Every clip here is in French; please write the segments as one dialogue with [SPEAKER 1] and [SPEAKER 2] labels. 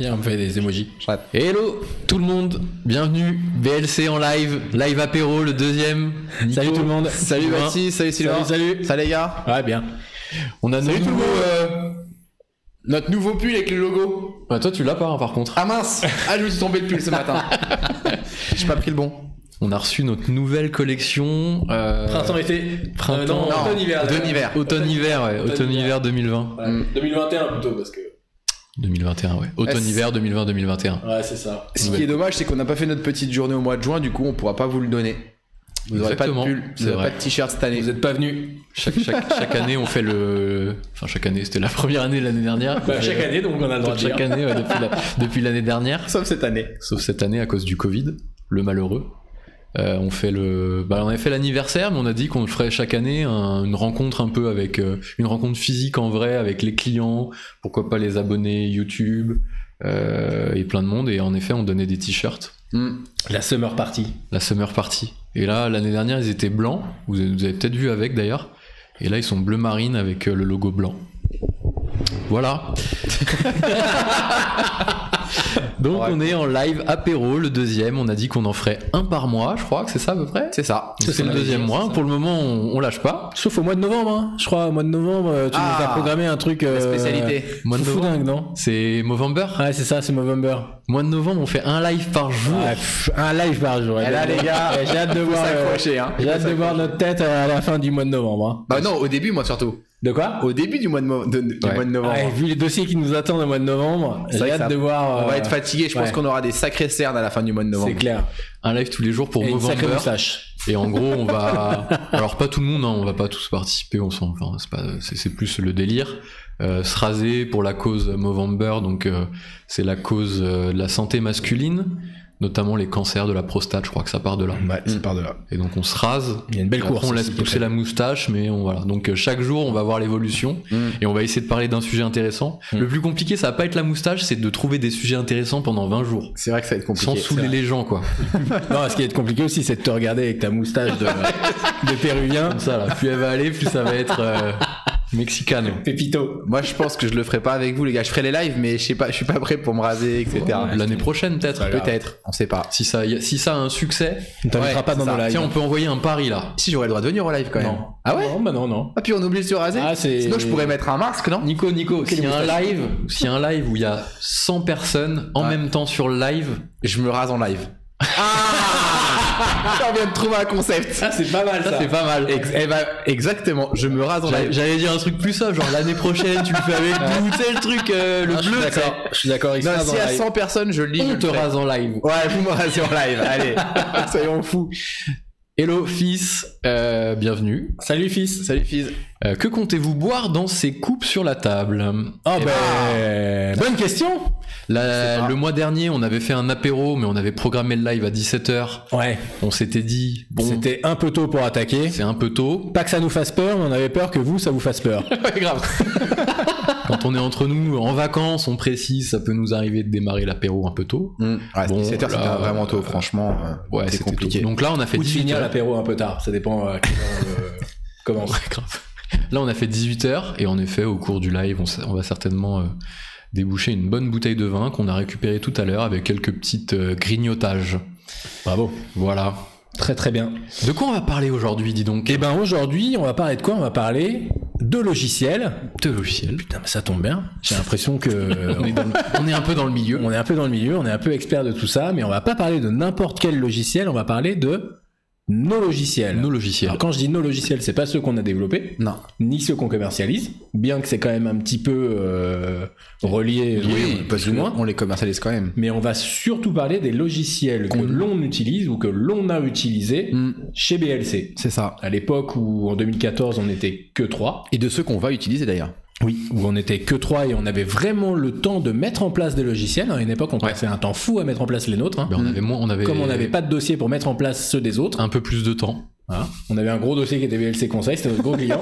[SPEAKER 1] Viens, on me fait des emojis.
[SPEAKER 2] Chat.
[SPEAKER 1] Hello tout le monde, bienvenue BLC en live, live apéro le deuxième.
[SPEAKER 2] Salut tout le monde.
[SPEAKER 1] Salut
[SPEAKER 2] Sylvain.
[SPEAKER 1] Baptiste, salut Sylvain.
[SPEAKER 2] Salut,
[SPEAKER 1] Ça les gars Ouais, bien. On a
[SPEAKER 2] Salut
[SPEAKER 1] notre
[SPEAKER 2] tout le
[SPEAKER 1] nouveau.
[SPEAKER 2] monde.
[SPEAKER 1] euh,
[SPEAKER 2] Notre nouveau pull avec le logo.
[SPEAKER 1] bah, toi, tu l'as pas hein, par contre.
[SPEAKER 2] Ah mince Ah, je me suis trompé de pull ce matin. J'ai pas pris le bon.
[SPEAKER 1] On a reçu notre nouvelle collection. euh,
[SPEAKER 3] Printemps-été.
[SPEAKER 1] Printemps.
[SPEAKER 3] Euh, non,
[SPEAKER 1] Non,
[SPEAKER 3] automne-hiver.
[SPEAKER 2] d'hiver.
[SPEAKER 1] Automne-hiver, ouais.
[SPEAKER 3] Automne-hiver.
[SPEAKER 1] Automne-hiver 2020.
[SPEAKER 3] Ouais,
[SPEAKER 4] Mm.
[SPEAKER 3] 2021 plutôt, parce que.
[SPEAKER 1] 2021, ouais. Automne-hiver 2020-2021.
[SPEAKER 3] Ouais, c'est ça.
[SPEAKER 2] Ce qui est dommage, c'est qu'on n'a pas fait notre petite journée au mois de juin, du coup, on pourra pas vous le donner. Vous aurez pas de
[SPEAKER 1] Exactement,
[SPEAKER 2] pull, vous
[SPEAKER 1] c'est
[SPEAKER 2] aurez
[SPEAKER 1] vrai.
[SPEAKER 2] pas de t-shirt cette année.
[SPEAKER 3] Vous êtes pas venu.
[SPEAKER 1] Chaque, chaque, chaque année, on fait le. Enfin, chaque année, c'était la première année l'année dernière.
[SPEAKER 3] Bah, chaque année, donc on a le droit de
[SPEAKER 1] Chaque
[SPEAKER 3] dire.
[SPEAKER 1] année, ouais, depuis la- depuis l'année dernière.
[SPEAKER 2] Sauf cette année.
[SPEAKER 1] Sauf cette année à cause du Covid, le malheureux. Euh, on fait le, bah, on avait fait l'anniversaire, mais on a dit qu'on ferait chaque année un- une rencontre un peu avec euh, une rencontre physique en vrai avec les clients, pourquoi pas les abonnés YouTube euh, et plein de monde. Et en effet, on donnait des t-shirts,
[SPEAKER 2] Hmm.
[SPEAKER 3] La summer party.
[SPEAKER 1] la summer party. Et là, l'année dernière, ils étaient blancs. Vous, vous avez peut-être vu avec d'ailleurs. Et là, ils sont bleu marine avec euh, le logo blanc. Voilà. Donc
[SPEAKER 2] Ouais.
[SPEAKER 1] on est en live apéro, le deuxième. On a dit qu'on en ferait un par mois, je crois que c'est ça à peu près.
[SPEAKER 2] C'est ça.
[SPEAKER 1] C'est le deuxième mois. Pour le moment, on, on lâche pas.
[SPEAKER 4] Sauf au mois de novembre, hein. je crois, au mois de novembre, euh, tu
[SPEAKER 2] Ah,
[SPEAKER 4] nous as programmé un truc.
[SPEAKER 2] La
[SPEAKER 4] euh,
[SPEAKER 2] spécialité.
[SPEAKER 1] Mois de
[SPEAKER 4] fou
[SPEAKER 1] novembre.
[SPEAKER 4] dingue, non
[SPEAKER 1] C'est Movember.
[SPEAKER 4] Ouais, c'est ça, c'est Movember.
[SPEAKER 1] Mois de novembre, on fait un live par jour.
[SPEAKER 4] Ouais, pff, un live par jour.
[SPEAKER 2] Et Eh là, les gars,
[SPEAKER 4] Ouais, j'ai hâte de
[SPEAKER 2] Faut
[SPEAKER 4] voir, euh,
[SPEAKER 2] s'accrocher, hein.
[SPEAKER 4] j'ai hâte de voir notre tête euh, à la fin du mois de novembre. hein.
[SPEAKER 2] Bah non, au début, moi surtout.
[SPEAKER 4] De quoi
[SPEAKER 2] Au début du mois de, mo- de- du
[SPEAKER 1] Ouais.
[SPEAKER 2] mois de novembre.
[SPEAKER 4] Ouais, Vu les dossiers qui nous attendent au mois de novembre,
[SPEAKER 2] vrai
[SPEAKER 4] j'ai
[SPEAKER 2] que
[SPEAKER 4] hâte
[SPEAKER 2] ça-
[SPEAKER 4] de
[SPEAKER 2] On
[SPEAKER 4] voir. euh,
[SPEAKER 2] va être fatigué, je pense
[SPEAKER 4] ouais.
[SPEAKER 2] qu'on aura des sacrées cernes à la fin du mois de
[SPEAKER 4] C'est
[SPEAKER 2] novembre.
[SPEAKER 4] clair.
[SPEAKER 1] Un live tous les jours pour
[SPEAKER 4] Et une sacrée
[SPEAKER 1] Movember.
[SPEAKER 4] moustache.
[SPEAKER 1] Et en gros, on va. Alors, pas tout le monde, hein, on va pas tous participer, on s'en. Enfin, c'est, pas... c'est, c'est plus le délire. Euh, se raser pour la cause Movember, donc euh, c'est la cause euh, de la santé masculine, notamment les cancers de la prostate, je crois que ça part de là.
[SPEAKER 4] Ouais,
[SPEAKER 2] c'est
[SPEAKER 4] par de là.
[SPEAKER 1] Et donc, on se rase.
[SPEAKER 4] Il y a une belle
[SPEAKER 1] Après,
[SPEAKER 4] course.
[SPEAKER 1] on laisse
[SPEAKER 4] aussi qui est
[SPEAKER 1] pousser la moustache, mais on, voilà. Donc euh, chaque jour, on va voir l'évolution
[SPEAKER 2] Mm.
[SPEAKER 1] et on va essayer de parler d'un sujet intéressant.
[SPEAKER 2] Mm.
[SPEAKER 1] Le plus compliqué, ça va pas être la moustache, c'est de trouver des sujets intéressants pendant 20 jours.
[SPEAKER 2] C'est vrai que ça va être compliqué.
[SPEAKER 1] Sans saouler les gens, quoi.
[SPEAKER 4] faite. Non, ce qui est compliqué aussi, c'est de te regarder avec ta moustache de, de péruvien.
[SPEAKER 1] Comme ça, là. Plus elle va aller, plus ça va être euh, mexicano.
[SPEAKER 3] Pépito.
[SPEAKER 2] Moi, je pense que je le ferai pas avec vous, les gars. Je ferai les lives, mais je sais pas, je suis pas prêt pour me raser, etc.
[SPEAKER 1] L'année prochaine, peut-être.
[SPEAKER 3] grave.
[SPEAKER 2] Peut-être, on sait pas.
[SPEAKER 1] Si ça, y a- si ça a un succès,
[SPEAKER 4] On t'invitera
[SPEAKER 2] Ouais,
[SPEAKER 4] pas dans
[SPEAKER 2] c'est ça.
[SPEAKER 4] nos lives.
[SPEAKER 1] tiens, on peut envoyer un pari là.
[SPEAKER 2] Si j'aurais le droit de venir au live quand même.
[SPEAKER 4] Non.
[SPEAKER 2] Ah ouais
[SPEAKER 4] Non, bah non, non.
[SPEAKER 2] Ah puis on oublie de se raser.
[SPEAKER 4] Ah, c'est-
[SPEAKER 2] Sinon je pourrais mettre un masque, non
[SPEAKER 1] Nico, Nico,
[SPEAKER 2] Quelle
[SPEAKER 1] s'il y a un live, s'il y a un live où il y a 100 personnes en
[SPEAKER 2] Ouais.
[SPEAKER 1] même temps sur le live,
[SPEAKER 2] Je me rase en live. Ah On vient de trouver un concept.
[SPEAKER 3] Ah, c'est pas mal ça.
[SPEAKER 1] ça c'est pas mal.
[SPEAKER 2] Ex- eh ben, exactement, je me rase en
[SPEAKER 1] J'allais-
[SPEAKER 2] live.
[SPEAKER 1] J'allais dire un truc plus simple, genre l'année prochaine tu le fais avec nous, tu sais le truc, euh, le
[SPEAKER 4] Ah, je suis
[SPEAKER 1] bleu, tu sais.
[SPEAKER 4] d'accord. Je suis d'accord avec
[SPEAKER 2] Non,
[SPEAKER 4] ça. dans
[SPEAKER 2] si
[SPEAKER 4] la
[SPEAKER 2] à
[SPEAKER 4] live.
[SPEAKER 2] 100 personnes, je le lis. je
[SPEAKER 1] on
[SPEAKER 2] le
[SPEAKER 1] te
[SPEAKER 2] ferai.
[SPEAKER 1] rase en live.
[SPEAKER 2] Ouais, vous me rasez en live, allez. Soyons fous.
[SPEAKER 1] Hello fils, euh, bienvenue.
[SPEAKER 4] Salut fils.
[SPEAKER 2] Salut Fizz.
[SPEAKER 1] Euh, que comptez-vous boire dans ces coupes sur la table
[SPEAKER 4] Oh
[SPEAKER 1] Eh
[SPEAKER 4] ben, bonne question.
[SPEAKER 1] La-
[SPEAKER 2] Je sais pas.
[SPEAKER 1] Le mois dernier on avait fait un apéro mais on avait programmé le live à 17h.
[SPEAKER 4] Ouais.
[SPEAKER 1] On s'était dit, bon,
[SPEAKER 4] C'était un peu tôt pour attaquer.
[SPEAKER 1] c'est un peu tôt.
[SPEAKER 4] Pas que ça nous fasse peur, mais on avait peur que vous, ça vous fasse peur.
[SPEAKER 1] Ouais, grave. Quand on est entre nous en vacances, on précise, ça peut nous arriver de démarrer l'apéro un peu tôt.
[SPEAKER 2] Hmm. Ouais,
[SPEAKER 1] Bon,
[SPEAKER 2] 17h, c'était
[SPEAKER 1] là,
[SPEAKER 2] vraiment tôt,
[SPEAKER 1] euh,
[SPEAKER 2] franchement. euh,
[SPEAKER 1] Ouais,
[SPEAKER 2] c'est
[SPEAKER 1] c'était
[SPEAKER 2] compliqué.
[SPEAKER 1] tôt. Donc là on a fait
[SPEAKER 4] Ou de
[SPEAKER 1] 18
[SPEAKER 4] finir
[SPEAKER 1] heures.
[SPEAKER 4] l'apéro un peu tard. Ça dépend euh, à quelle heure on commence.
[SPEAKER 1] Ouais, grave. Là, on a fait 18h et en effet, au cours du live, on, s- on va certainement euh, déboucher une bonne bouteille de vin qu'on a récupérée tout à l'heure avec quelques petites euh, grignotages.
[SPEAKER 4] Bravo.
[SPEAKER 1] Voilà.
[SPEAKER 4] Très très bien.
[SPEAKER 1] De quoi on va parler aujourd'hui, dis donc
[SPEAKER 4] Et ben aujourd'hui, on va parler de quoi On va parler de logiciels.
[SPEAKER 1] De logiciel.
[SPEAKER 4] Putain, mais ça tombe bien. J'ai l'impression que
[SPEAKER 1] On est, dans le- on est un peu dans le milieu.
[SPEAKER 4] on est un peu dans le milieu, on est un peu expert de tout ça, mais on va pas parler de n'importe quel logiciel. On va parler de nos logiciels.
[SPEAKER 1] Nos logiciels.
[SPEAKER 4] Alors quand je dis nos logiciels, c'est pas ceux qu'on a développés,
[SPEAKER 2] Non.
[SPEAKER 4] ni ceux qu'on commercialise, bien que c'est quand même un petit peu euh, relié,
[SPEAKER 2] Oui,
[SPEAKER 4] plus ou moins.
[SPEAKER 2] On les commercialise quand même.
[SPEAKER 4] Mais on va surtout parler des logiciels que
[SPEAKER 2] Qu'on-
[SPEAKER 4] l'on utilise ou que l'on a utilisé
[SPEAKER 2] Mmh.
[SPEAKER 4] chez BLC.
[SPEAKER 2] C'est ça.
[SPEAKER 4] À l'époque où en 2014 on n'était que trois.
[SPEAKER 2] Et de ceux qu'on va utiliser d'ailleurs.
[SPEAKER 4] Oui. Où on était que trois et on avait vraiment le temps de mettre en place des logiciels. À une époque, on passait un temps fou à mettre en place les nôtres. hein.
[SPEAKER 1] Ben, on avait moins, on avait
[SPEAKER 4] Comme on n'avait pas de dossier pour mettre en place ceux des autres,
[SPEAKER 1] un peu plus de temps.
[SPEAKER 4] hein, on avait un gros dossier qui était BLC Conseil, c'était notre gros client.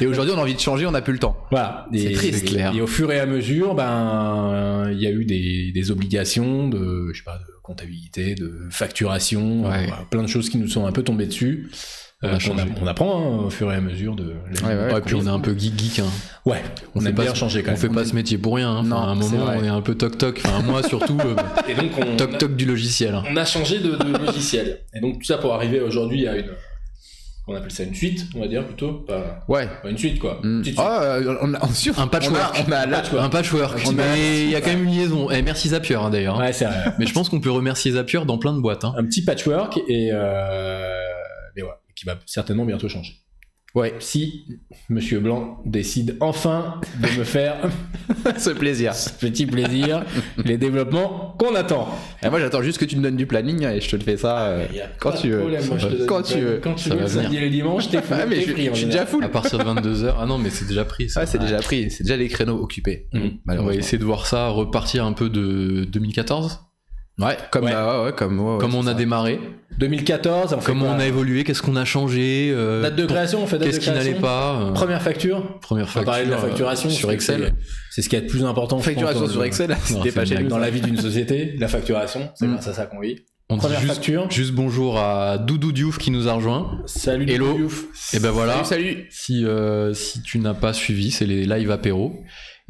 [SPEAKER 2] Et aujourd'hui, on a envie de changer, on n'a plus le temps.
[SPEAKER 4] Voilà.
[SPEAKER 2] C'est
[SPEAKER 4] Et-
[SPEAKER 2] triste.
[SPEAKER 1] clair.
[SPEAKER 4] Et au fur et à mesure, ben, il y a eu des, des obligations de, je sais pas, de comptabilité, de facturation,
[SPEAKER 1] Ouais.
[SPEAKER 4] euh, voilà, plein de choses qui nous sont un peu tombées dessus.
[SPEAKER 1] On a changé.
[SPEAKER 4] on apprend hein, au fur et à mesure de. la vie.
[SPEAKER 2] Ouais, ouais,
[SPEAKER 1] Ouais, puis on est un peu geek geek. Hein.
[SPEAKER 4] Ouais, on,
[SPEAKER 1] fait
[SPEAKER 4] aime
[SPEAKER 1] pas
[SPEAKER 4] bien
[SPEAKER 1] ce-
[SPEAKER 4] changer quand
[SPEAKER 1] On
[SPEAKER 4] même.
[SPEAKER 1] fait pas ce métier pour rien. hein. Enfin,
[SPEAKER 2] Non,
[SPEAKER 1] à un
[SPEAKER 2] c'est
[SPEAKER 1] moment,
[SPEAKER 2] vrai.
[SPEAKER 1] on est un peu toc toc. Enfin, moi surtout, euh,
[SPEAKER 3] Et donc, on,
[SPEAKER 1] toc toc du logiciel. hein.
[SPEAKER 3] on a changé de, de logiciel. Et donc, tout ça pour arriver aujourd'hui à une. On appelle ça une suite, on va dire plutôt. Pas,
[SPEAKER 2] Ouais.
[SPEAKER 3] pas une suite, quoi.
[SPEAKER 2] Mm.
[SPEAKER 3] Une petite suite.
[SPEAKER 2] Ah, euh, on a, on, sûr,
[SPEAKER 1] Un patchwork.
[SPEAKER 2] On a, on a là,
[SPEAKER 1] Un patchwork.
[SPEAKER 2] On a-
[SPEAKER 1] Mais il y a quand même une liaison. Eh, merci Zapier hein, d'ailleurs.
[SPEAKER 4] Ouais, c'est un,
[SPEAKER 1] Mais je pense qu'on peut remercier Zapier dans plein de boîtes. hein.
[SPEAKER 4] un petit patchwork et. euh, mais ouais, qui va certainement bientôt changer.
[SPEAKER 2] Ouais.
[SPEAKER 4] Si Monsieur Blanc décide enfin de me faire
[SPEAKER 2] ce plaisir.
[SPEAKER 4] ce petit plaisir, les développements qu'on attend.
[SPEAKER 2] Et Eh, moi, j'attends juste que tu me donnes du planning et je te le fais ça. euh.
[SPEAKER 3] Il y a
[SPEAKER 2] Quand
[SPEAKER 3] pas de
[SPEAKER 2] tu veux.
[SPEAKER 3] problème, moi, je te
[SPEAKER 2] Quand
[SPEAKER 3] donne
[SPEAKER 2] tu
[SPEAKER 3] une bonne-
[SPEAKER 2] veux.
[SPEAKER 3] Quand tu
[SPEAKER 1] Ça
[SPEAKER 3] veux,
[SPEAKER 1] va
[SPEAKER 3] le
[SPEAKER 1] venir. Ah,
[SPEAKER 3] samedi et le dimanche, t'es
[SPEAKER 2] Ouais, mais
[SPEAKER 3] t'es
[SPEAKER 2] je,
[SPEAKER 3] pris, on
[SPEAKER 2] je suis
[SPEAKER 3] est
[SPEAKER 2] déjà
[SPEAKER 3] là.
[SPEAKER 2] full.
[SPEAKER 1] À partir de 22 h Ah non, mais c'est déjà pris. Ça.
[SPEAKER 2] Ouais, c'est déjà pris, c'est déjà les créneaux occupés.
[SPEAKER 1] Mm.
[SPEAKER 4] Hmm.
[SPEAKER 1] On va
[SPEAKER 2] Malheureusement.
[SPEAKER 1] essayer de voir ça repartir un peu de 2014.
[SPEAKER 2] Ouais, comme,
[SPEAKER 4] Ouais.
[SPEAKER 2] bah, ouais, ouais, comme, ouais, ouais,
[SPEAKER 1] comment on
[SPEAKER 2] c'est
[SPEAKER 1] a
[SPEAKER 2] ça.
[SPEAKER 1] démarré,
[SPEAKER 4] 2014, on fait
[SPEAKER 1] comment
[SPEAKER 4] quoi
[SPEAKER 1] on a évolué, qu'est-ce qu'on a changé, euh,
[SPEAKER 4] Date de création, on fait date
[SPEAKER 1] qu'est-ce
[SPEAKER 4] de
[SPEAKER 1] qui
[SPEAKER 4] création.
[SPEAKER 1] n'allait pas. euh,
[SPEAKER 4] Première facture.
[SPEAKER 1] première
[SPEAKER 4] On va
[SPEAKER 1] facture,
[SPEAKER 4] parler de la
[SPEAKER 1] euh,
[SPEAKER 4] facturation.
[SPEAKER 1] sur
[SPEAKER 4] parce que
[SPEAKER 1] Excel.
[SPEAKER 4] c'est- C'est ce qui est le plus important. je
[SPEAKER 2] Facturation
[SPEAKER 4] pense, dans Hmm.
[SPEAKER 2] sur
[SPEAKER 4] le-
[SPEAKER 2] Excel, c'était
[SPEAKER 1] c'est
[SPEAKER 2] pas chez
[SPEAKER 1] une
[SPEAKER 2] nous.
[SPEAKER 4] Dans la vie d'une société, la facturation, c'est
[SPEAKER 2] Mm.
[SPEAKER 4] grâce à ça qu'on vit.
[SPEAKER 1] On dit
[SPEAKER 4] Première
[SPEAKER 1] juste,
[SPEAKER 4] facture.
[SPEAKER 1] juste bonjour à Doudou Diouf qui nous a rejoint.
[SPEAKER 4] Salut.
[SPEAKER 1] Hello.
[SPEAKER 4] Nico Diouf.
[SPEAKER 2] Eh
[SPEAKER 1] Et ben voilà,
[SPEAKER 2] Salut,
[SPEAKER 1] si, euh, si tu n'as pas suivi, c'est les live apéro.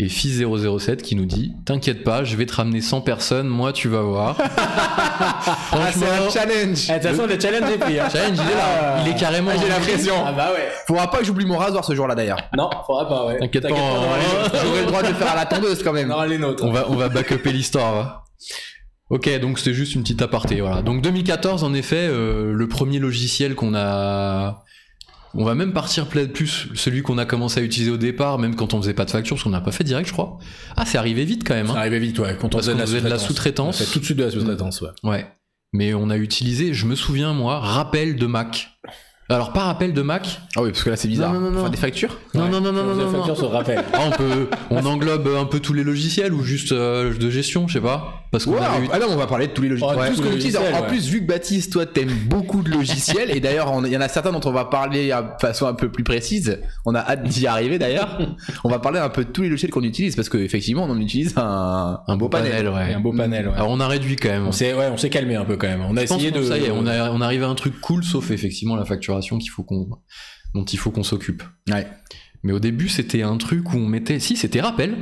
[SPEAKER 1] Et Fils007 qui nous dit T'inquiète pas, je vais te ramener 100 personnes, moi tu vas voir.
[SPEAKER 2] Ah, c'est un
[SPEAKER 1] Franchement,
[SPEAKER 2] challenge.
[SPEAKER 4] Eh, De toute façon, le challenge est pris. hein.
[SPEAKER 1] challenge, il est là. Il est carrément.
[SPEAKER 2] Ah, J'ai
[SPEAKER 1] en-
[SPEAKER 2] l'impression.
[SPEAKER 4] Ah bah ouais.
[SPEAKER 2] Faudra pas que j'oublie mon rasoir ce jour-là d'ailleurs.
[SPEAKER 4] Non, faudra pas, ouais.
[SPEAKER 1] T'inquiète pas,
[SPEAKER 4] on aura les
[SPEAKER 1] on-
[SPEAKER 4] nôtres.
[SPEAKER 2] J'aurais le droit de le faire à la tondeuse quand
[SPEAKER 4] On
[SPEAKER 2] même.
[SPEAKER 4] aura les nôtres.
[SPEAKER 1] On va, on va back-upper l'histoire. va. Ok, donc c'était juste une petite aparté. Voilà. Donc 2014, en effet, euh, le premier logiciel qu'on a. On va même partir peut-être plus celui qu'on a commencé à utiliser au départ, même quand on faisait pas de facture, parce qu'on n'a pas fait direct, je crois. Ah, c'est arrivé vite quand même. hein.
[SPEAKER 4] Ça arrivait vite, ouais. Quand on
[SPEAKER 1] Parce
[SPEAKER 4] faisait
[SPEAKER 1] qu'on
[SPEAKER 4] de la
[SPEAKER 1] faisait de la
[SPEAKER 4] sous-traitance.
[SPEAKER 1] sous-traitance.
[SPEAKER 4] On fait tout de suite de la sous-traitance, ouais.
[SPEAKER 1] Ouais. Mais on a utilisé, je me souviens moi, rappel de Mac. Alors pas rappel de Mac.
[SPEAKER 2] Ah oui, parce que là c'est bizarre.
[SPEAKER 1] Non, non, non,
[SPEAKER 2] Faut
[SPEAKER 1] non.
[SPEAKER 2] des factures
[SPEAKER 1] Non,
[SPEAKER 4] Ouais.
[SPEAKER 1] non, non, non,
[SPEAKER 4] On
[SPEAKER 1] non,
[SPEAKER 4] faisait
[SPEAKER 1] non,
[SPEAKER 4] la
[SPEAKER 1] non.
[SPEAKER 4] facture sur rappel.
[SPEAKER 1] Ah, on peut, on englobe un peu tous les logiciels ou juste euh, de gestion, je sais pas. Parce qu'on
[SPEAKER 2] Wow.
[SPEAKER 1] avait eu
[SPEAKER 2] Ah non, on va parler de tous les logiciels.
[SPEAKER 4] Oh,
[SPEAKER 2] Tout
[SPEAKER 4] tous
[SPEAKER 2] ce que
[SPEAKER 4] les
[SPEAKER 2] l'on utilise.
[SPEAKER 4] logiciels,
[SPEAKER 2] En
[SPEAKER 4] ouais.
[SPEAKER 2] plus, vu que Baptiste, toi, t'aimes beaucoup de logiciels, et d'ailleurs, on- il y en a certains dont on va parler à- de façon un peu plus précise. On a hâte d'y arriver d'ailleurs. on va parler un peu de tous les logiciels qu'on utilise, parce qu'effectivement, on en utilise un,
[SPEAKER 1] un beau panel, ouais.
[SPEAKER 4] Et Un beau panel, ouais.
[SPEAKER 1] Alors on a réduit quand même.
[SPEAKER 4] On s'est, ouais, on s'est calmé un peu quand même. On a
[SPEAKER 1] Mm. Je pense
[SPEAKER 4] essayé
[SPEAKER 1] qu'on-
[SPEAKER 4] de.
[SPEAKER 1] ça y est, on, a- on arrive à un truc cool, sauf effectivement la facturation qu'il faut qu'on, dont il faut qu'on s'occupe.
[SPEAKER 2] Ouais.
[SPEAKER 1] Mais au début, c'était un truc où on mettait, si c'était rappel,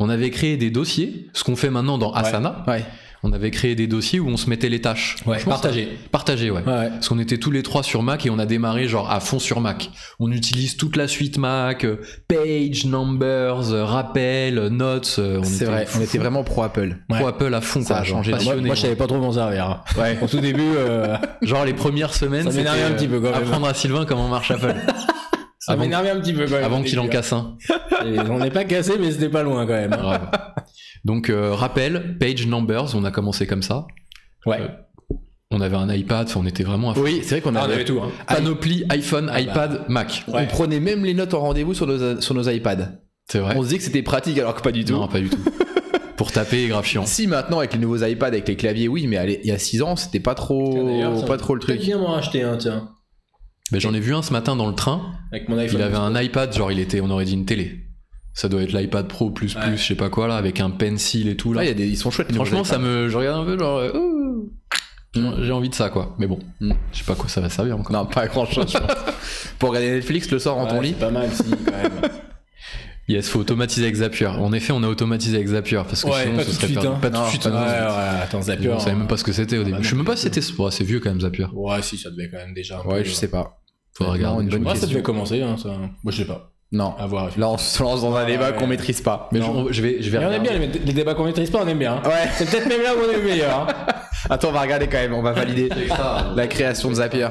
[SPEAKER 1] on avait créé des dossiers, ce qu'on fait maintenant dans Asana.
[SPEAKER 2] Ouais.
[SPEAKER 1] On avait créé des dossiers où on se mettait les tâches.
[SPEAKER 4] Ouais,
[SPEAKER 1] Je pense
[SPEAKER 4] partagé.
[SPEAKER 1] que- Partagé, ouais.
[SPEAKER 4] Ouais, ouais.
[SPEAKER 1] Parce qu'on était tous les trois sur Mac et on a démarré genre à fond sur Mac. On utilise toute la suite Mac, euh, page, numbers, euh, rappel, euh, notes. euh, on
[SPEAKER 2] C'est
[SPEAKER 1] était
[SPEAKER 2] vrai,
[SPEAKER 1] fou-
[SPEAKER 2] on était vraiment pro Apple.
[SPEAKER 1] pro
[SPEAKER 4] Ouais.
[SPEAKER 1] Apple à fond,
[SPEAKER 2] Ça
[SPEAKER 1] quoi,
[SPEAKER 2] a
[SPEAKER 1] genre
[SPEAKER 2] changé.
[SPEAKER 4] Moi,
[SPEAKER 1] passionné.
[SPEAKER 4] moi, je savais pas trop m'en servir. hein.
[SPEAKER 2] Ouais.
[SPEAKER 4] Au tout début, euh,
[SPEAKER 1] Genre les premières semaines,
[SPEAKER 4] Ça m'énervait
[SPEAKER 1] c'était,
[SPEAKER 4] un petit peu, quand
[SPEAKER 1] euh,
[SPEAKER 4] même.
[SPEAKER 1] apprendre à Sylvain comment marche Apple.
[SPEAKER 4] ça
[SPEAKER 1] Avant-
[SPEAKER 4] m'énervait un petit peu quand même. hein.
[SPEAKER 1] avant qu'il en casse un.
[SPEAKER 4] Et On n'est pas cassé, mais c'était pas loin quand même. hein.
[SPEAKER 1] Grave. Donc euh, rappel, page numbers, on a commencé comme ça.
[SPEAKER 4] Ouais.
[SPEAKER 1] Euh, on avait un iPad, enfin, on était vraiment à fond.
[SPEAKER 2] Oui, c'est vrai qu'on
[SPEAKER 4] Ah, on
[SPEAKER 2] avait-
[SPEAKER 4] avait tout. hein.
[SPEAKER 1] Panoplie, iPhone,
[SPEAKER 4] Ah bah.
[SPEAKER 1] iPad, Mac.
[SPEAKER 2] On prenait même les notes en rendez-vous sur nos, sur nos iPads.
[SPEAKER 1] C'est vrai.
[SPEAKER 2] On se dit que c'était pratique alors que pas du tout.
[SPEAKER 1] Non, pas du tout. Pour taper, grave chiant.
[SPEAKER 2] Si maintenant avec les nouveaux iPads avec les claviers oui mais allez, il y a 6 ans c'était pas
[SPEAKER 4] Tiens, d'ailleurs,
[SPEAKER 2] trop
[SPEAKER 4] ça-
[SPEAKER 2] pas trop le
[SPEAKER 4] Peut-être
[SPEAKER 2] truc.
[SPEAKER 4] viens m'en racheter un, tiens.
[SPEAKER 1] Ben, J'en ai vu un ce matin dans le train.
[SPEAKER 4] Avec mon iPhone.
[SPEAKER 1] Il avait un iPad, genre il était, on aurait dit une télé. Ça doit être l'iPad Pro plus
[SPEAKER 4] Ouais.
[SPEAKER 1] plus, je sais pas quoi là, avec un pencil et tout là.
[SPEAKER 2] Là, il y a des, ils sont chouettes. les nouveaux
[SPEAKER 1] Franchement,
[SPEAKER 2] iPads.
[SPEAKER 1] ça me, je regarde un peu genre, euh, ouh, j'ai- j'ai envie de ça quoi. Mais bon, hmm,
[SPEAKER 2] Mm.
[SPEAKER 1] je sais pas à quoi ça va servir encore.
[SPEAKER 2] non pas grand chose. Pour regarder Netflix le soir en ton
[SPEAKER 4] Ouais,
[SPEAKER 2] lit.
[SPEAKER 4] c'est Pas mal, si, quand même.
[SPEAKER 1] Yes, faut automatiser avec Zapier. En effet, on a automatisé avec Zapier parce que
[SPEAKER 4] Ouais,
[SPEAKER 1] sinon
[SPEAKER 4] pas
[SPEAKER 1] ce
[SPEAKER 4] tout de
[SPEAKER 1] serait
[SPEAKER 4] suite,
[SPEAKER 1] perdu.
[SPEAKER 4] hein.
[SPEAKER 1] pas tout de
[SPEAKER 2] Non,
[SPEAKER 1] suite.
[SPEAKER 2] pas
[SPEAKER 4] ouais,
[SPEAKER 1] non.
[SPEAKER 4] ouais, attends, Zapier. hein. Ah bah
[SPEAKER 1] on savait même pas ce que c'était au début.
[SPEAKER 4] non
[SPEAKER 1] je sais même pas
[SPEAKER 4] plus.
[SPEAKER 1] si c'était ouais, c'est vieux quand même Zapier.
[SPEAKER 4] Ouais, si, ça devait quand même déjà. un
[SPEAKER 2] Ouais
[SPEAKER 4] peu-
[SPEAKER 2] je sais pas.
[SPEAKER 1] Faudrait
[SPEAKER 2] Non,
[SPEAKER 1] regarder.
[SPEAKER 2] une bonne
[SPEAKER 4] Moi, ça
[SPEAKER 2] question.
[SPEAKER 4] devait commencer, hein, ça. Moi, je sais pas.
[SPEAKER 2] Non.
[SPEAKER 4] À voir.
[SPEAKER 2] Là on se lance dans un débat
[SPEAKER 4] Ah, ouais.
[SPEAKER 2] qu'on maîtrise pas.
[SPEAKER 1] Mais je,
[SPEAKER 4] Non.
[SPEAKER 1] on- je vais, je vais
[SPEAKER 4] Mais on aime
[SPEAKER 1] regarder.
[SPEAKER 4] bien les, les débats qu'on maîtrise pas, on aime bien. hein.
[SPEAKER 2] Ouais.
[SPEAKER 4] C'est peut-être même là où on est le meilleur. hein.
[SPEAKER 2] Attends on va regarder quand même on va valider la création de Zapier.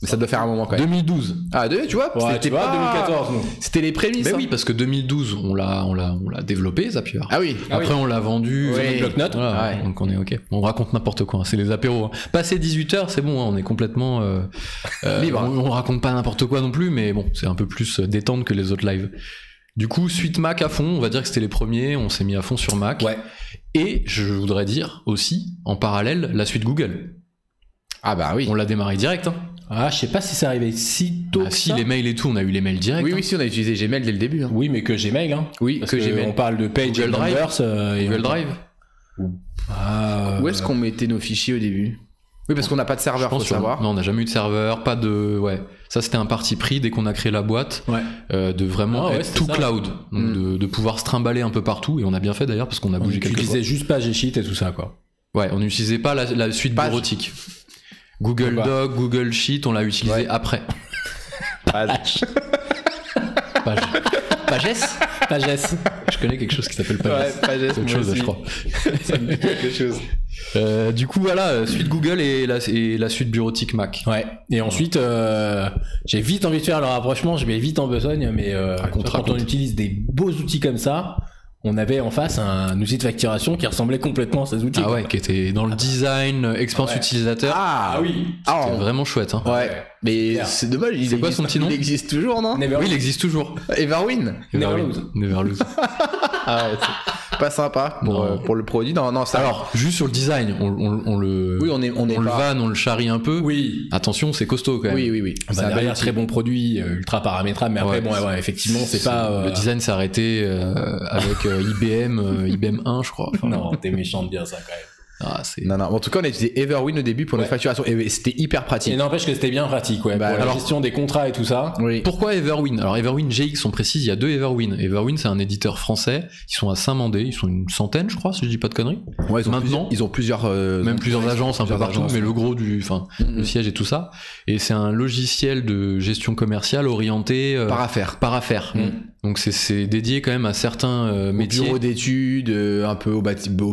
[SPEAKER 2] Mais ça doit faire un moment quand même.
[SPEAKER 1] 2012.
[SPEAKER 2] Ah deux tu vois
[SPEAKER 4] Ouais,
[SPEAKER 2] c'était
[SPEAKER 4] tu vois,
[SPEAKER 2] pas
[SPEAKER 4] 2014, nous.
[SPEAKER 2] C'était les prémices.
[SPEAKER 1] Mais
[SPEAKER 2] hein.
[SPEAKER 1] oui, parce que 2012, on l'a, on l'a, on l'a développé Zapier.
[SPEAKER 2] Ah oui.
[SPEAKER 4] Ah oui.
[SPEAKER 1] Après, on l'a vendu.
[SPEAKER 2] Oui. Ah
[SPEAKER 1] sur notre bloc-notes. Voilà,
[SPEAKER 2] Ouais.
[SPEAKER 1] Donc on est ok. On raconte n'importe quoi. hein. C'est les apéros. hein. Passé 18 h c'est bon. hein, On est complètement euh, euh,
[SPEAKER 2] Libre.
[SPEAKER 1] On, on raconte pas n'importe quoi non plus, mais bon, c'est un peu plus euh, détente que les autres lives. Du coup, suite Mac à fond. On va dire que c'était les premiers. On s'est mis à fond sur Mac.
[SPEAKER 4] Ouais.
[SPEAKER 1] Et je voudrais dire aussi, en parallèle, la suite Google.
[SPEAKER 2] Ah bah oui.
[SPEAKER 1] On l'a démarré direct. Hein.
[SPEAKER 4] Ah, je sais pas si c'est arrivé si tôt.
[SPEAKER 1] Ah,
[SPEAKER 4] que
[SPEAKER 1] si
[SPEAKER 4] ça.
[SPEAKER 1] les mails et tout, on a eu les mails directs.
[SPEAKER 2] Oui
[SPEAKER 1] hein.
[SPEAKER 2] oui si on a utilisé Gmail dès le début. hein.
[SPEAKER 4] Oui, mais que Gmail, hein.
[SPEAKER 2] Oui
[SPEAKER 4] Parce
[SPEAKER 2] que
[SPEAKER 4] que
[SPEAKER 2] Gmail.
[SPEAKER 4] On parle de Page
[SPEAKER 1] Google
[SPEAKER 4] et
[SPEAKER 1] Drive.
[SPEAKER 4] Numbers, euh, et
[SPEAKER 1] Google
[SPEAKER 4] on-
[SPEAKER 1] Drive.
[SPEAKER 4] Ah,
[SPEAKER 2] Où
[SPEAKER 4] euh,
[SPEAKER 2] est-ce qu'on mettait nos fichiers au début Oui, parce qu'on n'a pas de serveur,
[SPEAKER 1] Je pense
[SPEAKER 2] faut
[SPEAKER 1] sur-
[SPEAKER 2] savoir.
[SPEAKER 1] Non, on n'a jamais eu de serveur, pas de. Ouais. Ça, c'était un parti pris dès qu'on a créé la boîte,
[SPEAKER 4] Ouais.
[SPEAKER 1] euh, de vraiment
[SPEAKER 4] Ah ouais,
[SPEAKER 1] être
[SPEAKER 4] c'était
[SPEAKER 1] tout
[SPEAKER 4] ça.
[SPEAKER 1] cloud. Donc
[SPEAKER 2] Mm.
[SPEAKER 1] de, de pouvoir se trimballer un peu partout. Et on a bien fait d'ailleurs, parce qu'on a
[SPEAKER 4] On
[SPEAKER 1] bougé quelques
[SPEAKER 4] utilisait euh, juste pas Sheet et tout ça, quoi.
[SPEAKER 1] fois. Ouais, on n'utilisait pas la, la suite
[SPEAKER 2] Page.
[SPEAKER 1] bureautique. Google
[SPEAKER 4] Bah.
[SPEAKER 1] Doc, Google Sheet, on l'a utilisé
[SPEAKER 2] Ouais.
[SPEAKER 1] après.
[SPEAKER 2] Page.
[SPEAKER 1] Page. Pages
[SPEAKER 4] Pagès.
[SPEAKER 1] Je connais quelque chose qui s'appelle Pages.
[SPEAKER 2] Ouais, Pages,
[SPEAKER 1] C'est
[SPEAKER 2] moi
[SPEAKER 1] autre chose,
[SPEAKER 2] aussi.
[SPEAKER 1] je crois.
[SPEAKER 2] Ça me dit quelque chose.
[SPEAKER 1] Euh, du coup, voilà, euh, suite Google et la, et la suite bureautique Mac.
[SPEAKER 4] Ouais. Et ensuite, euh, j'ai vite envie de faire le rapprochement, je vais vite en besogne, mais euh,
[SPEAKER 1] Raconte,
[SPEAKER 4] quand
[SPEAKER 1] raconte.
[SPEAKER 4] on utilise des beaux outils comme ça, on avait en face un outil de facturation qui ressemblait complètement à ces outils.
[SPEAKER 1] Ah ouais, qui était dans le design, euh, expérience
[SPEAKER 4] Ouais.
[SPEAKER 1] utilisateur.
[SPEAKER 2] Ah,
[SPEAKER 3] Ah oui.
[SPEAKER 2] Ah,
[SPEAKER 1] C'était
[SPEAKER 2] on-
[SPEAKER 1] vraiment chouette. Hein.
[SPEAKER 2] Ouais, mais c'est dommage. il
[SPEAKER 1] C'est quoi
[SPEAKER 2] existe-
[SPEAKER 1] son petit nom
[SPEAKER 2] Il existe toujours, non
[SPEAKER 4] Never-
[SPEAKER 1] Oui, il existe toujours.
[SPEAKER 2] Everwin
[SPEAKER 4] Neverlose.
[SPEAKER 1] Neverlose. Neverlose.
[SPEAKER 2] Ah ouais, c'est pas sympa pour,
[SPEAKER 1] Non.
[SPEAKER 2] euh, pour le produit. Non, non, ça.
[SPEAKER 1] Alors, juste sur le design, on, on- on le,
[SPEAKER 2] oui, on est, on est
[SPEAKER 1] on le
[SPEAKER 2] pas-
[SPEAKER 1] vanne, on le charrie un peu.
[SPEAKER 4] Oui.
[SPEAKER 1] Attention, c'est costaud quand même.
[SPEAKER 2] Oui, oui, oui.
[SPEAKER 4] C'est
[SPEAKER 1] Bah,
[SPEAKER 4] un
[SPEAKER 1] derrière,
[SPEAKER 4] derrière très bon produit, euh, ultra paramétrable, mais
[SPEAKER 1] Ouais.
[SPEAKER 4] après, bon, ouais, ouais, effectivement, c'est pas. euh,
[SPEAKER 1] Le design s'est arrêté euh, avec euh, IBM, euh, IBM 1, je crois. Enfin,
[SPEAKER 4] Non, t'es méchant de dire ça quand même.
[SPEAKER 1] ah, c'est-
[SPEAKER 2] Non, non. En tout cas, on a utilisé Everwin au début pour notre
[SPEAKER 4] Ouais.
[SPEAKER 2] facturation et c'était hyper
[SPEAKER 4] Et
[SPEAKER 2] pratique.
[SPEAKER 4] n'empêche que c'était bien pratique, ouais.
[SPEAKER 2] Bah,
[SPEAKER 4] pour
[SPEAKER 2] alors-
[SPEAKER 4] la gestion des contrats et tout ça.
[SPEAKER 2] Oui.
[SPEAKER 1] Pourquoi Everwin Alors Everwin GX, on précise, il y a deux Everwin. Everwin, c'est un éditeur français. Ils sont à Saint-Mandé, ils sont une centaine, je crois, si je dis pas de conneries.
[SPEAKER 2] Ouais, ils ont
[SPEAKER 1] Maintenant-
[SPEAKER 2] plusieurs- ils ont plusieurs. euh,
[SPEAKER 1] Même plusieurs agences un peu
[SPEAKER 2] plusieurs
[SPEAKER 1] partout,
[SPEAKER 2] agences,
[SPEAKER 1] mais
[SPEAKER 2] ouais.
[SPEAKER 1] le gros du, enfin,
[SPEAKER 2] Mhm.
[SPEAKER 1] le siège et tout ça. Et c'est un logiciel de gestion commerciale orienté euh,
[SPEAKER 2] par affaire.
[SPEAKER 1] par Hum. affaires.
[SPEAKER 2] Mhm.
[SPEAKER 1] Donc c'est- c'est dédié quand même à certains euh, métiers.
[SPEAKER 2] Bureau d'études, euh, un peu au, bati- au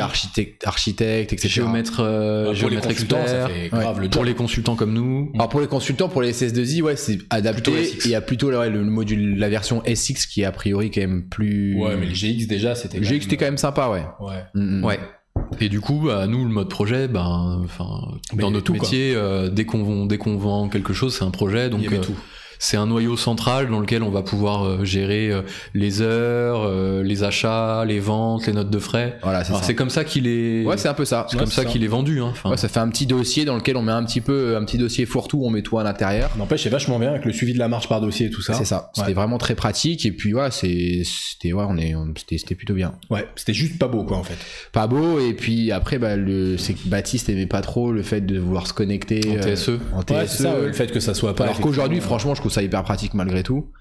[SPEAKER 1] Archi.
[SPEAKER 2] architecte, architecte, etc.
[SPEAKER 1] Géomètre, euh,
[SPEAKER 4] Bah, pour les
[SPEAKER 1] géomètre
[SPEAKER 4] consultants, ça
[SPEAKER 1] expert.
[SPEAKER 4] fait grave
[SPEAKER 2] Ouais.
[SPEAKER 4] le
[SPEAKER 1] Pour
[SPEAKER 4] job.
[SPEAKER 1] les consultants comme nous.
[SPEAKER 2] Mm. Alors pour les consultants, pour les SS2I, ouais, c'est adapté.
[SPEAKER 1] Plutôt
[SPEAKER 2] Et
[SPEAKER 1] SX.
[SPEAKER 2] il y a plutôt ouais, le module, la version SX qui est a priori quand même plus.
[SPEAKER 4] Ouais, mais le GX déjà, c'était.
[SPEAKER 2] Le GX était quand même sympa, ouais.
[SPEAKER 4] Ouais.
[SPEAKER 2] Mm, mm.
[SPEAKER 1] Ouais. Et du coup, bah, nous, le mode projet, ben, enfin,
[SPEAKER 4] Mais
[SPEAKER 1] dans
[SPEAKER 4] il y avait
[SPEAKER 1] notre
[SPEAKER 4] tout, quoi.
[SPEAKER 1] métier, euh, dès qu'on vend, dès qu'on vend quelque chose, c'est un projet.
[SPEAKER 4] Il
[SPEAKER 1] Donc,
[SPEAKER 4] y avait
[SPEAKER 1] euh,
[SPEAKER 4] tout.
[SPEAKER 1] c'est un noyau central dans lequel on va pouvoir euh, gérer euh, les heures, euh, les achats, les ventes, les notes de frais.
[SPEAKER 2] Voilà, c'est
[SPEAKER 1] Alors,
[SPEAKER 2] ça.
[SPEAKER 1] c'est comme ça qu'il est.
[SPEAKER 2] Ouais, c'est un peu ça.
[SPEAKER 1] c'est comme ça, qu'il est vendu. hein. Enfin,
[SPEAKER 2] Ouais, ça fait un petit dossier dans lequel on met un petit peu un petit dossier fourre-tout, on met tout à l'intérieur.
[SPEAKER 4] N'empêche, c'est vachement bien avec le suivi de la marche par dossier et tout ça.
[SPEAKER 2] C'est ça. C'était
[SPEAKER 4] Ouais.
[SPEAKER 2] vraiment très pratique et puis ouais, c'est c'était ouais, on est on- c'était c'était plutôt bien.
[SPEAKER 4] Ouais, c'était juste pas beau, quoi, en fait.
[SPEAKER 2] Pas beau et puis après bah le c'est que Baptiste aimait pas trop le fait de vouloir se connecter
[SPEAKER 1] en E.
[SPEAKER 2] euh,
[SPEAKER 1] TSE.
[SPEAKER 2] en TSE.
[SPEAKER 4] Ouais, c'est ça, ouais, le fait que ça soit pas.
[SPEAKER 2] Alors qu'aujourd'hui,
[SPEAKER 4] effectivement,
[SPEAKER 2] franchement, je trouve ça hyper pratique malgré tout.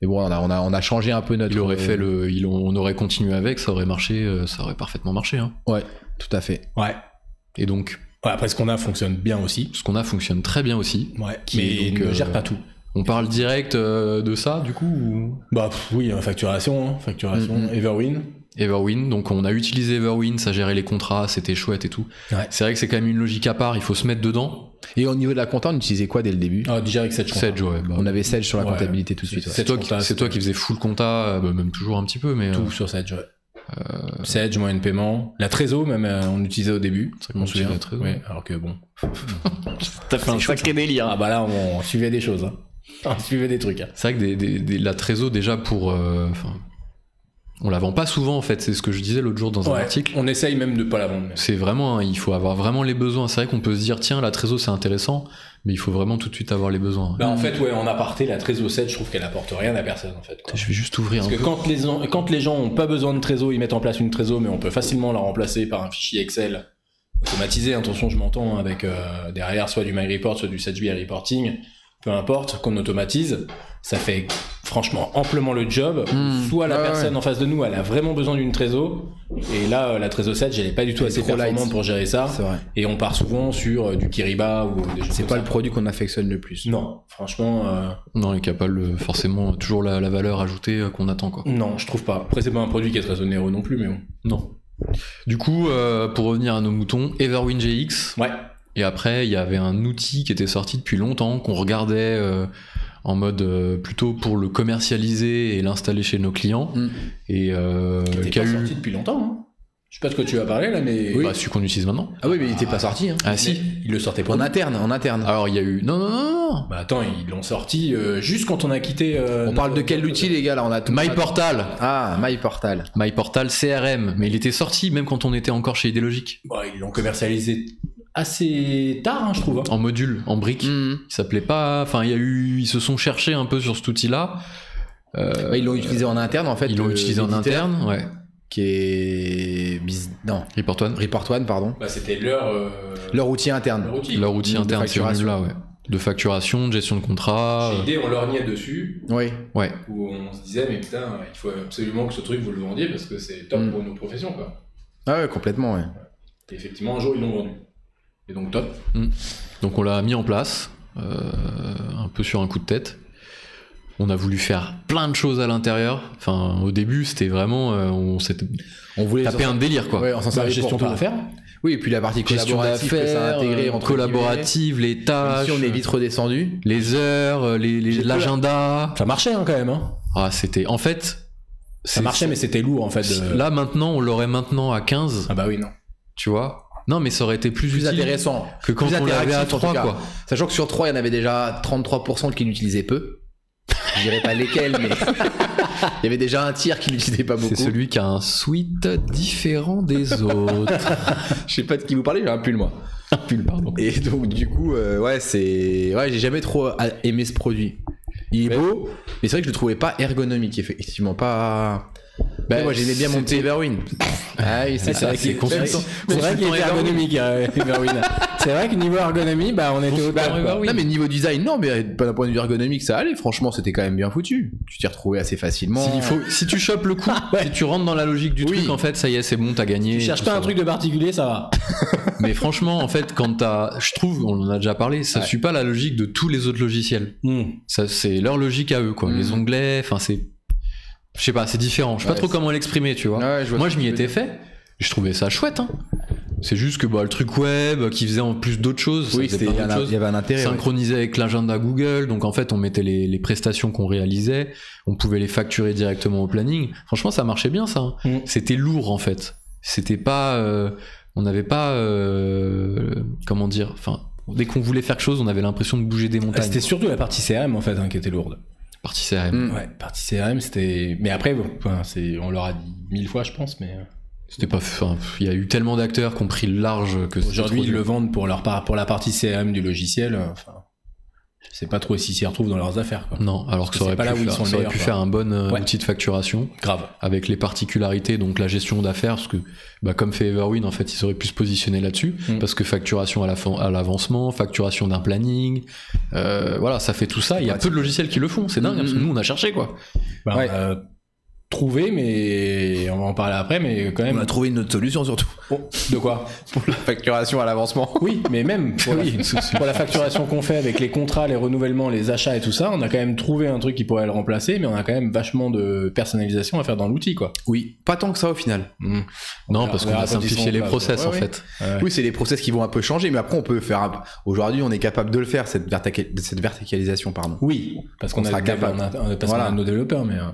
[SPEAKER 2] Mais bon, on a, on a, on a changé un peu notre.
[SPEAKER 1] Il aurait fait
[SPEAKER 2] euh,
[SPEAKER 1] le, il, on aurait continué avec, ça aurait marché, euh, ça aurait parfaitement marché. hein.
[SPEAKER 2] Ouais, tout à fait.
[SPEAKER 4] Ouais.
[SPEAKER 1] Et donc,
[SPEAKER 4] Ouais, après, ce qu'on a fonctionne bien aussi.
[SPEAKER 1] ce qu'on a fonctionne très bien aussi.
[SPEAKER 4] Ouais.
[SPEAKER 1] Qui,
[SPEAKER 4] mais
[SPEAKER 1] donc,
[SPEAKER 4] ne
[SPEAKER 1] euh,
[SPEAKER 4] gère pas tout.
[SPEAKER 1] On parle direct euh, de ça, du coup. ou- Mm-hmm.
[SPEAKER 4] Bah pff, oui, hein, facturation, hein, facturation,
[SPEAKER 2] Mhm.
[SPEAKER 4] Everwin.
[SPEAKER 1] Everwin, donc on a utilisé Everwin, ça gérait les contrats, c'était chouette et tout.
[SPEAKER 4] Ouais.
[SPEAKER 1] C'est vrai que c'est quand même une logique à part, il faut se mettre dedans.
[SPEAKER 2] Et au niveau de la compta, on utilisait quoi dès le début
[SPEAKER 4] Ah, déjà avec cette chance.
[SPEAKER 1] Sedge, ouais, bah,
[SPEAKER 2] On avait Sage sur la
[SPEAKER 4] Ouais.
[SPEAKER 2] comptabilité tout de suite. ouais.
[SPEAKER 1] C'est toi,
[SPEAKER 4] Sedge,
[SPEAKER 1] qui- c'est
[SPEAKER 4] c'est-
[SPEAKER 1] toi qui faisais full compta, euh, bah, même toujours un petit peu, mais. euh,
[SPEAKER 4] Tout sur Sedge, ouais. Sedge, moyen de paiement. La Trésor, même, euh, on l'utilisait au début.
[SPEAKER 1] C'est vrai
[SPEAKER 4] Je
[SPEAKER 1] qu'on
[SPEAKER 4] m'en
[SPEAKER 1] utilisait
[SPEAKER 4] souviens.
[SPEAKER 1] la Trésor.
[SPEAKER 4] Ouais, alors que bon.
[SPEAKER 2] T'as fait un sacré délire.
[SPEAKER 4] Ah bah là, on suivait des choses. hein. On suivait des trucs. hein.
[SPEAKER 1] C'est vrai que des- des- des- la trésor, déjà, pour. euh, enfin, on la vend pas souvent, en fait, c'est ce que je disais l'autre jour dans un
[SPEAKER 4] Ouais,
[SPEAKER 1] article.
[SPEAKER 4] On essaye même de pas la vendre. mais-
[SPEAKER 1] C'est vraiment, hein, il faut avoir vraiment les besoins. C'est vrai qu'on peut se dire, tiens, la trésor, c'est intéressant, mais il faut vraiment tout de suite avoir les besoins.
[SPEAKER 4] Bah en fait, ouais, en aparté, la Trésor 7, je trouve qu'elle apporte rien à personne, en fait. quoi.
[SPEAKER 1] Je vais juste ouvrir hein. un
[SPEAKER 4] Parce que
[SPEAKER 1] peu.
[SPEAKER 4] quand les, en- quand les gens ont pas besoin de trésor, ils mettent en place une trésor, mais on peut facilement la remplacer par un fichier Excel automatisé. Attention, je m'entends hein, avec euh, derrière soit du MyReport, soit du 7BI Reporting, peu importe, qu'on automatise. Ça fait franchement amplement le job.
[SPEAKER 2] Mmh.
[SPEAKER 4] soit la
[SPEAKER 2] Ouais,
[SPEAKER 4] personne en face de nous, elle a vraiment besoin d'une trésor, et là, euh, la trésor 7, elle est pas du tout
[SPEAKER 2] Elle est
[SPEAKER 4] assez
[SPEAKER 2] trop light.
[SPEAKER 4] performante pour gérer ça.
[SPEAKER 2] C'est vrai.
[SPEAKER 4] Et on part souvent sur euh, du Kiriba ou des choses
[SPEAKER 2] C'est
[SPEAKER 4] comme
[SPEAKER 2] pas
[SPEAKER 4] ça.
[SPEAKER 2] le produit qu'on affectionne le plus.
[SPEAKER 4] Non, franchement. euh,
[SPEAKER 1] Non, et qui a pas le- forcément toujours la, la valeur ajoutée euh, qu'on attend, quoi.
[SPEAKER 4] Non, je trouve pas. Après, c'est pas un produit qui est très onéreux non plus, mais bon.
[SPEAKER 1] Non. Du coup, euh, pour revenir à nos moutons, Everwin GX.
[SPEAKER 2] Euh,
[SPEAKER 4] Ouais.
[SPEAKER 1] Et après, il y avait un outil qui était sorti depuis longtemps, qu'on regardait euh, en mode euh, plutôt pour le commercialiser et l'installer chez nos clients.
[SPEAKER 2] Mm.
[SPEAKER 1] Et euh,
[SPEAKER 4] T'es
[SPEAKER 1] qui a
[SPEAKER 4] pas
[SPEAKER 1] eu.
[SPEAKER 4] sorti depuis longtemps. hein. Je sais pas de quoi tu as parlé là, mais
[SPEAKER 1] Bah, celui qu'on utilise maintenant.
[SPEAKER 2] Ah oui, mais il était pas sorti. hein. Ah,
[SPEAKER 1] Ah
[SPEAKER 4] Mais
[SPEAKER 1] si.
[SPEAKER 4] il le sortait pas.
[SPEAKER 2] En interne, en interne.
[SPEAKER 1] Alors, il y a eu. Non, non, non, non, non.
[SPEAKER 4] Bah attends, ils l'ont sorti euh, juste quand on a quitté. euh,
[SPEAKER 2] on parle de
[SPEAKER 4] notre-
[SPEAKER 2] quel outil, les gars là On a tout-
[SPEAKER 1] MyPortal.
[SPEAKER 2] Ah, MyPortal.
[SPEAKER 1] MyPortal CRM. Mais il était sorti même quand on était encore chez Ideologic.
[SPEAKER 4] Bah, ils l'ont commercialisé assez tard, hein, je trouve. hein.
[SPEAKER 1] En module, en brique.
[SPEAKER 2] Mm. Hmm.
[SPEAKER 1] Il s'appelait pas. Enfin, il y a eu. Ils se sont cherchés un peu sur cet outil-là. Euh,
[SPEAKER 2] Ouais, ils l'ont utilisé en interne en fait.
[SPEAKER 1] ils l'ont
[SPEAKER 2] le-
[SPEAKER 1] utilisé en
[SPEAKER 2] l'éditeur.
[SPEAKER 1] interne, ouais.
[SPEAKER 2] qui est bis- non
[SPEAKER 1] Report One
[SPEAKER 2] Report One pardon
[SPEAKER 3] Bah, c'était leur, euh,
[SPEAKER 2] leur outil interne
[SPEAKER 3] leur outil.
[SPEAKER 1] Leur outil
[SPEAKER 2] de
[SPEAKER 1] interne, c'est
[SPEAKER 2] facturation.
[SPEAKER 1] là, ouais. De facturation, de gestion de contrat.
[SPEAKER 3] Chez
[SPEAKER 1] euh,
[SPEAKER 3] ID, on lorgnait dessus,
[SPEAKER 2] oui
[SPEAKER 1] ouais.
[SPEAKER 3] où on se disait, mais putain, il faut absolument que ce truc, vous le vendiez parce que c'est top
[SPEAKER 2] Mm.
[SPEAKER 3] pour nos professions, quoi.
[SPEAKER 2] ah ouais complètement ouais.
[SPEAKER 3] Et effectivement, un jour, ils l'ont vendu. Et donc, top.
[SPEAKER 1] Donc on l'a mis en place, euh, un peu sur un coup de tête. On a voulu faire plein de choses à l'intérieur. Enfin, au début, c'était vraiment, euh, on s'est
[SPEAKER 2] on voulait
[SPEAKER 1] tapé un délire, quoi.
[SPEAKER 2] ouais on s'en
[SPEAKER 4] Bah,
[SPEAKER 2] servait
[SPEAKER 4] gestion
[SPEAKER 2] pour
[SPEAKER 4] de
[SPEAKER 2] pas.
[SPEAKER 4] l'affaire.
[SPEAKER 2] oui et puis la partie
[SPEAKER 1] Gestion
[SPEAKER 2] collaborative que ça a
[SPEAKER 1] d'affaires,
[SPEAKER 2] intégré
[SPEAKER 1] euh,
[SPEAKER 2] entre
[SPEAKER 1] collaborative, les
[SPEAKER 2] guillemets.
[SPEAKER 1] tâches,
[SPEAKER 2] Ici, on est vite redescendu
[SPEAKER 1] les heures, euh, les- les-
[SPEAKER 4] J'ai-
[SPEAKER 1] l'agenda.
[SPEAKER 4] Ça marchait hein, quand même. hein.
[SPEAKER 1] Ah, c'était. En fait,
[SPEAKER 4] Ça
[SPEAKER 1] c'est-
[SPEAKER 4] marchait, mais c'était lourd en fait. de-
[SPEAKER 1] Là maintenant, on l'aurait maintenant à 15,
[SPEAKER 4] Ah bah oui, non.
[SPEAKER 1] tu vois. Non, mais ça aurait été plus,
[SPEAKER 2] plus
[SPEAKER 1] utile
[SPEAKER 2] intéressant
[SPEAKER 1] que quand
[SPEAKER 2] plus
[SPEAKER 1] on l'avait à
[SPEAKER 2] interactif, en tout
[SPEAKER 1] 3,
[SPEAKER 2] cas.
[SPEAKER 1] quoi.
[SPEAKER 2] Sachant que sur 3, il y en avait déjà 33% qui l'utilisaient peu. Je dirais pas lesquels, mais il y avait déjà un tiers qui l'utilisait pas beaucoup.
[SPEAKER 1] C'est celui qui a un suite différent des autres.
[SPEAKER 2] Je sais pas de qui vous parlez, j'ai un pull moi.
[SPEAKER 1] Pull, pardon.
[SPEAKER 2] Et donc du coup, euh, ouais, c'est, ouais, j'ai jamais trop euh, aimé ce produit. Il est beau, mais c'est vrai que je le trouvais pas ergonomique, effectivement pas.
[SPEAKER 1] Bah,
[SPEAKER 2] Mais moi j'aimais bien mon petit Everwin. ah oui, c'est
[SPEAKER 4] C'est
[SPEAKER 2] ça.
[SPEAKER 4] vrai qu'il
[SPEAKER 1] c'est
[SPEAKER 4] est
[SPEAKER 1] consultant.
[SPEAKER 4] consultant. C'est vrai qu'il était
[SPEAKER 1] Consultant
[SPEAKER 4] ergonomique, euh, Everwin. C'est vrai que niveau ergonomie, bah, on était au top.
[SPEAKER 1] Consultant
[SPEAKER 4] quoi.
[SPEAKER 1] Everwin.
[SPEAKER 2] Non mais niveau design, non, mais euh, d'un point de vue ergonomique, ça allait. Franchement, c'était quand même bien foutu. Tu t'y retrouvais assez facilement.
[SPEAKER 1] S'il faut- si tu chopes le coup, si tu rentres dans la logique du
[SPEAKER 2] euh, Oui.
[SPEAKER 1] truc, en fait, ça y est, c'est bon, t'as gagné.
[SPEAKER 4] Tu cherches
[SPEAKER 1] tout
[SPEAKER 4] pas
[SPEAKER 1] ça.
[SPEAKER 4] un truc de particulier, ça va.
[SPEAKER 1] Mais franchement, en fait, quand t'as, je trouve, on en a déjà parlé, ça
[SPEAKER 2] Ouais.
[SPEAKER 1] suit pas la logique de tous les autres logiciels.
[SPEAKER 4] Hmm.
[SPEAKER 1] Ça, c'est leur logique à eux, quoi.
[SPEAKER 2] Mhm.
[SPEAKER 1] Les onglets, enfin, c'est, je sais pas, c'est différent. Je sais
[SPEAKER 2] Ouais,
[SPEAKER 1] pas trop
[SPEAKER 2] c'est-
[SPEAKER 1] comment l'exprimer, tu vois.
[SPEAKER 2] Ouais, vois
[SPEAKER 1] Moi,
[SPEAKER 2] ce
[SPEAKER 1] je
[SPEAKER 2] que
[SPEAKER 1] m'y
[SPEAKER 2] tu veux
[SPEAKER 1] étais fait. Je trouvais ça chouette. hein. C'est juste que bah, le truc web qui faisait en plus d'autres choses,
[SPEAKER 2] Oui,
[SPEAKER 1] ça faisait
[SPEAKER 2] c'était- il y,
[SPEAKER 1] plein
[SPEAKER 2] en
[SPEAKER 1] d'autres
[SPEAKER 2] a-
[SPEAKER 1] choses.
[SPEAKER 2] il y avait un intérêt. ouais.
[SPEAKER 1] synchronisé avec l'agenda Google. Donc en fait, on mettait les, les prestations qu'on réalisait, on pouvait les facturer directement au planning. Franchement, ça marchait bien ça. hein.
[SPEAKER 4] Mm.
[SPEAKER 1] C'était lourd en fait. C'était pas, euh, on n'avait pas, euh, comment dire, enfin. Dès qu'on voulait faire quelque chose, on avait l'impression de bouger des montagnes.
[SPEAKER 4] Bah, C'était
[SPEAKER 1] C'était
[SPEAKER 4] surtout la partie CRM en fait hein, qui était lourde.
[SPEAKER 1] partie CRM.
[SPEAKER 2] Mm.
[SPEAKER 4] Ouais, partie CRM c'était. Mais après, bon, enfin, c'est- on leur a dit mille fois, je pense, mais. euh,
[SPEAKER 1] C'était pas, enfin, il y a eu tellement d'acteurs qui ont pris le large que c'était
[SPEAKER 4] Aujourd'hui,
[SPEAKER 1] trop
[SPEAKER 4] ils
[SPEAKER 1] dur.
[SPEAKER 4] le vendent pour, leur par- pour la partie CRM du logiciel. euh, Enfin, je sais pas trop s'ils s'y retrouvent dans leurs affaires. Quoi.
[SPEAKER 1] Non, alors que ça
[SPEAKER 4] Parce que
[SPEAKER 1] aurait
[SPEAKER 4] c'est
[SPEAKER 1] pu,
[SPEAKER 4] pas là où ils
[SPEAKER 1] faire,
[SPEAKER 4] sont
[SPEAKER 1] ça aurait
[SPEAKER 4] meilleurs,
[SPEAKER 1] pu
[SPEAKER 4] quoi.
[SPEAKER 1] faire un bon euh,
[SPEAKER 4] Ouais.
[SPEAKER 1] outil de facturation.
[SPEAKER 4] Grave.
[SPEAKER 1] avec les particularités, donc la gestion d'affaires, parce que bah, comme fait Everwin, en fait, ils auraient pu se positionner là-dessus,
[SPEAKER 4] Mm.
[SPEAKER 1] parce que facturation à la fin- à l'avancement, facturation d'un planning, euh, voilà, ça fait tout ça. Il y a peu de logiciels qui le font, c'est dingue,
[SPEAKER 2] Mm,
[SPEAKER 1] hein, parce que
[SPEAKER 2] mm.
[SPEAKER 1] nous, on a cherché, quoi.
[SPEAKER 4] Bah,
[SPEAKER 2] Ouais.
[SPEAKER 4] on a trouvé, mais on va en parler après, mais quand
[SPEAKER 2] On
[SPEAKER 4] même.
[SPEAKER 2] a trouvé une autre solution surtout
[SPEAKER 4] Oh, de quoi
[SPEAKER 2] pour la facturation à l'avancement.
[SPEAKER 4] Oui, mais même pour, la- pour la facturation qu'on fait avec les contrats, les renouvellements, les achats et tout ça, on a quand même trouvé un truc qui pourrait le remplacer, mais on a quand même vachement de personnalisation à faire dans l'outil, quoi.
[SPEAKER 2] Oui, pas tant que ça au final.
[SPEAKER 1] Non,
[SPEAKER 4] verra-
[SPEAKER 1] parce
[SPEAKER 4] on
[SPEAKER 1] qu'on
[SPEAKER 4] verra
[SPEAKER 1] a
[SPEAKER 4] quand ils
[SPEAKER 1] simplifié
[SPEAKER 4] seront
[SPEAKER 1] les
[SPEAKER 4] là,
[SPEAKER 1] process,
[SPEAKER 2] ouais,
[SPEAKER 1] en
[SPEAKER 2] ouais.
[SPEAKER 1] fait.
[SPEAKER 4] Ouais.
[SPEAKER 2] Oui, c'est des process qui vont un peu changer, mais après on peut faire. un- Aujourd'hui, on est capable de le faire cette, vertica- cette verticalisation, pardon.
[SPEAKER 4] Oui, parce qu'on
[SPEAKER 2] On
[SPEAKER 4] a,
[SPEAKER 2] sera
[SPEAKER 4] des-
[SPEAKER 2] capable.
[SPEAKER 4] on a- on a- parce
[SPEAKER 2] Voilà.
[SPEAKER 4] qu'on a nos développeurs, mais euh,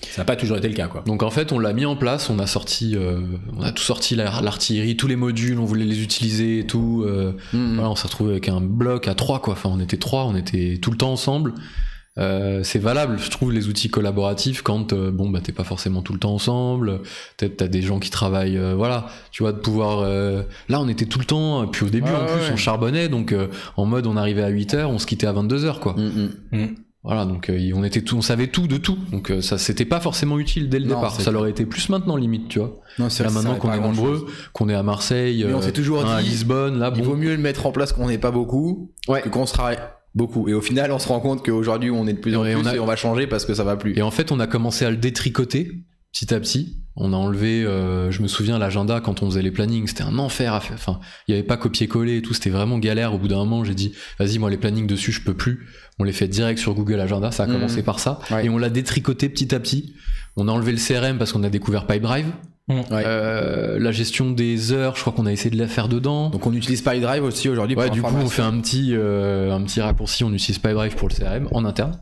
[SPEAKER 4] ça n'a pas toujours été le cas, quoi.
[SPEAKER 1] Donc en fait, on l'a mis en place, on a sorti, euh, on a tout sorti l'ar- l'artillerie, tous les modules, on voulait les utiliser et tout. euh,
[SPEAKER 2] Mm,
[SPEAKER 1] Voilà, on s'est retrouvé avec un bloc à trois, quoi. Enfin, on était trois, on était tout le temps ensemble. Euh, c'est valable, je trouve, les outils collaboratifs quand, euh, bon, bah, t'es pas forcément tout le temps ensemble. Peut-être t'as des gens qui travaillent, euh, voilà. Tu vois, de pouvoir. euh, Là, on était tout le temps. euh, Puis au début,
[SPEAKER 2] Ouais,
[SPEAKER 1] en plus,
[SPEAKER 2] ouais.
[SPEAKER 1] on charbonnait. Donc, euh, en mode, on arrivait à 8 heures, on se quittait à 22 heures, quoi.
[SPEAKER 2] Mm, mm.
[SPEAKER 1] Voilà, donc euh, on était tout, on savait tout de tout. Donc, euh, ça, c'était pas forcément utile dès le
[SPEAKER 2] Non,
[SPEAKER 1] départ.
[SPEAKER 2] c'est
[SPEAKER 1] Ça l'aurait été plus maintenant, limite, tu vois.
[SPEAKER 2] Non, c'est
[SPEAKER 1] Là,
[SPEAKER 2] vrai, ça
[SPEAKER 1] maintenant
[SPEAKER 2] sert
[SPEAKER 1] qu'on
[SPEAKER 2] pas
[SPEAKER 1] est
[SPEAKER 2] à grand-chose.
[SPEAKER 1] nombreux, qu'on est à Marseille,
[SPEAKER 2] Mais on
[SPEAKER 1] euh,
[SPEAKER 2] s'est toujours
[SPEAKER 1] un à
[SPEAKER 2] dit,
[SPEAKER 1] Lisbonne, là,
[SPEAKER 2] Il
[SPEAKER 1] bon,
[SPEAKER 2] vaut mieux le mettre en place qu'on n'est pas beaucoup
[SPEAKER 1] Ouais.
[SPEAKER 2] que qu'on sera beaucoup. Et au final, on se rend compte qu'aujourd'hui, on est de plus en
[SPEAKER 1] Ouais,
[SPEAKER 2] plus
[SPEAKER 1] on a-
[SPEAKER 2] et on va changer parce que ça va plus.
[SPEAKER 1] Et en fait, on a commencé à le détricoter petit à petit. On a enlevé, euh, je me souviens, l'agenda quand on faisait les plannings. C'était un enfer à faire. Enfin, il n'y avait pas copier-coller et tout. C'était vraiment galère. Au bout d'un moment, j'ai dit, vas-y, moi, les plannings dessus, je peux plus. On les fait direct sur Google Agenda. Ça a
[SPEAKER 2] Mhm.
[SPEAKER 1] commencé par ça.
[SPEAKER 2] Ouais.
[SPEAKER 1] Et on l'a détricoté petit à petit. On a enlevé le CRM parce qu'on a découvert Pipedrive.
[SPEAKER 4] Mhm.
[SPEAKER 2] Ouais.
[SPEAKER 1] Euh, la gestion des heures, je crois qu'on a essayé de la faire dedans.
[SPEAKER 2] Donc on utilise PyDrive aussi aujourd'hui.
[SPEAKER 1] ouais,
[SPEAKER 2] pour
[SPEAKER 1] du coup, on
[SPEAKER 2] l'information.
[SPEAKER 1] fait un petit, euh, un petit raccourci. On utilise Pipedrive pour le CRM en interne.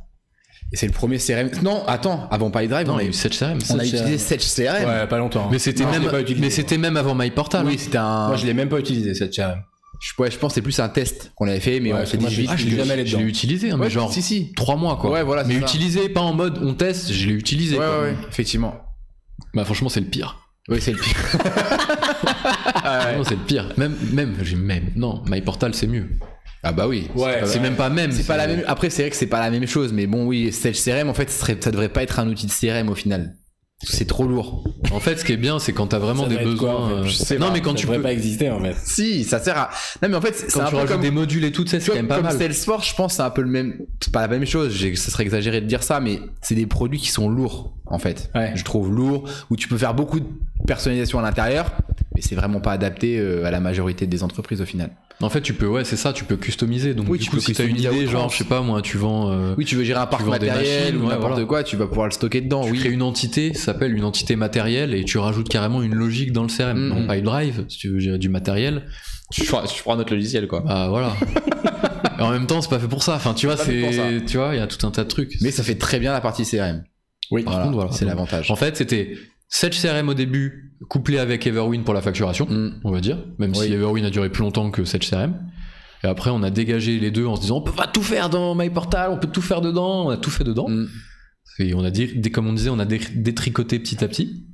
[SPEAKER 2] Et c'est le premier CRM. Non, attends, avant PyDrive,
[SPEAKER 1] Non,
[SPEAKER 2] on,
[SPEAKER 1] il y a eu
[SPEAKER 2] a-
[SPEAKER 1] 7 CRM.
[SPEAKER 2] on a
[SPEAKER 4] Sage
[SPEAKER 2] utilisé 7 CRM.
[SPEAKER 4] Ouais, pas longtemps.
[SPEAKER 1] Mais c'était
[SPEAKER 4] Non, je
[SPEAKER 1] même,
[SPEAKER 4] l'ai pas utilisé.
[SPEAKER 1] mais c'était même avant MyPortal.
[SPEAKER 2] Oui, c'était un.
[SPEAKER 4] Moi, je l'ai même pas utilisé cette CRM.
[SPEAKER 2] Je, ouais, je pense que c'est plus un test qu'on avait fait, mais
[SPEAKER 4] Ouais,
[SPEAKER 2] on s'est
[SPEAKER 4] moi,
[SPEAKER 2] dit
[SPEAKER 4] j'ai-
[SPEAKER 2] vite.
[SPEAKER 4] ah,
[SPEAKER 1] je
[SPEAKER 4] je
[SPEAKER 1] l'ai
[SPEAKER 4] l'ai jamais allé
[SPEAKER 1] je l'ai
[SPEAKER 4] dedans.
[SPEAKER 1] utilisé, hein, mais
[SPEAKER 2] Ouais,
[SPEAKER 1] genre
[SPEAKER 2] Si, si.
[SPEAKER 1] trois mois quoi.
[SPEAKER 2] Ouais, voilà,
[SPEAKER 1] mais
[SPEAKER 2] c'est ça.
[SPEAKER 1] utilisé, pas en mode on teste, je l'ai utilisé.
[SPEAKER 2] Ouais,
[SPEAKER 1] quoi.
[SPEAKER 2] ouais, ouais, effectivement.
[SPEAKER 1] Bah franchement, c'est le pire.
[SPEAKER 2] Oui, c'est le pire.
[SPEAKER 1] Vraiment, c'est le pire. Même, même, j'ai même. Non, MyPortal c'est mieux.
[SPEAKER 2] Ah bah oui.
[SPEAKER 4] Ouais,
[SPEAKER 2] pas-
[SPEAKER 1] c'est même pas même.
[SPEAKER 2] C'est pas la même. Après, c'est vrai que c'est pas la même chose, mais bon, oui, Sage CRM, en fait, ce serait- ça devrait pas être un outil de CRM au final. C'est trop lourd.
[SPEAKER 1] En fait, ce qui est bien, c'est quand t'as vraiment
[SPEAKER 4] Ça
[SPEAKER 1] des
[SPEAKER 4] va être quoi, en
[SPEAKER 1] besoins.
[SPEAKER 4] fait
[SPEAKER 1] euh,
[SPEAKER 4] Je sais
[SPEAKER 1] non,
[SPEAKER 4] pas,
[SPEAKER 1] mais quand
[SPEAKER 4] ça
[SPEAKER 1] tu
[SPEAKER 4] devrait
[SPEAKER 1] peux,
[SPEAKER 4] pas exister en fait.
[SPEAKER 2] Si, ça sert à. Non, mais en fait, c'est
[SPEAKER 1] quand
[SPEAKER 2] un
[SPEAKER 1] tu
[SPEAKER 2] peu
[SPEAKER 1] rajoutes
[SPEAKER 2] comme
[SPEAKER 1] des modules et tout, ça, c'est
[SPEAKER 2] Tu vois,
[SPEAKER 1] quand même pas
[SPEAKER 2] comme
[SPEAKER 1] mal.
[SPEAKER 2] Salesforce, je pense, c'est un peu le même. C'est pas la même chose. j'ai- Ça serait exagéré de dire ça, mais c'est des produits qui sont lourds, en fait.
[SPEAKER 4] Ouais.
[SPEAKER 2] Je trouve lourds, où tu peux faire beaucoup de personnalisation à l'intérieur, mais c'est vraiment pas adapté euh, à la majorité des entreprises au final.
[SPEAKER 1] En fait, tu peux, ouais, c'est ça, tu peux customiser. Donc,
[SPEAKER 2] Oui,
[SPEAKER 1] du
[SPEAKER 2] tu
[SPEAKER 1] coup,
[SPEAKER 2] peux
[SPEAKER 1] si t'as une
[SPEAKER 2] customiser à
[SPEAKER 1] idée, genre,
[SPEAKER 2] outrance.
[SPEAKER 1] je sais pas, moi, tu vends. euh,
[SPEAKER 2] Oui, tu veux gérer un parc
[SPEAKER 1] vends des
[SPEAKER 2] matériel
[SPEAKER 1] machines,
[SPEAKER 2] ou
[SPEAKER 1] ouais,
[SPEAKER 2] n'importe
[SPEAKER 1] voilà.
[SPEAKER 2] quoi, tu vas pouvoir le stocker dedans.
[SPEAKER 1] tu
[SPEAKER 2] oui.
[SPEAKER 1] crées une entité, ça s'appelle une entité matérielle, et tu rajoutes carrément une logique dans le CRM.
[SPEAKER 2] Mhm.
[SPEAKER 1] Dans Pipedrive, si tu veux gérer du matériel,
[SPEAKER 2] Tu prends, tu prends notre logiciel, quoi.
[SPEAKER 1] bah voilà. Et en même temps, c'est pas fait pour ça. Enfin, tu vois,
[SPEAKER 2] pas fait pour
[SPEAKER 1] c'est, tu vois, il y a tout un tas de trucs.
[SPEAKER 2] Mais ça fait très bien la partie CRM.
[SPEAKER 4] Oui.
[SPEAKER 2] Voilà,
[SPEAKER 1] contre, voilà.
[SPEAKER 2] c'est l'avantage.
[SPEAKER 1] En fait, c'était Sage CRM au début, couplé avec Everwin pour la facturation,
[SPEAKER 2] Mm.
[SPEAKER 1] on va dire, même
[SPEAKER 2] Oui.
[SPEAKER 1] si Everwin a duré plus longtemps que Sage CRM. Et après, on a dégagé les deux en se disant, on peut pas tout faire dans MyPortal, on peut tout faire dedans, on a tout fait dedans.
[SPEAKER 2] Mm.
[SPEAKER 1] Et on a dit, dès- comme on disait, on a dé- détricoté petit à petit.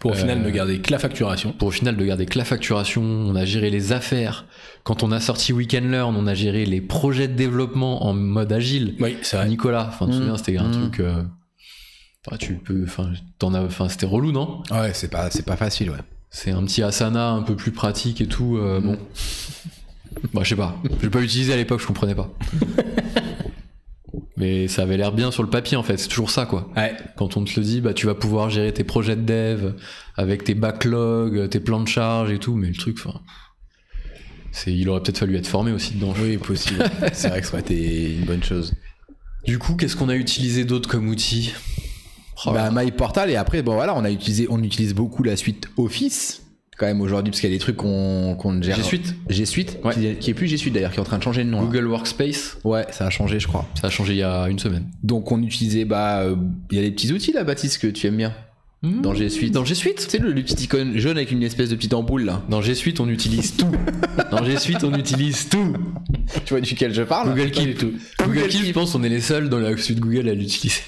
[SPEAKER 4] Pour au
[SPEAKER 1] Euh,
[SPEAKER 4] final ne garder que la facturation.
[SPEAKER 1] Pour au final de garder que la facturation, on a géré les affaires. Quand on a sorti Weekend Learn, on a géré les projets de développement en mode agile.
[SPEAKER 4] Oui, c'est vrai.
[SPEAKER 1] Nicolas, enfin, tu te
[SPEAKER 2] Mm.
[SPEAKER 1] souviens, c'était un
[SPEAKER 2] Mm.
[SPEAKER 1] truc. euh, enfin, tu peux, enfin, t'en as, enfin, c'était relou, non
[SPEAKER 2] Ouais, c'est pas, c'est pas facile, ouais.
[SPEAKER 1] C'est un petit Asana un peu plus pratique et tout. euh, Bon.
[SPEAKER 2] Mm.
[SPEAKER 1] bah, je sais pas. Je l'ai pas utilisé à l'époque, je comprenais pas. Mais ça avait l'air bien sur le papier en fait, c'est toujours ça quoi.
[SPEAKER 4] Ouais.
[SPEAKER 1] Quand on te le dit, bah tu vas pouvoir gérer tes projets de dev avec tes backlogs, tes plans de charge et tout, mais le truc, enfin. c'est- Il aurait peut-être fallu être formé aussi dedans.
[SPEAKER 2] Oui, possible. c'est vrai que ça aurait été une bonne chose.
[SPEAKER 1] Du coup, qu'est-ce qu'on a utilisé d'autre comme outil Oh là
[SPEAKER 2] bah, MyPortal et après bon voilà on a utilisé on utilise beaucoup la suite Office quand même aujourd'hui parce qu'il y a des trucs qu'on qu'on ne gère
[SPEAKER 1] G Suite,
[SPEAKER 2] G Suite
[SPEAKER 1] Ouais.
[SPEAKER 2] qui, qui est plus G Suite d'ailleurs qui est en train de changer de nom là.
[SPEAKER 1] Google Workspace,
[SPEAKER 2] ouais ça a changé je crois
[SPEAKER 1] ça a changé il y a une semaine.
[SPEAKER 2] donc on utilisait bah euh, il y a des petits outils là Baptiste que tu aimes bien dans G Suite
[SPEAKER 1] Dans G Suite
[SPEAKER 2] tu sais Hmm. le, le petit icône jaune avec une espèce de petite ampoule là
[SPEAKER 1] Dans G Suite, on utilise tout. Dans G Suite, on utilise tout.
[SPEAKER 2] tu vois duquel je parle
[SPEAKER 1] Google Keep. Google,
[SPEAKER 2] Ah, Google
[SPEAKER 1] Keep,
[SPEAKER 2] Keep.
[SPEAKER 1] je pense, on est les seuls dans la suite Google à l'utiliser.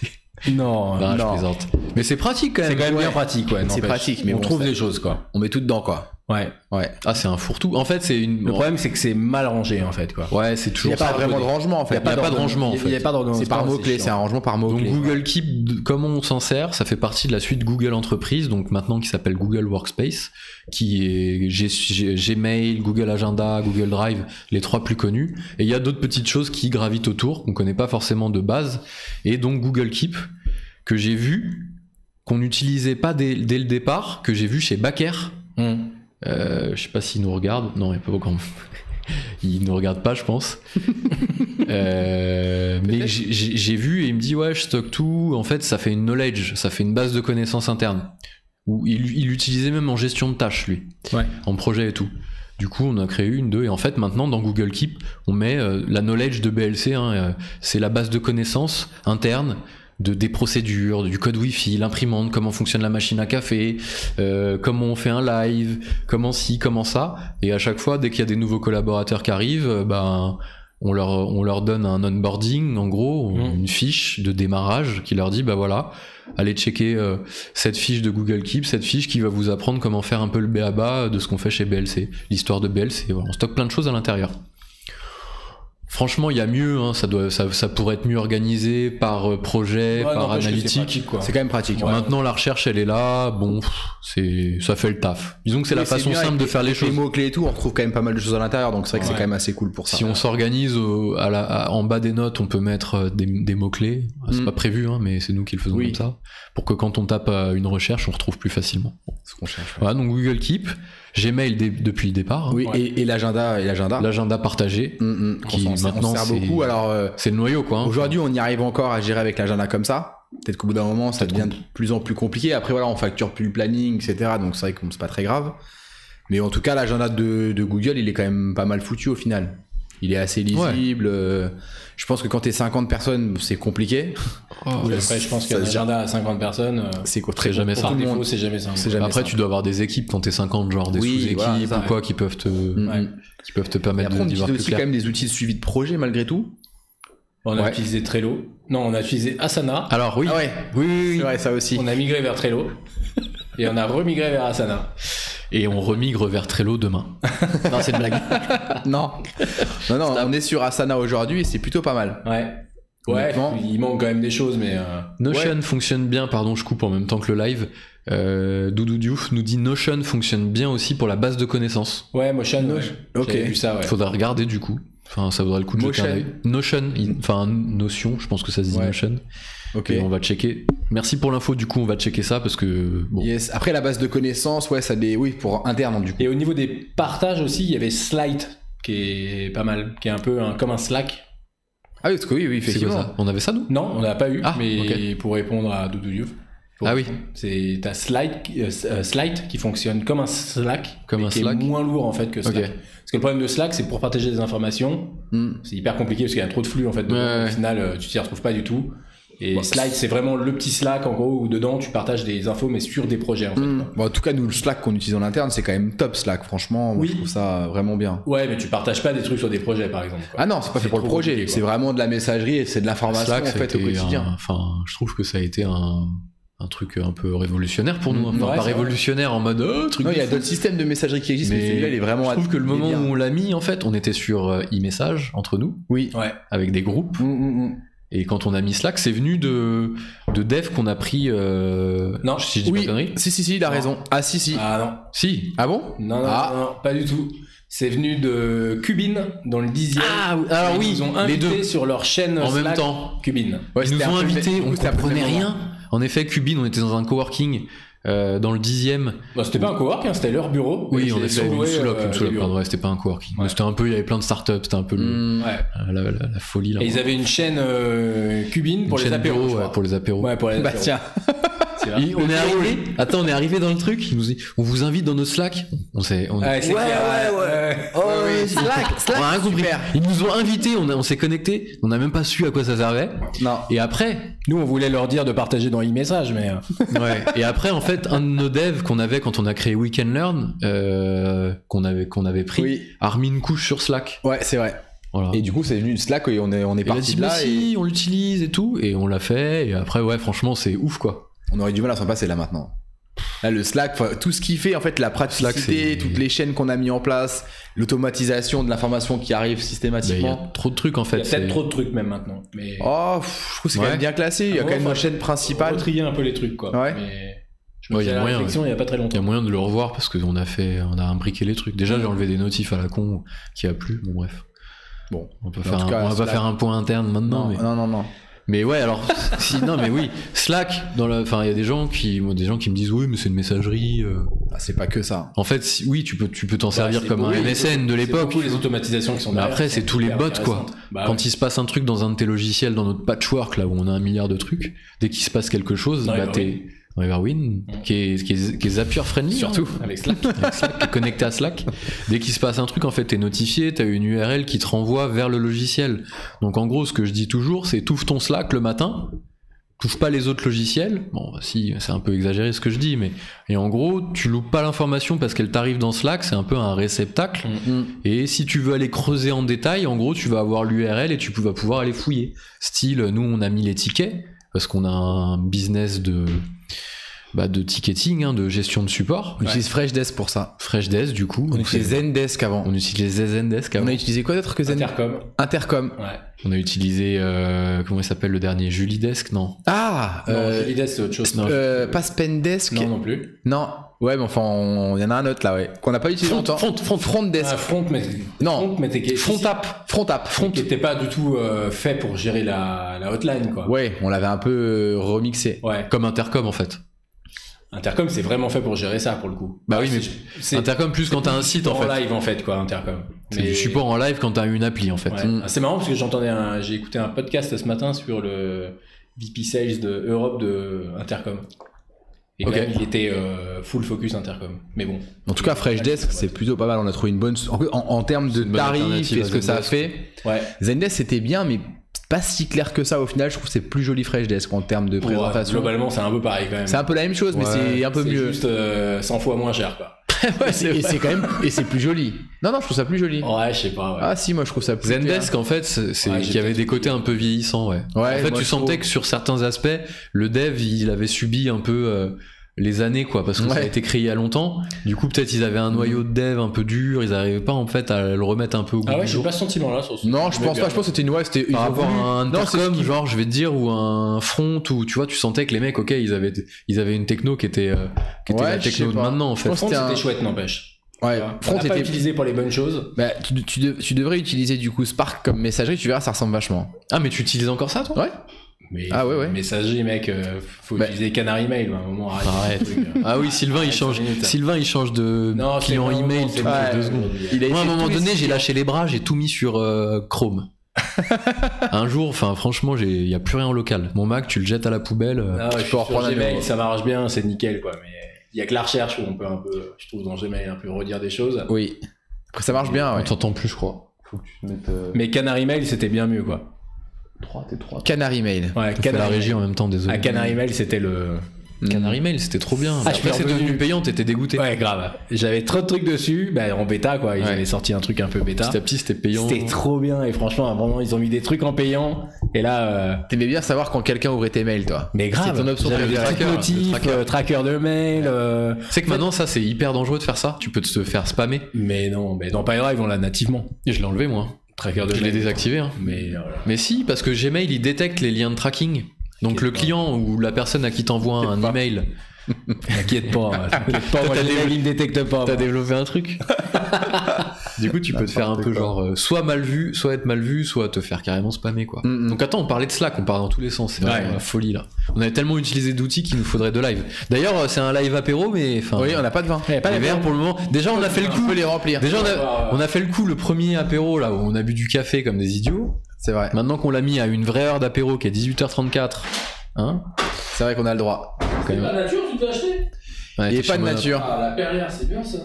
[SPEAKER 4] Non.
[SPEAKER 1] Non, je
[SPEAKER 2] non.
[SPEAKER 1] plaisante. Mais c'est pratique quand même.
[SPEAKER 4] C'est quand même
[SPEAKER 2] Ouais.
[SPEAKER 4] bien pratique, ouais. n'empêche.
[SPEAKER 2] pratique, mais
[SPEAKER 4] on
[SPEAKER 2] bon,
[SPEAKER 4] trouve
[SPEAKER 2] ça-
[SPEAKER 4] des choses, quoi.
[SPEAKER 2] on met tout dedans quoi
[SPEAKER 4] Ouais.
[SPEAKER 2] ouais
[SPEAKER 1] Ah, c'est un fourre-tout. En fait, c'est une.
[SPEAKER 4] Le problème, c'est que c'est mal rangé, en fait, quoi.
[SPEAKER 1] Ouais, c'est
[SPEAKER 2] il
[SPEAKER 1] toujours.
[SPEAKER 2] n'y a pas
[SPEAKER 1] ça.
[SPEAKER 2] vraiment de rangement en fait
[SPEAKER 1] Il y a pas de rangement, en
[SPEAKER 4] Il n'y a
[SPEAKER 1] fait.
[SPEAKER 4] pas d'ordonnance.
[SPEAKER 2] c'est par mot clé c'est un rangement par mot
[SPEAKER 1] Donc
[SPEAKER 2] clé
[SPEAKER 1] Google Keep, de- comment on s'en sert Ça fait partie de la suite Google Entreprise, donc maintenant qui s'appelle Google Workspace, qui est G- G- Gmail, Google Agenda, Google Drive, les trois plus connus. Et il y a d'autres petites choses qui gravitent autour, qu'on connaît pas forcément de base. Et donc Google Keep, que j'ai vu, qu'on n'utilisait pas dès, dès le départ, que j'ai vu chez Baker.
[SPEAKER 2] Hum.
[SPEAKER 1] Euh, je sais pas s'il nous regarde. Non, il peut quand même. il nous regarde pas, je pense. Euh, mais j'ai- j'ai j'ai vu et il me dit ouais, je stocke tout. En fait, ça fait une knowledge, ça fait une base de connaissances interne. Où il, il l'utilisait même en gestion de tâches, lui,
[SPEAKER 4] Ouais.
[SPEAKER 1] en projet et tout. Du coup, on a créé une, deux, et en fait, maintenant, dans Google Keep, on met euh, la knowledge de BLC. hein, euh, c'est la base de connaissances interne de des procédures, du code Wi-Fi, l'imprimante, comment fonctionne la machine à café, euh, comment on fait un live, comment ci, comment ça. Et à chaque fois, dès qu'il y a des nouveaux collaborateurs qui arrivent, euh, ben, on leur, on leur donne un onboarding, en gros,
[SPEAKER 4] Mm.
[SPEAKER 1] une fiche de démarrage qui leur dit, bah voilà, allez checker euh, cette fiche de Google Keep, cette fiche qui va vous apprendre comment faire un peu le béaba de ce qu'on fait chez BLC, l'histoire de BLC. Voilà, on stocke plein de choses à l'intérieur. Franchement, il y a mieux, hein, ça, doit, ça, ça pourrait être mieux organisé par euh, projet, par analytique.
[SPEAKER 4] quoi.
[SPEAKER 2] c'est quand même pratique hein.
[SPEAKER 4] Ouais.
[SPEAKER 1] Maintenant, la recherche, elle est là. Bon, pff, c'est, ça fait le taf. Disons que c'est
[SPEAKER 2] Oui,
[SPEAKER 1] la façon
[SPEAKER 2] bien,
[SPEAKER 1] simple
[SPEAKER 2] avec
[SPEAKER 1] de faire les
[SPEAKER 2] les
[SPEAKER 1] choses.
[SPEAKER 2] mots clés et tout on retrouve quand même pas mal de choses à l'intérieur donc c'est vrai que c'est
[SPEAKER 4] Ouais.
[SPEAKER 2] quand même assez cool pour ça
[SPEAKER 1] Si on s'organise au- à la- à- en bas des notes, on peut mettre euh, des, des mots-clés. Ah, C'est
[SPEAKER 2] Mm.
[SPEAKER 1] pas prévu, hein, mais c'est nous qui le faisons
[SPEAKER 2] Oui.
[SPEAKER 1] comme ça. Pour que quand on tape euh, une recherche, on retrouve plus facilement.
[SPEAKER 2] ce qu'on cherche
[SPEAKER 1] Voilà, donc Google Keep, Gmail dé- depuis le départ, hein.
[SPEAKER 2] Oui,
[SPEAKER 4] Ouais.
[SPEAKER 2] et, et l'agenda, et l'agenda.
[SPEAKER 1] l'agenda partagé,
[SPEAKER 2] Mm, mm,
[SPEAKER 1] Qui,
[SPEAKER 2] on s'en- on
[SPEAKER 1] maintenant,
[SPEAKER 2] sert
[SPEAKER 1] c'est-
[SPEAKER 2] beaucoup. Alors euh,
[SPEAKER 1] c'est le noyau quoi. hein.
[SPEAKER 2] aujourd'hui, on y arrive encore à gérer avec l'agenda comme ça. Peut-être qu'au bout d'un moment, ça devient de plus en plus compliqué. Après, voilà, on facture plus le planning, etc. Donc c'est vrai que bon, c'est pas très grave. Mais en tout cas, l'agenda de, de Google, il est quand même pas mal foutu au final. Il est assez lisible. euh, Je pense que quand t'es 50 personnes, c'est compliqué.
[SPEAKER 1] Oh.
[SPEAKER 4] Après, je pense
[SPEAKER 2] Ça
[SPEAKER 4] qu'un
[SPEAKER 2] se gère.
[SPEAKER 4] agenda à 50 personnes, euh,
[SPEAKER 2] C'est quoi
[SPEAKER 1] C'est jamais
[SPEAKER 4] pour
[SPEAKER 1] ça.
[SPEAKER 4] tout le
[SPEAKER 2] monde.
[SPEAKER 4] monde, c'est jamais ça.
[SPEAKER 2] C'est jamais
[SPEAKER 1] Après,
[SPEAKER 2] ça.
[SPEAKER 1] tu dois avoir des équipes quand t'es 50, genre des
[SPEAKER 2] Oui,
[SPEAKER 1] sous-équipes
[SPEAKER 2] voilà, ça,
[SPEAKER 1] ou quoi, qui peuvent te,
[SPEAKER 2] Mm,
[SPEAKER 4] Ouais.
[SPEAKER 2] mm.
[SPEAKER 1] qui peuvent te
[SPEAKER 2] Et
[SPEAKER 1] permettre
[SPEAKER 2] après, on
[SPEAKER 1] de d'y
[SPEAKER 2] utilise
[SPEAKER 1] voir plus
[SPEAKER 2] aussi
[SPEAKER 1] clair.
[SPEAKER 2] quand même des outils de suivi de projet malgré tout.
[SPEAKER 4] On a
[SPEAKER 2] Ouais.
[SPEAKER 4] utilisé Trello. Non, on a utilisé Asana.
[SPEAKER 1] Alors oui,
[SPEAKER 2] Ah ouais,
[SPEAKER 1] oui, oui, oui.
[SPEAKER 2] c'est vrai, ça aussi.
[SPEAKER 4] On a migré vers Trello. Et on a remigré vers Asana.
[SPEAKER 1] Et on remigre vers Trello demain. non, c'est une blague.
[SPEAKER 2] Non, non, non on est sur Asana aujourd'hui et c'est plutôt pas mal.
[SPEAKER 4] Ouais. Ouais,
[SPEAKER 2] Honnêtement.
[SPEAKER 4] il manque quand même des choses, mais. euh,
[SPEAKER 1] Notion fonctionne bien, pardon, je coupe en même temps que le live. Euh, Doudou Diouf nous dit Notion fonctionne bien aussi pour la base de connaissances.
[SPEAKER 4] Ouais, Motion. ouais.
[SPEAKER 2] Ok.
[SPEAKER 4] J'avais vu ça, ouais.
[SPEAKER 1] Il Faudra regarder du coup. Enfin, ça vaudra le coup de jeter un
[SPEAKER 2] Motion.
[SPEAKER 1] œil. Notion, il- enfin Notion, je pense que ça se dit
[SPEAKER 4] Ouais.
[SPEAKER 1] Notion.
[SPEAKER 2] Ok.
[SPEAKER 1] Et on va checker. Merci pour l'info, du coup, on va checker ça parce que bon.
[SPEAKER 2] Yes. Après la base de connaissances, ouais, ça des, oui, pour interne du coup.
[SPEAKER 4] Et au niveau des partages aussi, il y avait Slide, qui est pas mal, qui est un peu un- comme un Slack.
[SPEAKER 2] Ah oui, parce que oui, oui,
[SPEAKER 1] C'est quoi ça On avait ça nous
[SPEAKER 4] Non, on n'a pas eu,
[SPEAKER 1] Ah,
[SPEAKER 4] mais
[SPEAKER 1] ok.
[SPEAKER 4] pour répondre à Doudou Diouf. pour
[SPEAKER 1] Ah oui.
[SPEAKER 4] répondre, C'est t'as Slide, qui- euh, euh, Slide qui fonctionne comme un Slack,
[SPEAKER 1] Comme
[SPEAKER 4] mais
[SPEAKER 1] un
[SPEAKER 4] qui
[SPEAKER 1] Slack.
[SPEAKER 4] est moins lourd en fait que Slack.
[SPEAKER 1] Ok.
[SPEAKER 4] Parce que le problème de Slack, c'est pour partager des informations,
[SPEAKER 2] Hmm.
[SPEAKER 4] c'est hyper compliqué parce qu'il y a trop de flux en fait. Donc,
[SPEAKER 1] Ouais, ouais.
[SPEAKER 4] Au final, euh, tu t'y retrouves pas du tout. Et
[SPEAKER 2] Bah,
[SPEAKER 4] Slide, c'est vraiment le petit Slack en gros où dedans tu partages des infos mais sur des projets
[SPEAKER 1] Mm.
[SPEAKER 4] en fait.
[SPEAKER 2] Hmm. Bon, en tout cas, nous, le Slack qu'on utilise en interne, c'est quand même top Slack. Franchement, moi,
[SPEAKER 4] Oui.
[SPEAKER 2] je trouve ça vraiment bien.
[SPEAKER 4] Ouais, mais tu partages pas des trucs sur des projets par exemple. quoi.
[SPEAKER 2] Ah non, c'est pas fait
[SPEAKER 4] C'est
[SPEAKER 2] pour le
[SPEAKER 4] trop
[SPEAKER 2] projet.
[SPEAKER 4] compliqué, quoi.
[SPEAKER 2] C'est vraiment de la messagerie et c'est de l'information Ah bah, en
[SPEAKER 1] Slack, ça a
[SPEAKER 2] fait au
[SPEAKER 1] été un-
[SPEAKER 2] quotidien.
[SPEAKER 1] Enfin, je trouve que ça a été un, un truc un peu révolutionnaire pour nous. hein.
[SPEAKER 2] Mm,
[SPEAKER 1] Enfin,
[SPEAKER 4] ouais,
[SPEAKER 1] pas
[SPEAKER 4] c'est vrai.
[SPEAKER 1] révolutionnaire en mode oh, truc.
[SPEAKER 2] Non,
[SPEAKER 1] de
[SPEAKER 2] il y a
[SPEAKER 1] fou.
[SPEAKER 2] d'autres systèmes de messagerie qui existent, mais,
[SPEAKER 1] Mais
[SPEAKER 2] celui-là, il est vraiment.
[SPEAKER 1] Je trouve que le
[SPEAKER 2] il est
[SPEAKER 1] moment
[SPEAKER 2] bien.
[SPEAKER 1] où on l'a mis, en fait, on était sur euh, e-message entre nous,
[SPEAKER 2] Oui.
[SPEAKER 1] avec des groupes.
[SPEAKER 2] Hmm, hmm, hmm.
[SPEAKER 1] Et quand on a mis Slack, c'est venu de, de dev qu'on a pris. euh,
[SPEAKER 4] Non.
[SPEAKER 1] si je dis
[SPEAKER 2] Oui.
[SPEAKER 1] pas de conneries.
[SPEAKER 2] Si, si, si, il a
[SPEAKER 4] Non.
[SPEAKER 2] raison. Ah, si, si.
[SPEAKER 4] Ah non,
[SPEAKER 1] Si.
[SPEAKER 2] Ah bon
[SPEAKER 4] Non, non,
[SPEAKER 2] Ah.
[SPEAKER 4] non, non, pas du tout. C'est venu de Cubine, dans le dixième.
[SPEAKER 1] Ah, alors
[SPEAKER 4] ils nous ont
[SPEAKER 1] les
[SPEAKER 4] invités
[SPEAKER 1] deux.
[SPEAKER 4] sur leur chaîne
[SPEAKER 1] En même
[SPEAKER 4] Slack
[SPEAKER 1] temps.
[SPEAKER 4] Cubine.
[SPEAKER 2] Ouais,
[SPEAKER 1] Ils nous
[SPEAKER 2] c'était
[SPEAKER 1] ont
[SPEAKER 2] un peu-
[SPEAKER 1] invités,
[SPEAKER 2] du
[SPEAKER 1] on
[SPEAKER 2] coup, c'était un peu
[SPEAKER 1] comprenait
[SPEAKER 2] le même
[SPEAKER 1] rien. En effet, Cubine, on était dans un coworking euh, dans le dixième.
[SPEAKER 4] Bah, c'était pas un cowork, hein, c'était leur bureau.
[SPEAKER 1] Oui,
[SPEAKER 4] Et
[SPEAKER 1] on
[SPEAKER 4] j'ai
[SPEAKER 1] effet, une
[SPEAKER 4] loué,
[SPEAKER 1] sous-loc,
[SPEAKER 4] euh,
[SPEAKER 1] une
[SPEAKER 4] des
[SPEAKER 1] sous-loc,
[SPEAKER 4] bureaux.
[SPEAKER 1] pardon, ouais, c'était pas un coworking.
[SPEAKER 4] Ouais.
[SPEAKER 1] C'était un peu, il y avait plein de startups, c'était un peu le-
[SPEAKER 2] moment. Hmm.
[SPEAKER 4] Ouais.
[SPEAKER 1] euh, la, la- la folie là.
[SPEAKER 4] Et ils avaient une chaîne euh, Cubine
[SPEAKER 1] Une
[SPEAKER 4] pour
[SPEAKER 1] chaîne
[SPEAKER 4] les apéros.
[SPEAKER 1] bureau,
[SPEAKER 4] je
[SPEAKER 1] ouais,
[SPEAKER 4] crois.
[SPEAKER 1] pour les apéros.
[SPEAKER 4] Ouais, pour les
[SPEAKER 2] Bah
[SPEAKER 4] apéros.
[SPEAKER 2] tiens.
[SPEAKER 4] C'est vrai.
[SPEAKER 1] Il- on est arrivé. Attends, on est arrivé dans le truc. Il nous dit, on vous invite dans notre Slack. On s'est, on,
[SPEAKER 4] Ouais, c'est
[SPEAKER 2] Ouais,
[SPEAKER 4] clair,
[SPEAKER 2] ouais,
[SPEAKER 4] ouais.
[SPEAKER 2] Oh, Slack,
[SPEAKER 1] on a rien compris. Ils nous ont invités, on, a- on s'est connectés. On n'a même pas su à quoi ça servait.
[SPEAKER 2] Non.
[SPEAKER 1] Et après,
[SPEAKER 4] Nous, on voulait leur dire de partager dans e-message, mais. euh,
[SPEAKER 1] ouais, et après, en fait, un de nos devs qu'on avait quand on a créé Weekend Learn, euh, qu'on avait, qu'on avait pris,
[SPEAKER 2] Oui.
[SPEAKER 1] a remis une couche sur Slack.
[SPEAKER 2] Ouais, c'est vrai.
[SPEAKER 1] Voilà.
[SPEAKER 2] Et du coup, c'est venu Slack et on est, on est
[SPEAKER 1] Et il a
[SPEAKER 2] parti
[SPEAKER 1] dit,
[SPEAKER 2] de
[SPEAKER 1] mais
[SPEAKER 2] là et
[SPEAKER 1] si, on l'utilise et tout, et on l'a fait, et après, ouais, franchement, c'est ouf, quoi.
[SPEAKER 2] on aurait du mal à s'en passer là maintenant. Là, le Slack, enfin, tout ce qui fait en fait la praticité,
[SPEAKER 1] Slack, c'est-
[SPEAKER 2] toutes les chaînes qu'on a mis en place, l'automatisation de l'information qui arrive
[SPEAKER 1] Bah, Il y a
[SPEAKER 2] systématiquement.
[SPEAKER 1] trop de trucs, en
[SPEAKER 4] Il
[SPEAKER 1] fait.
[SPEAKER 4] y a
[SPEAKER 1] c'est-
[SPEAKER 4] peut-être trop de trucs même maintenant. Mais.
[SPEAKER 2] Oh, pff, je trouve que c'est quand
[SPEAKER 1] Ouais.
[SPEAKER 2] même bien classé. Il y a
[SPEAKER 4] Ah
[SPEAKER 2] quand
[SPEAKER 4] bon,
[SPEAKER 2] même une
[SPEAKER 4] enfin,
[SPEAKER 2] chaîne principale.
[SPEAKER 4] Faut trier un peu les trucs, quoi.
[SPEAKER 2] Ouais.
[SPEAKER 4] Mais. Je me
[SPEAKER 1] Ouais,
[SPEAKER 4] suis
[SPEAKER 1] il y a
[SPEAKER 4] à la
[SPEAKER 1] moyen,
[SPEAKER 4] réflexion il y a pas très
[SPEAKER 1] Il y a
[SPEAKER 4] longtemps.
[SPEAKER 1] moyen de le revoir parce qu'on a fait, on a imbriqué les trucs. Déjà, j'ai enlevé des notifs à la con qui a plu. Bon, bref.
[SPEAKER 2] Bon.
[SPEAKER 1] On peut
[SPEAKER 2] Mais
[SPEAKER 1] faire
[SPEAKER 2] en tout
[SPEAKER 1] un-
[SPEAKER 2] cas,
[SPEAKER 1] on va pas
[SPEAKER 2] Slack-
[SPEAKER 1] faire un point interne maintenant.
[SPEAKER 2] Non,
[SPEAKER 1] mais...
[SPEAKER 2] non, non, non.
[SPEAKER 1] mais ouais, alors, si, non, mais oui. Slack, dans la, enfin, il y a des gens qui, moi, des gens qui me disent, oui, mais c'est une messagerie. euh.
[SPEAKER 2] Ah, c'est pas que ça.
[SPEAKER 1] En fait, si- oui, tu peux, tu peux t'en servir
[SPEAKER 4] Bah, c'est
[SPEAKER 1] comme un
[SPEAKER 4] beaucoup-
[SPEAKER 1] MSN de
[SPEAKER 4] C'est
[SPEAKER 1] l'époque.
[SPEAKER 4] beaucoup les automatisations qui sont
[SPEAKER 1] Mais
[SPEAKER 4] derrière
[SPEAKER 1] après,
[SPEAKER 4] qui
[SPEAKER 1] c'est
[SPEAKER 4] sont
[SPEAKER 1] tous les
[SPEAKER 4] hyper
[SPEAKER 1] bots, quoi.
[SPEAKER 4] intéressantes. Bah ouais.
[SPEAKER 1] Quand il se passe un truc dans un de tes logiciels, dans notre patchwork, là où on a un milliard de trucs, dès qu'il se passe quelque chose,
[SPEAKER 4] Dans
[SPEAKER 1] bah,
[SPEAKER 4] Everwind.
[SPEAKER 1] t'es, dans Everwind,
[SPEAKER 4] Mm.
[SPEAKER 1] qui est, qui est, qui est Zapier friendly, surtout.
[SPEAKER 4] Avec Slack.
[SPEAKER 1] avec Slack, qui est connecté à Slack. Dès qu'il se passe un truc, en fait, t'es notifié, t'as une URL qui te renvoie vers le logiciel. Donc en gros, ce que je dis toujours, c'est touche ton Slack le matin, touche pas les autres logiciels. Bon, bah, si, c'est un peu exagéré ce que je dis, mais. Et en gros, tu loupes pas l'information parce qu'elle t'arrive dans Slack, c'est un peu un réceptacle. Et si tu veux aller creuser en détail, en gros, tu vas avoir l'URL et tu vas pouvoir aller fouiller. Style, nous, on a mis les tickets parce qu'on a un business de. bah, de ticketing, hein, de gestion de support.
[SPEAKER 2] On utilise Freshdesk pour ça.
[SPEAKER 1] Freshdesk du coup.
[SPEAKER 2] On
[SPEAKER 1] on,
[SPEAKER 2] utilise
[SPEAKER 1] fait-
[SPEAKER 2] Zendesk avant.
[SPEAKER 1] on utilise Zendesk
[SPEAKER 2] On
[SPEAKER 1] avant.
[SPEAKER 2] a utilisé quoi d'autre que Zendesk
[SPEAKER 4] Intercom.
[SPEAKER 2] Intercom.
[SPEAKER 4] Ouais.
[SPEAKER 1] On a utilisé euh, comment il s'appelle le dernier Julie Desk non
[SPEAKER 2] Ah
[SPEAKER 4] Non,
[SPEAKER 2] euh,
[SPEAKER 4] Solidest, c'est autre chose.
[SPEAKER 1] non,
[SPEAKER 2] euh, Pas Spendesk
[SPEAKER 4] Non, non plus.
[SPEAKER 2] Non. Ouais, mais enfin, on- il y en a un autre là, ouais. Qu'on n'a pas utilisé longtemps. Front, front, desk.
[SPEAKER 4] Ah, front, mais.
[SPEAKER 2] Non.
[SPEAKER 4] Front, mais t'es-
[SPEAKER 2] front app. Front app. Front.
[SPEAKER 4] Qui n'était pas du tout euh, fait pour gérer la, la hotline, quoi.
[SPEAKER 2] Ouais, on l'avait un peu euh, remixé.
[SPEAKER 4] Ouais.
[SPEAKER 1] Comme Intercom en fait.
[SPEAKER 4] Intercom, c'est vraiment fait pour gérer ça, pour le coup.
[SPEAKER 1] Bah oui, mais
[SPEAKER 4] C'est- c'est
[SPEAKER 1] Intercom plus quand t'as un site en
[SPEAKER 4] en
[SPEAKER 1] fait.
[SPEAKER 4] live, en fait, quoi, Intercom.
[SPEAKER 1] C'est
[SPEAKER 4] Mais-
[SPEAKER 1] du support en live quand t'as une appli en fait.
[SPEAKER 4] Ouais. Ah, C'est marrant parce que j'entendais un... j'ai écouté un podcast ce matin sur le VP Sales de Europe de Intercom. Et quand
[SPEAKER 1] Ok.
[SPEAKER 4] même, il était euh, full focus Intercom. Mais bon.
[SPEAKER 2] En tout cas, Freshdesk, c'est plutôt pas mal. On a trouvé une bonne. En, en- en termes de
[SPEAKER 1] une bonne
[SPEAKER 2] tarifs
[SPEAKER 1] alternative
[SPEAKER 2] et ce
[SPEAKER 1] à
[SPEAKER 2] que ça a
[SPEAKER 1] Zendesk.
[SPEAKER 2] fait,
[SPEAKER 4] Ouais.
[SPEAKER 2] Zendesk c'était bien, mais c'est pas si clair que ça au final. Je trouve que c'est plus joli Freshdesk en termes de
[SPEAKER 4] Ouais,
[SPEAKER 2] présentation.
[SPEAKER 4] globalement, c'est un peu pareil quand même.
[SPEAKER 2] c'est un peu la même chose, euh, mais
[SPEAKER 1] Ouais,
[SPEAKER 2] c'est un peu
[SPEAKER 4] C'est
[SPEAKER 2] mieux.
[SPEAKER 4] juste euh, 100 fois moins cher, quoi.
[SPEAKER 2] Et c'est- et c'est quand même. Et c'est plus joli. Non, non, je trouve ça plus joli.
[SPEAKER 4] Oh, Ouais, je sais pas. ouais.
[SPEAKER 2] Ah si, moi je trouve ça plus
[SPEAKER 1] Zendesk en fait c'est c'est
[SPEAKER 4] Ouais, j'ai
[SPEAKER 1] qu'il y avait
[SPEAKER 4] peut-être
[SPEAKER 1] des côtés un peu vieillissants ouais.
[SPEAKER 2] Ouais,
[SPEAKER 1] en fait
[SPEAKER 2] moi,
[SPEAKER 1] tu
[SPEAKER 2] je
[SPEAKER 1] sentais
[SPEAKER 2] trouve-
[SPEAKER 1] que sur certains aspects le dev il avait subi un peu euh, les années quoi parce que ça a
[SPEAKER 2] Ouais.
[SPEAKER 1] été créé il y a longtemps du coup peut-être ils avaient un noyau de dev un peu dur ils arrivaient pas en fait à le remettre un peu au goût
[SPEAKER 4] Ah ouais,
[SPEAKER 1] du
[SPEAKER 4] j'ai
[SPEAKER 1] jour
[SPEAKER 4] pas ce sentiment-là sur ce
[SPEAKER 2] Non, je
[SPEAKER 4] Mais
[SPEAKER 2] pense
[SPEAKER 4] bien.
[SPEAKER 2] pas. Je pense que c'était une ouais, c'était. ils ont
[SPEAKER 1] par rapport
[SPEAKER 2] voulu-
[SPEAKER 1] à un
[SPEAKER 2] Non, c'est ce
[SPEAKER 1] intercom
[SPEAKER 2] qui-
[SPEAKER 1] genre je vais te dire ou un front ou tu vois tu sentais que les mecs ok ils avaient ils avaient une techno qui était euh, qui était
[SPEAKER 2] Ouais,
[SPEAKER 1] la
[SPEAKER 2] je sais
[SPEAKER 1] techno de
[SPEAKER 2] pas.
[SPEAKER 1] maintenant en fait
[SPEAKER 2] pense que
[SPEAKER 4] C'était
[SPEAKER 2] c'était un-
[SPEAKER 4] chouette, n'empêche.
[SPEAKER 2] Ouais,
[SPEAKER 4] Voilà. On
[SPEAKER 2] Front
[SPEAKER 4] l'a pas
[SPEAKER 2] était.
[SPEAKER 4] utilisé pour les bonnes choses.
[SPEAKER 2] Bah, tu, tu, dev- tu devrais utiliser du coup Spark comme messagerie, tu verras, ça ressemble vachement.
[SPEAKER 1] ah mais tu utilises encore ça toi
[SPEAKER 2] Ouais.
[SPEAKER 4] Mais
[SPEAKER 2] Ah ouais, ouais.
[SPEAKER 4] messager, mec, euh, faut
[SPEAKER 2] Bah.
[SPEAKER 4] utiliser Canary Mail à un moment. Arrête.
[SPEAKER 1] Arrête.
[SPEAKER 4] ce truc, euh.
[SPEAKER 1] ah oui Sylvain il
[SPEAKER 4] Ouais,
[SPEAKER 1] change
[SPEAKER 4] cinq minutes.
[SPEAKER 1] Sylvain il change de
[SPEAKER 4] Non, c'est
[SPEAKER 1] client
[SPEAKER 4] vraiment-
[SPEAKER 1] email
[SPEAKER 4] c'est
[SPEAKER 1] toutes
[SPEAKER 4] vraiment
[SPEAKER 1] les deux
[SPEAKER 4] deux
[SPEAKER 1] secondes
[SPEAKER 4] secondes.
[SPEAKER 2] Il a
[SPEAKER 1] Moi, à un
[SPEAKER 2] essayé
[SPEAKER 1] moment
[SPEAKER 2] tous les
[SPEAKER 1] donné, j'ai
[SPEAKER 2] sites.
[SPEAKER 1] lâché les bras, j'ai tout mis sur euh, Chrome. un jour, enfin, franchement, il n'y a plus rien en local. Mon Mac, tu le jettes à la poubelle. euh,
[SPEAKER 4] Ah ouais, je suis
[SPEAKER 2] peux
[SPEAKER 4] sur
[SPEAKER 2] reprendre un
[SPEAKER 4] Gmail,
[SPEAKER 2] numéro.
[SPEAKER 4] ça marche bien, c'est nickel, quoi. Mais il y a que la recherche où on peut un peu, je trouve, dans Gmail, un peu redire des choses.
[SPEAKER 2] Oui. Après, ça marche bien,
[SPEAKER 1] on
[SPEAKER 4] Ah
[SPEAKER 2] ouais.
[SPEAKER 1] t'entend plus, je crois.
[SPEAKER 5] Faut que tu te mettes euh,
[SPEAKER 4] Mais Canary Mail, c'était bien mieux, quoi.
[SPEAKER 5] 3, t'es 3.
[SPEAKER 2] Canary Mail.
[SPEAKER 4] Ouais,
[SPEAKER 1] On fait la régie en même temps, désolé. Mm.
[SPEAKER 4] À Canary Mail, c'était le.
[SPEAKER 1] Canary Mail, c'était trop bien.
[SPEAKER 4] Ah, je
[SPEAKER 1] Après,
[SPEAKER 4] suis
[SPEAKER 1] c'est devenu
[SPEAKER 4] revenu.
[SPEAKER 1] payant, t'étais dégoûté.
[SPEAKER 4] Ouais, grave. J'avais trop de trucs dessus, bah, en bêta, quoi. Ils
[SPEAKER 1] Ouais.
[SPEAKER 4] avaient sorti un truc un peu bêta.
[SPEAKER 1] Petit à petit, c'était payant.
[SPEAKER 4] C'était trop bien, et franchement, vraiment, ils ont mis des trucs en payant. Et là, euh,
[SPEAKER 2] T'aimais bien savoir quand quelqu'un ouvrait tes mails, toi.
[SPEAKER 4] mais grave.
[SPEAKER 2] C'est ton option
[SPEAKER 4] J'avais
[SPEAKER 2] de
[SPEAKER 4] des
[SPEAKER 2] tracker,
[SPEAKER 4] trucs notifs,
[SPEAKER 1] de tracker.
[SPEAKER 4] euh, tracker. de mail. euh,
[SPEAKER 1] C'est que maintenant, ça, c'est hyper dangereux de faire ça. Tu peux te faire spammer.
[SPEAKER 4] Mais non, mais dans PyDrive, on l'a nativement.
[SPEAKER 1] Et je l'ai enlevé, moi.
[SPEAKER 4] Tracker de
[SPEAKER 1] Je l'ai
[SPEAKER 4] mail.
[SPEAKER 1] désactivé. hein.
[SPEAKER 4] Mais euh,
[SPEAKER 1] Mais si, parce que Gmail, il détecte les liens de tracking. Donc,
[SPEAKER 4] Ok,
[SPEAKER 1] le
[SPEAKER 4] pas.
[SPEAKER 1] client ou la personne à qui t'envoie un email.
[SPEAKER 4] T'inquiète pas, hein, t'inquiète pas, moi,
[SPEAKER 1] T'as
[SPEAKER 4] les
[SPEAKER 1] des-
[SPEAKER 4] mails, ils me détectent pas.
[SPEAKER 1] T'as
[SPEAKER 4] moi.
[SPEAKER 1] développé un truc. du coup, tu peux te faire un peu genre euh, soit mal vu, soit être mal vu, soit te faire carrément spammer quoi.
[SPEAKER 2] Mm, mm.
[SPEAKER 1] Donc attends, on parlait de Slack, on part dans tous les sens, c'est
[SPEAKER 4] Ouais.
[SPEAKER 1] vraiment la folie là. On avait tellement utilisé d'outils qu'il nous faudrait de live. D'ailleurs, euh, c'est un live apéro, mais enfin,
[SPEAKER 2] Oui, on n'a pas de vin.
[SPEAKER 4] Eh, pas
[SPEAKER 1] les verres pour le moment. Déjà, on a fait le
[SPEAKER 2] On
[SPEAKER 1] coup.
[SPEAKER 2] peut les remplir.
[SPEAKER 1] Déjà, on
[SPEAKER 3] Ah,
[SPEAKER 1] a, on a fait le coup le premier apéro là où on a bu du café comme des idiots.
[SPEAKER 2] C'est vrai.
[SPEAKER 1] Maintenant qu'on l'a mis à une vraie heure d'apéro qui est 18h34, hein
[SPEAKER 2] C'est vrai qu'on a le droit.
[SPEAKER 1] quand
[SPEAKER 3] C'est
[SPEAKER 1] même.
[SPEAKER 3] pas nature, tu t'es acheté
[SPEAKER 1] On
[SPEAKER 2] Il
[SPEAKER 1] était
[SPEAKER 2] est
[SPEAKER 1] chez
[SPEAKER 2] pas de
[SPEAKER 1] Monop.
[SPEAKER 2] nature.
[SPEAKER 3] Ah, la perrière, c'est bien ça.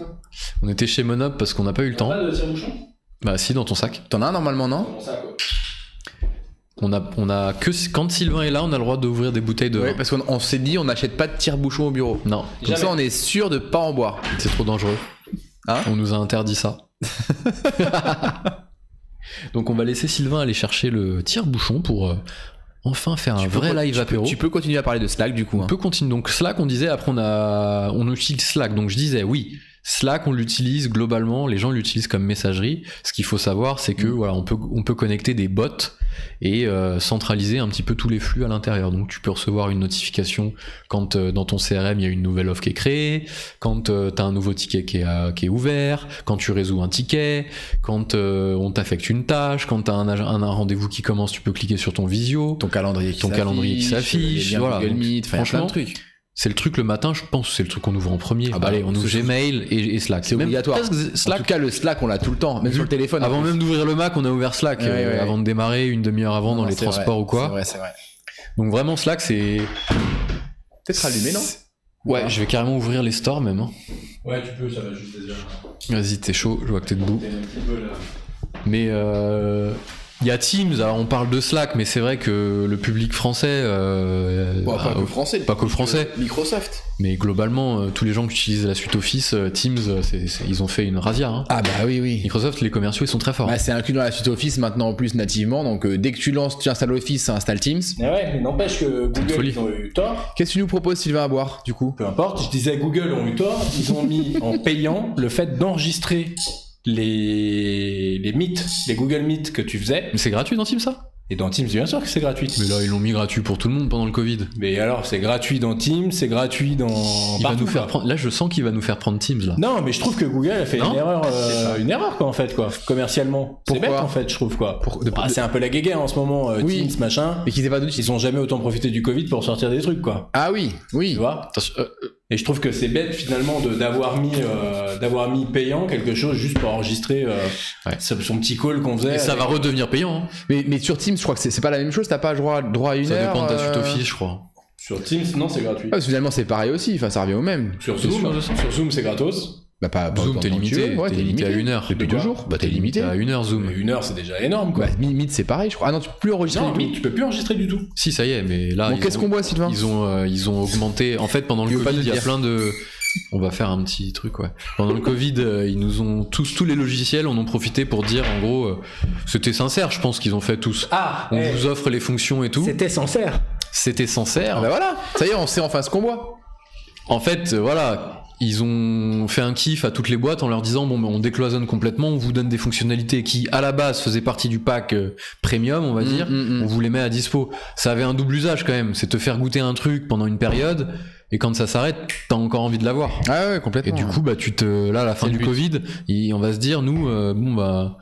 [SPEAKER 1] On était chez Monop parce qu'on n'a pas eu le temps.
[SPEAKER 3] Pas de tire-bouchon
[SPEAKER 1] Bah si, dans ton sac.
[SPEAKER 2] T'en as un normalement, non
[SPEAKER 3] Comment ça, quoi
[SPEAKER 1] On a, on a que quand Sylvain est là, on a le droit d'ouvrir des bouteilles de.
[SPEAKER 2] Oui,
[SPEAKER 1] vin.
[SPEAKER 2] parce qu'on on s'est dit, on n'achète pas de tire-bouchon au bureau.
[SPEAKER 1] Non,
[SPEAKER 2] Comme ça, on est sûr de pas en boire.
[SPEAKER 1] c'est trop dangereux.
[SPEAKER 2] Hein
[SPEAKER 1] on nous a interdit ça. Donc on va laisser Sylvain aller chercher le tire-bouchon pour euh, enfin faire un
[SPEAKER 2] Tu peux
[SPEAKER 1] vrai
[SPEAKER 2] co-
[SPEAKER 1] live
[SPEAKER 2] tu peux-
[SPEAKER 1] apéro.
[SPEAKER 2] Tu peux continuer à parler de Slack du coup. hein.
[SPEAKER 1] On peut continuer. Donc Slack, on disait, après on a, on utilise Slack. Donc je disais, oui, Slack, on l'utilise globalement, les gens l'utilisent comme messagerie. Ce qu'il faut savoir, c'est que voilà, on peut, on peut connecter des bots et euh, centraliser un petit peu tous les flux à l'intérieur. Donc tu peux recevoir une notification quand euh, dans ton CRM il y a une nouvelle offre qui est créée, quand euh, t'as un nouveau ticket qui est, euh, qui est ouvert, quand tu résous un ticket, quand euh, on t'affecte une tâche, quand t'as un, ag- un, un rendez-vous qui commence, tu peux cliquer sur ton visio.
[SPEAKER 2] Ton calendrier qui
[SPEAKER 1] Ton calendrier qui s'affiche,
[SPEAKER 2] les liens
[SPEAKER 1] voilà,
[SPEAKER 2] Google
[SPEAKER 1] donc,
[SPEAKER 2] Meet, enfin, il y a plein
[SPEAKER 1] franchement,
[SPEAKER 2] de trucs.
[SPEAKER 1] C'est le truc le matin, je pense, c'est le truc qu'on ouvre en premier.
[SPEAKER 2] Ah bah,
[SPEAKER 1] Allez, on ouvre
[SPEAKER 2] c'est-
[SPEAKER 1] Gmail et, et Slack.
[SPEAKER 2] c'est
[SPEAKER 1] Même
[SPEAKER 2] obligatoire.
[SPEAKER 1] presque
[SPEAKER 2] En tout
[SPEAKER 1] Slack.
[SPEAKER 2] cas, le Slack, on l'a tout le temps, même
[SPEAKER 1] Vu-
[SPEAKER 2] sur le téléphone.
[SPEAKER 1] Avant même d'ouvrir le Mac, on a ouvert Slack
[SPEAKER 2] Ouais,
[SPEAKER 1] euh,
[SPEAKER 2] ouais, ouais.
[SPEAKER 1] avant de démarrer une demi-heure avant dans les
[SPEAKER 2] C'est vrai,
[SPEAKER 1] transports ou quoi.
[SPEAKER 2] C'est vrai, c'est vrai.
[SPEAKER 1] Donc vraiment Slack, c'est.
[SPEAKER 2] Peut-être allumé, non
[SPEAKER 1] Ouais, je vais carrément ouvrir les stores même. hein.
[SPEAKER 3] Ouais, tu peux, ça va juste déjà.
[SPEAKER 1] Vas-y, t'es chaud, je vois que t'es debout.
[SPEAKER 3] T'es un petit peu là.
[SPEAKER 1] Mais euh, il y a Teams. Alors on parle de Slack, mais c'est vrai que le public français, euh,
[SPEAKER 2] Bon,
[SPEAKER 1] bah,
[SPEAKER 2] Pas que français.
[SPEAKER 1] pas que le français,
[SPEAKER 2] Microsoft.
[SPEAKER 1] mais globalement, euh, tous les gens qui utilisent la suite Office, euh, Teams, euh, c'est- c'est- ils ont fait une razzia. hein.
[SPEAKER 2] Ah bah oui, oui.
[SPEAKER 1] Microsoft, les commerciaux, ils sont très forts.
[SPEAKER 2] Bah, c'est inclus dans la suite Office maintenant en plus nativement. Donc euh, dès que tu lances, tu installes Office, ça installe Teams.
[SPEAKER 4] Mais ouais, mais n'empêche que
[SPEAKER 1] une
[SPEAKER 4] Google,
[SPEAKER 1] folie.
[SPEAKER 4] ils ont eu tort.
[SPEAKER 2] Qu'est-ce que tu nous proposes, Sylvain, à boire du coup
[SPEAKER 4] Peu importe, je disais Google ont eu tort. Ils ont mis en payant le fait d'enregistrer les, les meets, les Google Meet que tu faisais.
[SPEAKER 1] Mais c'est gratuit dans Teams ça
[SPEAKER 4] Et dans Teams, bien sûr que c'est gratuit.
[SPEAKER 1] Mais là, ils l'ont mis gratuit pour tout le monde pendant le Covid.
[SPEAKER 4] Mais alors, c'est gratuit dans Teams, c'est gratuit dans.
[SPEAKER 1] Il va
[SPEAKER 4] partout,
[SPEAKER 1] nous faire
[SPEAKER 4] quoi.
[SPEAKER 1] prendre. Là, je sens qu'il va nous faire prendre Teams là.
[SPEAKER 4] Non, mais je trouve que Google a fait
[SPEAKER 1] Non
[SPEAKER 4] une erreur, euh, une erreur quoi en fait quoi, commercialement. C'est
[SPEAKER 2] Pourquoi
[SPEAKER 4] bête en fait, je trouve quoi.
[SPEAKER 2] Pour- de-
[SPEAKER 4] Ah, c'est un peu la guéguerre en ce moment, euh,
[SPEAKER 2] Oui.
[SPEAKER 4] Teams machin.
[SPEAKER 2] Et qu'ils aient pas d'outils.
[SPEAKER 4] Ils ont jamais autant profité du Covid pour sortir des trucs quoi.
[SPEAKER 2] Ah oui,
[SPEAKER 4] Tu
[SPEAKER 2] oui.
[SPEAKER 4] vois
[SPEAKER 1] Attention, euh, euh,
[SPEAKER 4] Et je trouve que c'est bête finalement de d'avoir mis euh, d'avoir mis payant quelque chose juste pour enregistrer euh,
[SPEAKER 1] Ouais.
[SPEAKER 4] ce- son petit call qu'on faisait.
[SPEAKER 1] et ça va redevenir payant. hein.
[SPEAKER 2] Mais, mais sur Teams, je crois que c'est c'est pas la même chose. T'as pas droit, droit à une
[SPEAKER 1] Ça
[SPEAKER 2] heure.
[SPEAKER 1] dépend de ta
[SPEAKER 2] euh,
[SPEAKER 1] suite Office, je crois.
[SPEAKER 4] Sur Teams, non, c'est gratuit.
[SPEAKER 1] Euh,
[SPEAKER 2] Ah, parce que finalement, c'est pareil aussi. Enfin, ça revient au même.
[SPEAKER 4] Sur
[SPEAKER 1] c'est sûr, je
[SPEAKER 4] Zoom,
[SPEAKER 1] sais.
[SPEAKER 4] sur Zoom, c'est gratos.
[SPEAKER 2] Bah, pas, pas
[SPEAKER 1] Zoom,
[SPEAKER 2] autant
[SPEAKER 1] t'es
[SPEAKER 2] que tu
[SPEAKER 1] limité.
[SPEAKER 2] veux. Ouais,
[SPEAKER 1] t'es limité à une heure.
[SPEAKER 2] Depuis deux
[SPEAKER 1] Bah,
[SPEAKER 2] jours. Bah,
[SPEAKER 1] T'es limité à une heure
[SPEAKER 4] Mais
[SPEAKER 1] Zoom.
[SPEAKER 4] une heure, c'est déjà énorme quoi.
[SPEAKER 2] Bah, Mi- Meet, c'est pareil, je crois. Ah non, tu peux plus enregistrer.
[SPEAKER 4] non,
[SPEAKER 2] du tout.
[SPEAKER 4] mais tu peux plus enregistrer du tout.
[SPEAKER 1] Si, ça y est, mais là.
[SPEAKER 2] Bon,
[SPEAKER 1] ils
[SPEAKER 2] qu'est-ce
[SPEAKER 1] ont-
[SPEAKER 2] qu'on boit, Sylvain
[SPEAKER 1] Ils ont, euh, ils ont augmenté. En fait, pendant le
[SPEAKER 2] Ils veulent pas
[SPEAKER 1] Covid, il
[SPEAKER 2] nous
[SPEAKER 1] y a
[SPEAKER 2] dire.
[SPEAKER 1] plein de. On va faire un petit truc, ouais. Pendant le Covid, euh, ils nous ont tous, tous les logiciels, on en ont profité pour dire, en gros, euh, c'était sincère, je pense qu'ils ont fait tous.
[SPEAKER 4] Ah,
[SPEAKER 1] On vous offre les fonctions et tout.
[SPEAKER 4] sincère.
[SPEAKER 1] C'était sincère.
[SPEAKER 2] bah Ah bah voilà, ça y est, on sait enfin ce qu'on boit.
[SPEAKER 1] en fait, euh, voilà, ils ont fait un kiff à toutes les boîtes en leur disant bon, ben, on décloisonne complètement, on vous donne des fonctionnalités qui à la base faisaient partie du pack euh, premium,
[SPEAKER 2] Mm,
[SPEAKER 1] on va dire, on vous les met à dispo. Ça avait un double usage quand même, c'est te faire goûter un truc pendant une période et quand ça s'arrête, t'as encore envie de l'avoir.
[SPEAKER 2] Ah ouais,
[SPEAKER 1] Et
[SPEAKER 2] complètement.
[SPEAKER 1] du coup, bah, tu te, là, à la fin
[SPEAKER 4] C'est
[SPEAKER 1] du
[SPEAKER 4] le but.
[SPEAKER 1] Covid, il- on va se dire, nous, euh, bon, bah,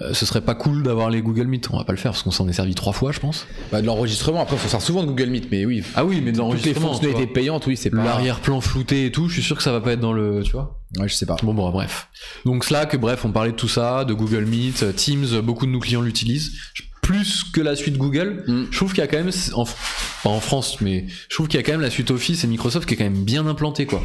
[SPEAKER 1] euh, ce serait pas cool d'avoir les Google Meet. On va pas le faire parce qu'on s'en est servi trois fois, je pense.
[SPEAKER 2] Bah, de l'enregistrement, après, on s'en sert souvent de Google Meet, mais oui.
[SPEAKER 1] Ah oui, mais de
[SPEAKER 2] Toutes les
[SPEAKER 1] l'enregistrement.
[SPEAKER 2] fonctionnalités payantes, oui, c'est
[SPEAKER 1] tu vois. Bah.
[SPEAKER 2] pas.
[SPEAKER 1] L'arrière-plan flouté et tout, je suis sûr que ça va pas être dans le, tu vois.
[SPEAKER 2] Ouais, je sais pas.
[SPEAKER 1] Bon, bon, bref. Donc Slack, bref, on parlait de tout ça, de Google Meet, euh, Teams, euh, beaucoup de nos clients l'utilisent. Je- Plus que la suite Google,
[SPEAKER 2] Mm.
[SPEAKER 1] je trouve qu'il y a quand même, en, pas en France, mais je trouve qu'il y a quand même la suite Office et Microsoft qui est quand même bien implantée, quoi.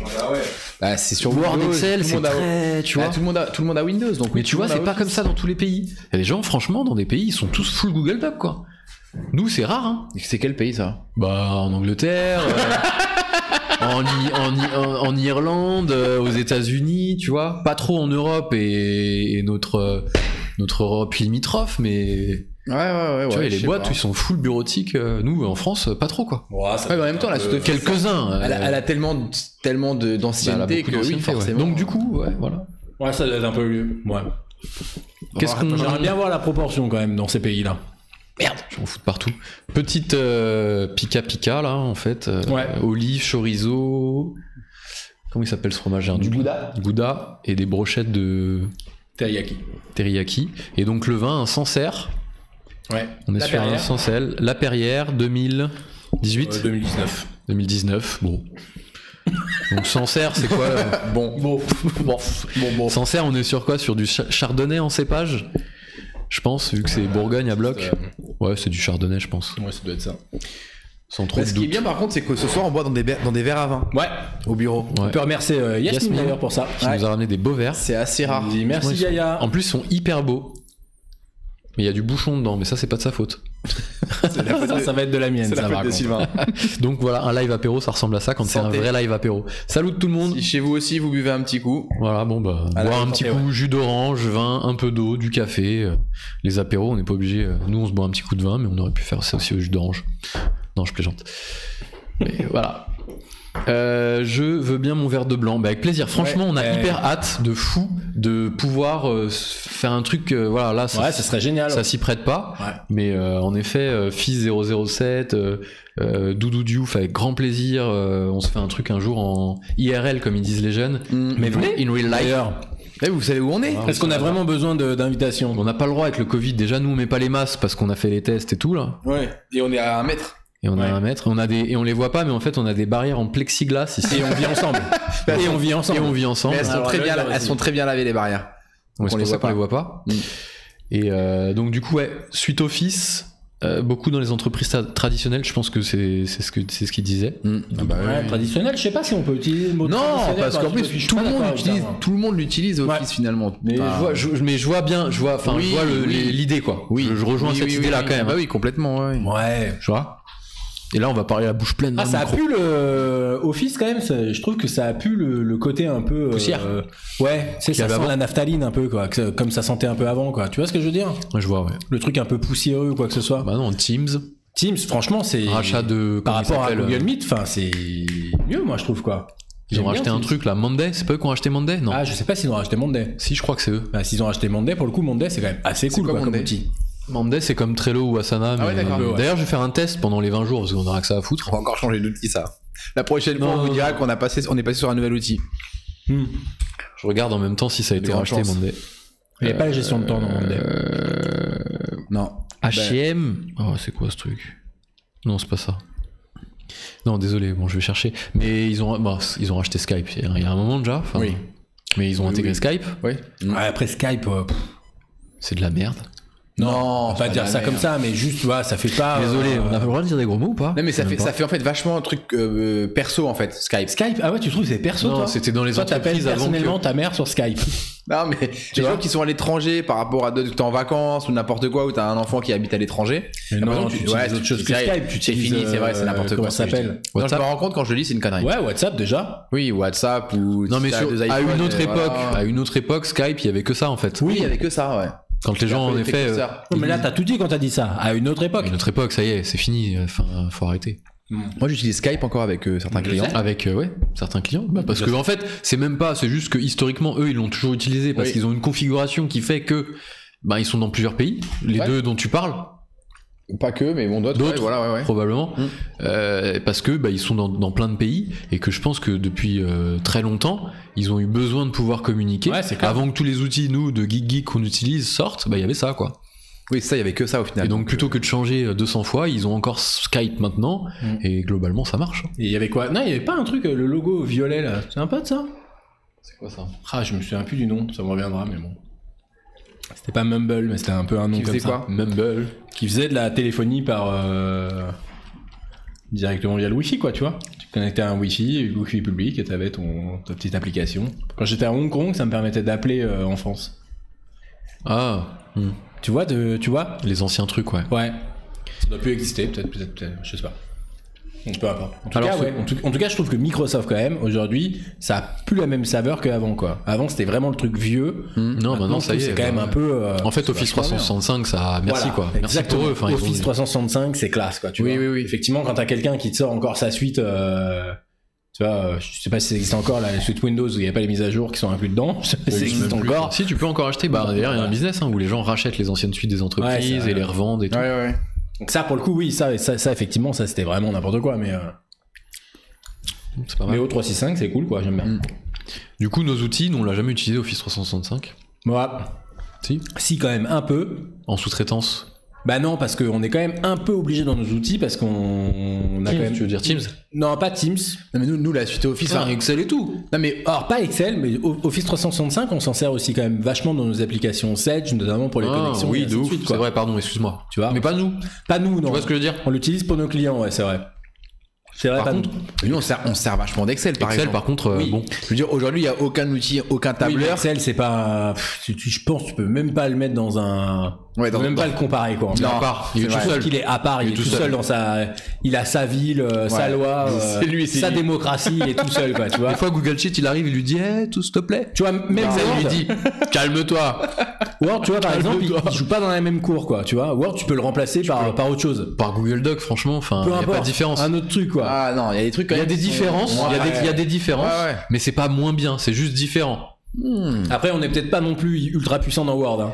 [SPEAKER 2] Bah, c'est sur
[SPEAKER 1] Word,
[SPEAKER 2] Windows,
[SPEAKER 1] Excel,
[SPEAKER 2] tout le
[SPEAKER 1] c'est
[SPEAKER 2] monde a-
[SPEAKER 1] très, tu vois.
[SPEAKER 2] Ah, tout, le monde a, tout le monde a Windows, donc.
[SPEAKER 1] Mais
[SPEAKER 2] oui,
[SPEAKER 1] tu
[SPEAKER 2] tout
[SPEAKER 1] vois,
[SPEAKER 2] le monde a
[SPEAKER 1] c'est pas
[SPEAKER 2] Office.
[SPEAKER 1] comme ça dans tous les pays. Il y a des gens, franchement, dans des pays, ils sont tous full Google Doc, quoi. Nous, c'est rare, hein.
[SPEAKER 2] C'est quel pays ça
[SPEAKER 1] Bah, en Angleterre, euh, en, I- en I- en- en Irlande, euh, aux États-Unis, tu vois. Pas trop en Europe et, et notre, euh, notre Europe limitrophe, mais
[SPEAKER 2] Ouais, ouais, ouais. ouais
[SPEAKER 1] tu vois, et
[SPEAKER 2] je
[SPEAKER 1] les
[SPEAKER 2] sais
[SPEAKER 1] boîtes,
[SPEAKER 2] pas.
[SPEAKER 1] ils sont full bureautique. nous, en France, pas trop, quoi.
[SPEAKER 3] Ouah, ça
[SPEAKER 2] Ouais, mais
[SPEAKER 3] fait
[SPEAKER 2] en même
[SPEAKER 3] un
[SPEAKER 4] Euh,
[SPEAKER 2] temps, la
[SPEAKER 3] peu-
[SPEAKER 2] suite officielle,
[SPEAKER 1] Ah, Quelques-uns. euh,
[SPEAKER 2] Elle a, elle a tellement, de- tellement
[SPEAKER 1] Bah,
[SPEAKER 2] de- d'ancienneté que oui, forcément.
[SPEAKER 1] Donc, du coup, ouais, voilà.
[SPEAKER 4] Ouais, ça doit être un peu mieux. Ouais.
[SPEAKER 1] Qu'est-ce qu'on
[SPEAKER 4] J'aimerais bien voir la proportion quand même dans ces pays-là.
[SPEAKER 1] J'en fous de partout. Petite euh, pica pica là en fait. Euh,
[SPEAKER 4] Ouais.
[SPEAKER 1] Olive, chorizo. Comment il s'appelle ce fromage hein,
[SPEAKER 5] Du Gouda
[SPEAKER 1] Gouda et des brochettes de
[SPEAKER 4] Teriyaki.
[SPEAKER 1] teriyaki. Et donc le vin, un Sancerre.
[SPEAKER 4] Ouais.
[SPEAKER 1] On est
[SPEAKER 4] La
[SPEAKER 1] sur un
[SPEAKER 4] Perrière.
[SPEAKER 1] Sancerre. La Perrière 2018,
[SPEAKER 4] Euh, 2019.
[SPEAKER 1] 2019. Bon. Donc Sancerre, c'est quoi euh,
[SPEAKER 2] bon,
[SPEAKER 4] Bon.
[SPEAKER 1] bon. Sancerre, on est sur quoi Sur du cha- chardonnay en cépage Je pense, vu que c'est Bourgogne à bloc. Ouais, c'est du chardonnay, je pense.
[SPEAKER 4] Ouais, ça doit être ça.
[SPEAKER 1] Sans trop
[SPEAKER 2] Bah,
[SPEAKER 1] de
[SPEAKER 2] ce qui est
[SPEAKER 1] doute.
[SPEAKER 2] bien par contre, c'est que ce soir on boit dans des, ver- dans des verres à vin
[SPEAKER 4] Ouais.
[SPEAKER 2] au bureau.
[SPEAKER 1] Ouais.
[SPEAKER 4] On peut remercier euh, Yasmine,
[SPEAKER 1] Yasmine.
[SPEAKER 4] d'ailleurs pour ça.
[SPEAKER 1] Qui nous a ramené des beaux verres.
[SPEAKER 2] C'est assez rare.
[SPEAKER 4] On dit merci
[SPEAKER 1] Ouais, ils sont-
[SPEAKER 4] Yaya.
[SPEAKER 1] En plus, ils sont hyper beaux. Mais il y a du bouchon dedans, mais ça, c'est pas de sa faute.
[SPEAKER 4] Ça, ça va être de la mienne.
[SPEAKER 2] C'est
[SPEAKER 4] ça,
[SPEAKER 2] la
[SPEAKER 4] par
[SPEAKER 2] fête de
[SPEAKER 4] contre.
[SPEAKER 2] Sylvain.
[SPEAKER 1] Donc voilà, un live apéro, ça ressemble à ça quand c'est un
[SPEAKER 2] Santé.
[SPEAKER 1] vrai live apéro. Salut tout le monde.
[SPEAKER 2] si chez vous aussi vous buvez un petit coup,
[SPEAKER 1] Voilà, bon bah,
[SPEAKER 2] À la
[SPEAKER 1] boire un
[SPEAKER 2] santé,
[SPEAKER 1] petit coup, jus d'orange, vin, un peu d'eau, du café. euh, Les apéros, on n'est pas obligé. euh, Nous, on se boit un petit coup de vin, mais on aurait pu faire ça aussi au jus d'orange. Non, je plaisante. Mais voilà. Euh, je veux bien mon verre de blanc. Bah, avec plaisir. Franchement, on a
[SPEAKER 4] Ouais.
[SPEAKER 1] hyper hâte de fou de pouvoir euh, s- faire un truc. euh, voilà, là, ça,
[SPEAKER 4] Ouais, ça serait génial.
[SPEAKER 1] ça s'y prête pas.
[SPEAKER 4] Ouais.
[SPEAKER 1] Mais euh, en effet, euh, Fizz 007, euh, euh, Doudou Diouf, avec grand plaisir, euh, on se fait un truc un jour en IRL, comme ils disent les jeunes. Mais
[SPEAKER 2] vous,
[SPEAKER 1] in real life.
[SPEAKER 4] D'ailleurs,
[SPEAKER 2] eh, vous savez où on est
[SPEAKER 4] est-ce qu'on a vraiment besoin de- d'invitations
[SPEAKER 1] On n'a pas le droit avec le Covid. Déjà, nous, on met pas les masques parce qu'on a fait les tests et tout, là.
[SPEAKER 2] Ouais. Et on est à un mètre.
[SPEAKER 1] Et on
[SPEAKER 4] Ouais.
[SPEAKER 1] a un mètre. On a des, et on les voit pas, mais en fait, on a des barrières en plexiglas ici.
[SPEAKER 4] Et on vit ensemble. Et on vit
[SPEAKER 1] et
[SPEAKER 4] ensemble.
[SPEAKER 1] on vit
[SPEAKER 2] Mais
[SPEAKER 1] ensemble.
[SPEAKER 2] elles sont,
[SPEAKER 4] Alors,
[SPEAKER 2] très
[SPEAKER 4] le
[SPEAKER 2] bien,
[SPEAKER 4] verre
[SPEAKER 2] elles
[SPEAKER 4] aussi.
[SPEAKER 2] sont très bien lavées les barrières.
[SPEAKER 1] Ouais,
[SPEAKER 2] on
[SPEAKER 1] c'est
[SPEAKER 2] les
[SPEAKER 1] pour ça
[SPEAKER 2] voit
[SPEAKER 1] qu'on
[SPEAKER 2] pas.
[SPEAKER 1] les voit pas.
[SPEAKER 2] Mm.
[SPEAKER 1] Et euh, donc, du coup, ouais, suite office. euh, beaucoup dans les entreprises tra- traditionnelles, je pense que c'est c'est ce que c'est ce qu'ils disaient.
[SPEAKER 4] Ah bah Ouais, Traditionnel, je sais pas si on peut utiliser le mot
[SPEAKER 2] Mm. Non,
[SPEAKER 4] traditionnel
[SPEAKER 2] parce
[SPEAKER 4] dans
[SPEAKER 2] qu'en
[SPEAKER 4] la
[SPEAKER 2] plus
[SPEAKER 4] suite, je suis
[SPEAKER 2] tout
[SPEAKER 4] pas
[SPEAKER 2] le monde
[SPEAKER 4] d'accord avec ça,
[SPEAKER 2] l'utilise,
[SPEAKER 4] moi.
[SPEAKER 2] tout le monde l'utilise Office
[SPEAKER 4] Ouais.
[SPEAKER 2] finalement.
[SPEAKER 1] Mais,
[SPEAKER 2] Bah,
[SPEAKER 1] je vois, je, mais je vois bien, je vois, enfin,
[SPEAKER 2] Oui,
[SPEAKER 1] je vois le-
[SPEAKER 2] oui.
[SPEAKER 1] les- l'idée quoi.
[SPEAKER 2] oui.
[SPEAKER 1] Je, je rejoins
[SPEAKER 2] Oui,
[SPEAKER 1] cette
[SPEAKER 2] oui,
[SPEAKER 1] idée-là
[SPEAKER 2] oui,
[SPEAKER 1] quand
[SPEAKER 2] oui.
[SPEAKER 1] même.
[SPEAKER 2] Bah oui, complètement. ouais.
[SPEAKER 4] Ouais.
[SPEAKER 1] Tu vois. Et là, on va parler à la bouche pleine.
[SPEAKER 4] Ah,
[SPEAKER 1] dans
[SPEAKER 4] ça
[SPEAKER 1] le
[SPEAKER 4] a
[SPEAKER 1] micro.
[SPEAKER 4] pu le euh, office quand même. ça- je trouve que ça a pu le, le côté un peu euh,
[SPEAKER 2] Poussière.
[SPEAKER 4] ouais, c'est
[SPEAKER 1] y
[SPEAKER 4] ça
[SPEAKER 1] avait
[SPEAKER 4] sent
[SPEAKER 1] avant.
[SPEAKER 4] la naphtaline un peu quoi, que- comme ça sentait un peu avant quoi. Tu vois ce que je veux dire
[SPEAKER 1] Ouais, je vois, ouais.
[SPEAKER 4] Le truc un peu poussiéreux ou quoi que ce soit.
[SPEAKER 1] Bah non, Teams,
[SPEAKER 4] Teams, franchement, c'est
[SPEAKER 1] rachat de.
[SPEAKER 4] par
[SPEAKER 1] comment il
[SPEAKER 4] rapport à
[SPEAKER 1] s'appelle,
[SPEAKER 4] Google
[SPEAKER 1] euh,
[SPEAKER 4] Meet, enfin c'est mieux moi je trouve quoi.
[SPEAKER 1] Ils
[SPEAKER 4] J'aime
[SPEAKER 1] ont
[SPEAKER 4] bien
[SPEAKER 1] racheté un
[SPEAKER 4] Teams.
[SPEAKER 1] truc là, Monday. C'est pas eux qui ont racheté Monday Non.
[SPEAKER 4] Ah, je sais pas s'ils ont racheté Monday.
[SPEAKER 1] Si, je crois que c'est eux.
[SPEAKER 4] Bah, s'ils ont racheté Monday, pour le coup, Monday c'est quand même assez cool
[SPEAKER 2] quoi,
[SPEAKER 4] quoi, comme
[SPEAKER 2] Monday
[SPEAKER 4] outil.
[SPEAKER 1] Monday, c'est comme Trello ou Asana.
[SPEAKER 2] Ah ouais,
[SPEAKER 1] mais- euh,
[SPEAKER 2] d'accord.
[SPEAKER 1] D'ailleurs, je vais faire un test pendant les 20 jours parce qu'on aura que ça à foutre.
[SPEAKER 2] On va encore changer d'outil ça. La prochaine fois,
[SPEAKER 1] Non,
[SPEAKER 2] on vous
[SPEAKER 1] non,
[SPEAKER 2] dira qu'on a passé, on est passé sur un nouvel outil.
[SPEAKER 4] Hmm.
[SPEAKER 1] Je regarde en même temps si ça a été
[SPEAKER 2] grandes
[SPEAKER 1] racheté
[SPEAKER 2] chances.
[SPEAKER 1] Monday.
[SPEAKER 4] Il n'y a pas la gestion de temps dans Monday.
[SPEAKER 1] Euh,
[SPEAKER 2] Non.
[SPEAKER 1] H&M Oh, c'est quoi ce truc Non, c'est pas ça. Non, désolé, bon, je vais chercher. Mais ils ont, bah, ils ont racheté Skype il y a- il y a un moment déjà. enfin,
[SPEAKER 2] Oui.
[SPEAKER 1] Mais ils ont intégré Skype.
[SPEAKER 2] Oui.
[SPEAKER 4] Ouais, après Skype, euh, pff,
[SPEAKER 1] C'est de la merde.
[SPEAKER 2] Non,
[SPEAKER 4] on va pas dire ça comme ça, mais juste, tu vois, ça fait pas.
[SPEAKER 1] Ah, désolé,
[SPEAKER 4] euh,
[SPEAKER 1] on a pas le droit de dire des gros mots ou pas
[SPEAKER 2] Ah. Non mais ça
[SPEAKER 1] Même
[SPEAKER 2] fait,
[SPEAKER 1] pas.
[SPEAKER 2] ça fait en fait vachement un truc euh, perso en fait Skype.
[SPEAKER 4] Skype, ah ouais, tu trouves que c'est perso
[SPEAKER 1] Non,
[SPEAKER 4] toi
[SPEAKER 1] c'était dans les
[SPEAKER 4] Toi, t'appelles
[SPEAKER 1] entreprises avant que...
[SPEAKER 4] personnellement ta mère sur Skype.
[SPEAKER 2] Non mais les gens qui sont à l'étranger par rapport à d'autres, t'es en vacances ou n'importe quoi ou t'as un enfant qui habite à l'étranger.
[SPEAKER 4] Mais
[SPEAKER 2] non, tu utilises autre chose que Skype,
[SPEAKER 4] tu euh,
[SPEAKER 2] C'est fini, c'est vrai, c'est n'importe quoi.
[SPEAKER 4] Comment ça
[SPEAKER 2] ce que je
[SPEAKER 4] s'appelle
[SPEAKER 2] dis. Non, je me rends compte quand je le lis, c'est une connerie.
[SPEAKER 4] Ouais, WhatsApp déjà.
[SPEAKER 2] Oui, WhatsApp ou.
[SPEAKER 1] Non mais
[SPEAKER 2] si t'as
[SPEAKER 1] sur-
[SPEAKER 2] deux
[SPEAKER 1] à
[SPEAKER 2] iPhones,
[SPEAKER 1] une autre
[SPEAKER 2] euh,
[SPEAKER 1] époque,
[SPEAKER 2] voilà.
[SPEAKER 1] à une autre époque, Skype, il y avait que ça en fait.
[SPEAKER 2] Oui, il y avait que ça, ouais.
[SPEAKER 1] Quand les gens en
[SPEAKER 2] Les
[SPEAKER 1] effet, euh,
[SPEAKER 2] précurseurs.
[SPEAKER 4] Non, mais là, t'as tout dit quand t'as dit ça, à une autre époque.
[SPEAKER 1] à une autre époque, ça y est, c'est fini. Enfin, faut arrêter.
[SPEAKER 2] Moi, j'utilise Skype encore avec euh, certains
[SPEAKER 3] Je
[SPEAKER 2] clients.
[SPEAKER 3] sais.
[SPEAKER 1] Avec euh, ouais, certains clients. Bah, parce
[SPEAKER 3] Je
[SPEAKER 1] que en fait, c'est même pas, c'est juste que historiquement, eux, ils l'ont toujours utilisé parce
[SPEAKER 2] Oui.
[SPEAKER 1] qu'ils ont une configuration qui fait que bah, ils sont dans plusieurs pays, les
[SPEAKER 2] Ouais.
[SPEAKER 1] deux dont tu parles,
[SPEAKER 2] Pas que, mais bon, d'autres.
[SPEAKER 1] D'autres.
[SPEAKER 2] ouais, voilà, ouais, ouais.
[SPEAKER 1] probablement,
[SPEAKER 2] Mm.
[SPEAKER 1] euh, parce que bah, ils sont dans, dans plein de pays et que je pense que depuis euh, très longtemps, ils ont eu besoin de pouvoir communiquer.
[SPEAKER 4] Ouais, c'est clair.
[SPEAKER 1] Avant que tous les outils, nous, de Geek Geek qu'on utilise sortent, bah, il y avait ça, quoi.
[SPEAKER 2] Oui, ça, il y avait que ça au final.
[SPEAKER 1] et donc, plutôt que de changer euh, 200 fois, ils ont encore Skype maintenant,
[SPEAKER 4] Mm.
[SPEAKER 1] et globalement, ça marche.
[SPEAKER 4] Et il y avait quoi Non, il y avait pas un truc, euh, le logo violet là. C'est un pote ça
[SPEAKER 5] C'est quoi ça
[SPEAKER 4] Ah, je me souviens plus du nom, ça me reviendra, mais bon. C'était pas Mumble, mais c'était un peu un nom
[SPEAKER 2] Qui
[SPEAKER 4] comme
[SPEAKER 2] faisait
[SPEAKER 4] ça.
[SPEAKER 2] quoi
[SPEAKER 1] Mumble.
[SPEAKER 4] Qui faisait de la téléphonie par. euh, directement via le Wi-Fi, quoi, tu vois. Tu connectais à un Wi-Fi, et Wi-Fi public, et t'avais ton, ta petite application. Quand j'étais à Hong Kong, ça me permettait d'appeler euh, en France.
[SPEAKER 1] Ah, mm.
[SPEAKER 4] Tu vois, de, tu vois
[SPEAKER 1] les anciens trucs, ouais.
[SPEAKER 4] Ouais. Ça doit plus exister, peut-être, peut-être, peut-être, je sais pas. Donc, peu importe. En tout,
[SPEAKER 1] Alors,
[SPEAKER 4] cas,
[SPEAKER 1] ce-
[SPEAKER 4] ouais, en, tout, en tout cas, je trouve que Microsoft, quand même, aujourd'hui, ça a plus la même saveur qu'avant, quoi. Avant, c'était vraiment le truc vieux.
[SPEAKER 2] Hmm.
[SPEAKER 1] Non, maintenant, ça y est.
[SPEAKER 4] C'est quand même
[SPEAKER 1] bah,
[SPEAKER 4] un peu. euh,
[SPEAKER 1] En fait, Office
[SPEAKER 4] vachement bien.
[SPEAKER 1] 365, ça. Merci
[SPEAKER 4] Voilà,
[SPEAKER 1] quoi. Merci
[SPEAKER 4] exactement.
[SPEAKER 1] pour eux. Enfin, ils
[SPEAKER 4] Office
[SPEAKER 1] ont-
[SPEAKER 4] 365, c'est classe, quoi. Tu
[SPEAKER 2] Oui,
[SPEAKER 4] vois.
[SPEAKER 2] oui, oui.
[SPEAKER 4] Effectivement, quand t'as quelqu'un qui te sort encore sa suite, euh, tu vois, euh, je sais pas si ça existe encore, la suite Windows où il n'y a pas les mises à jour qui sont inclus dedans. Je sais pas si ça
[SPEAKER 1] ils
[SPEAKER 4] existe
[SPEAKER 1] sont plus-
[SPEAKER 4] encore.
[SPEAKER 1] Si tu peux encore acheter, bah, d'ailleurs, il y a un
[SPEAKER 4] Ouais.
[SPEAKER 1] business hein, où les gens rachètent les anciennes suites des
[SPEAKER 4] Ouais,
[SPEAKER 1] entreprises
[SPEAKER 4] ça-
[SPEAKER 1] et les revendent et tout.
[SPEAKER 2] Ouais, ouais, ouais.
[SPEAKER 4] Donc, ça, pour le coup, oui, ça, ça, ça effectivement, ça, c'était vraiment n'importe quoi, mais. euh,
[SPEAKER 1] C'est pas mal.
[SPEAKER 4] Mais au 365, c'est cool, quoi, j'aime bien.
[SPEAKER 2] Mm.
[SPEAKER 1] Du coup, nos outils, nous, on l'a jamais utilisé Office 365
[SPEAKER 4] Voilà.
[SPEAKER 1] Si.
[SPEAKER 4] Mm. Si, quand même, un peu.
[SPEAKER 1] en sous-traitance.
[SPEAKER 4] Bah non, parce qu'on est quand même un peu obligé dans nos outils, parce qu'on on a quand même.
[SPEAKER 1] tu veux dire Teams
[SPEAKER 4] Non, pas Teams.
[SPEAKER 2] Non, mais nous, nous la suite Office.
[SPEAKER 1] Ah,
[SPEAKER 2] hein.
[SPEAKER 1] Excel et tout.
[SPEAKER 2] Non, mais
[SPEAKER 4] Alors, pas Excel, mais O- Office 365, on s'en sert aussi quand même vachement dans nos applications Sage, notamment pour les
[SPEAKER 1] Ah,
[SPEAKER 4] connexions. et
[SPEAKER 1] oui,
[SPEAKER 4] ainsi
[SPEAKER 1] de ouf.
[SPEAKER 4] suite, quoi.
[SPEAKER 1] C'est vrai, pardon, excuse-moi.
[SPEAKER 4] Tu vois
[SPEAKER 1] Mais pas nous.
[SPEAKER 4] Pas nous,
[SPEAKER 1] Tu
[SPEAKER 4] non.
[SPEAKER 1] vois ce que je veux dire
[SPEAKER 4] On l'utilise pour nos clients, ouais, c'est vrai. C'est vrai,
[SPEAKER 1] Par
[SPEAKER 4] pas
[SPEAKER 1] contre,
[SPEAKER 4] nous.
[SPEAKER 2] nous, on sert, on sert vachement d'Excel, par
[SPEAKER 1] Excel,
[SPEAKER 2] exemple.
[SPEAKER 1] par contre, euh,
[SPEAKER 4] Oui.
[SPEAKER 1] bon.
[SPEAKER 2] Je veux dire, aujourd'hui, il n'y a aucun outil, aucun
[SPEAKER 4] Oui, mais
[SPEAKER 2] tableur.
[SPEAKER 4] Excel, c'est pas. pff, tu- tu- je pense, tu peux même pas le mettre dans un.
[SPEAKER 2] ouais,
[SPEAKER 4] Tu peux
[SPEAKER 2] dans-
[SPEAKER 4] même pas le comparer, quoi.
[SPEAKER 1] Il est
[SPEAKER 2] Non,
[SPEAKER 1] à part. Il
[SPEAKER 2] c'est
[SPEAKER 1] est tout
[SPEAKER 2] vrai.
[SPEAKER 1] seul.
[SPEAKER 4] Il est à part, il, est tout seul dans sa. Il a sa ville, euh, sa loi, euh,
[SPEAKER 2] C'est lui, c'est
[SPEAKER 4] sa
[SPEAKER 2] lui.
[SPEAKER 4] démocratie, il est tout seul, quoi, tu vois.
[SPEAKER 1] Des fois, Google Sheet, il arrive, il lui dit, eh, tout s'il te plaît.
[SPEAKER 4] Tu vois,
[SPEAKER 2] Ah,
[SPEAKER 4] même
[SPEAKER 1] Ça
[SPEAKER 4] Word,
[SPEAKER 1] lui dit, calme-toi.
[SPEAKER 4] Word, tu vois, par exemple, il, il joue pas dans la même cour, quoi, tu vois. Word, tu peux le remplacer par, par autre chose.
[SPEAKER 1] Par Google Doc, franchement, enfin,
[SPEAKER 4] Peu
[SPEAKER 1] il n'y a
[SPEAKER 4] importe.
[SPEAKER 1] pas de différence.
[SPEAKER 4] Un autre truc, quoi.
[SPEAKER 2] Ah non, il y a des trucs. quand
[SPEAKER 1] Il y a
[SPEAKER 2] même
[SPEAKER 1] des
[SPEAKER 2] qui sont-
[SPEAKER 1] différences, il y a des- il y a des
[SPEAKER 2] Ouais,
[SPEAKER 1] différences,
[SPEAKER 2] ouais.
[SPEAKER 1] mais c'est pas moins bien, c'est juste différent.
[SPEAKER 2] Hmm.
[SPEAKER 4] Après, on n'est peut-être pas non plus ultra puissant dans Word. hein.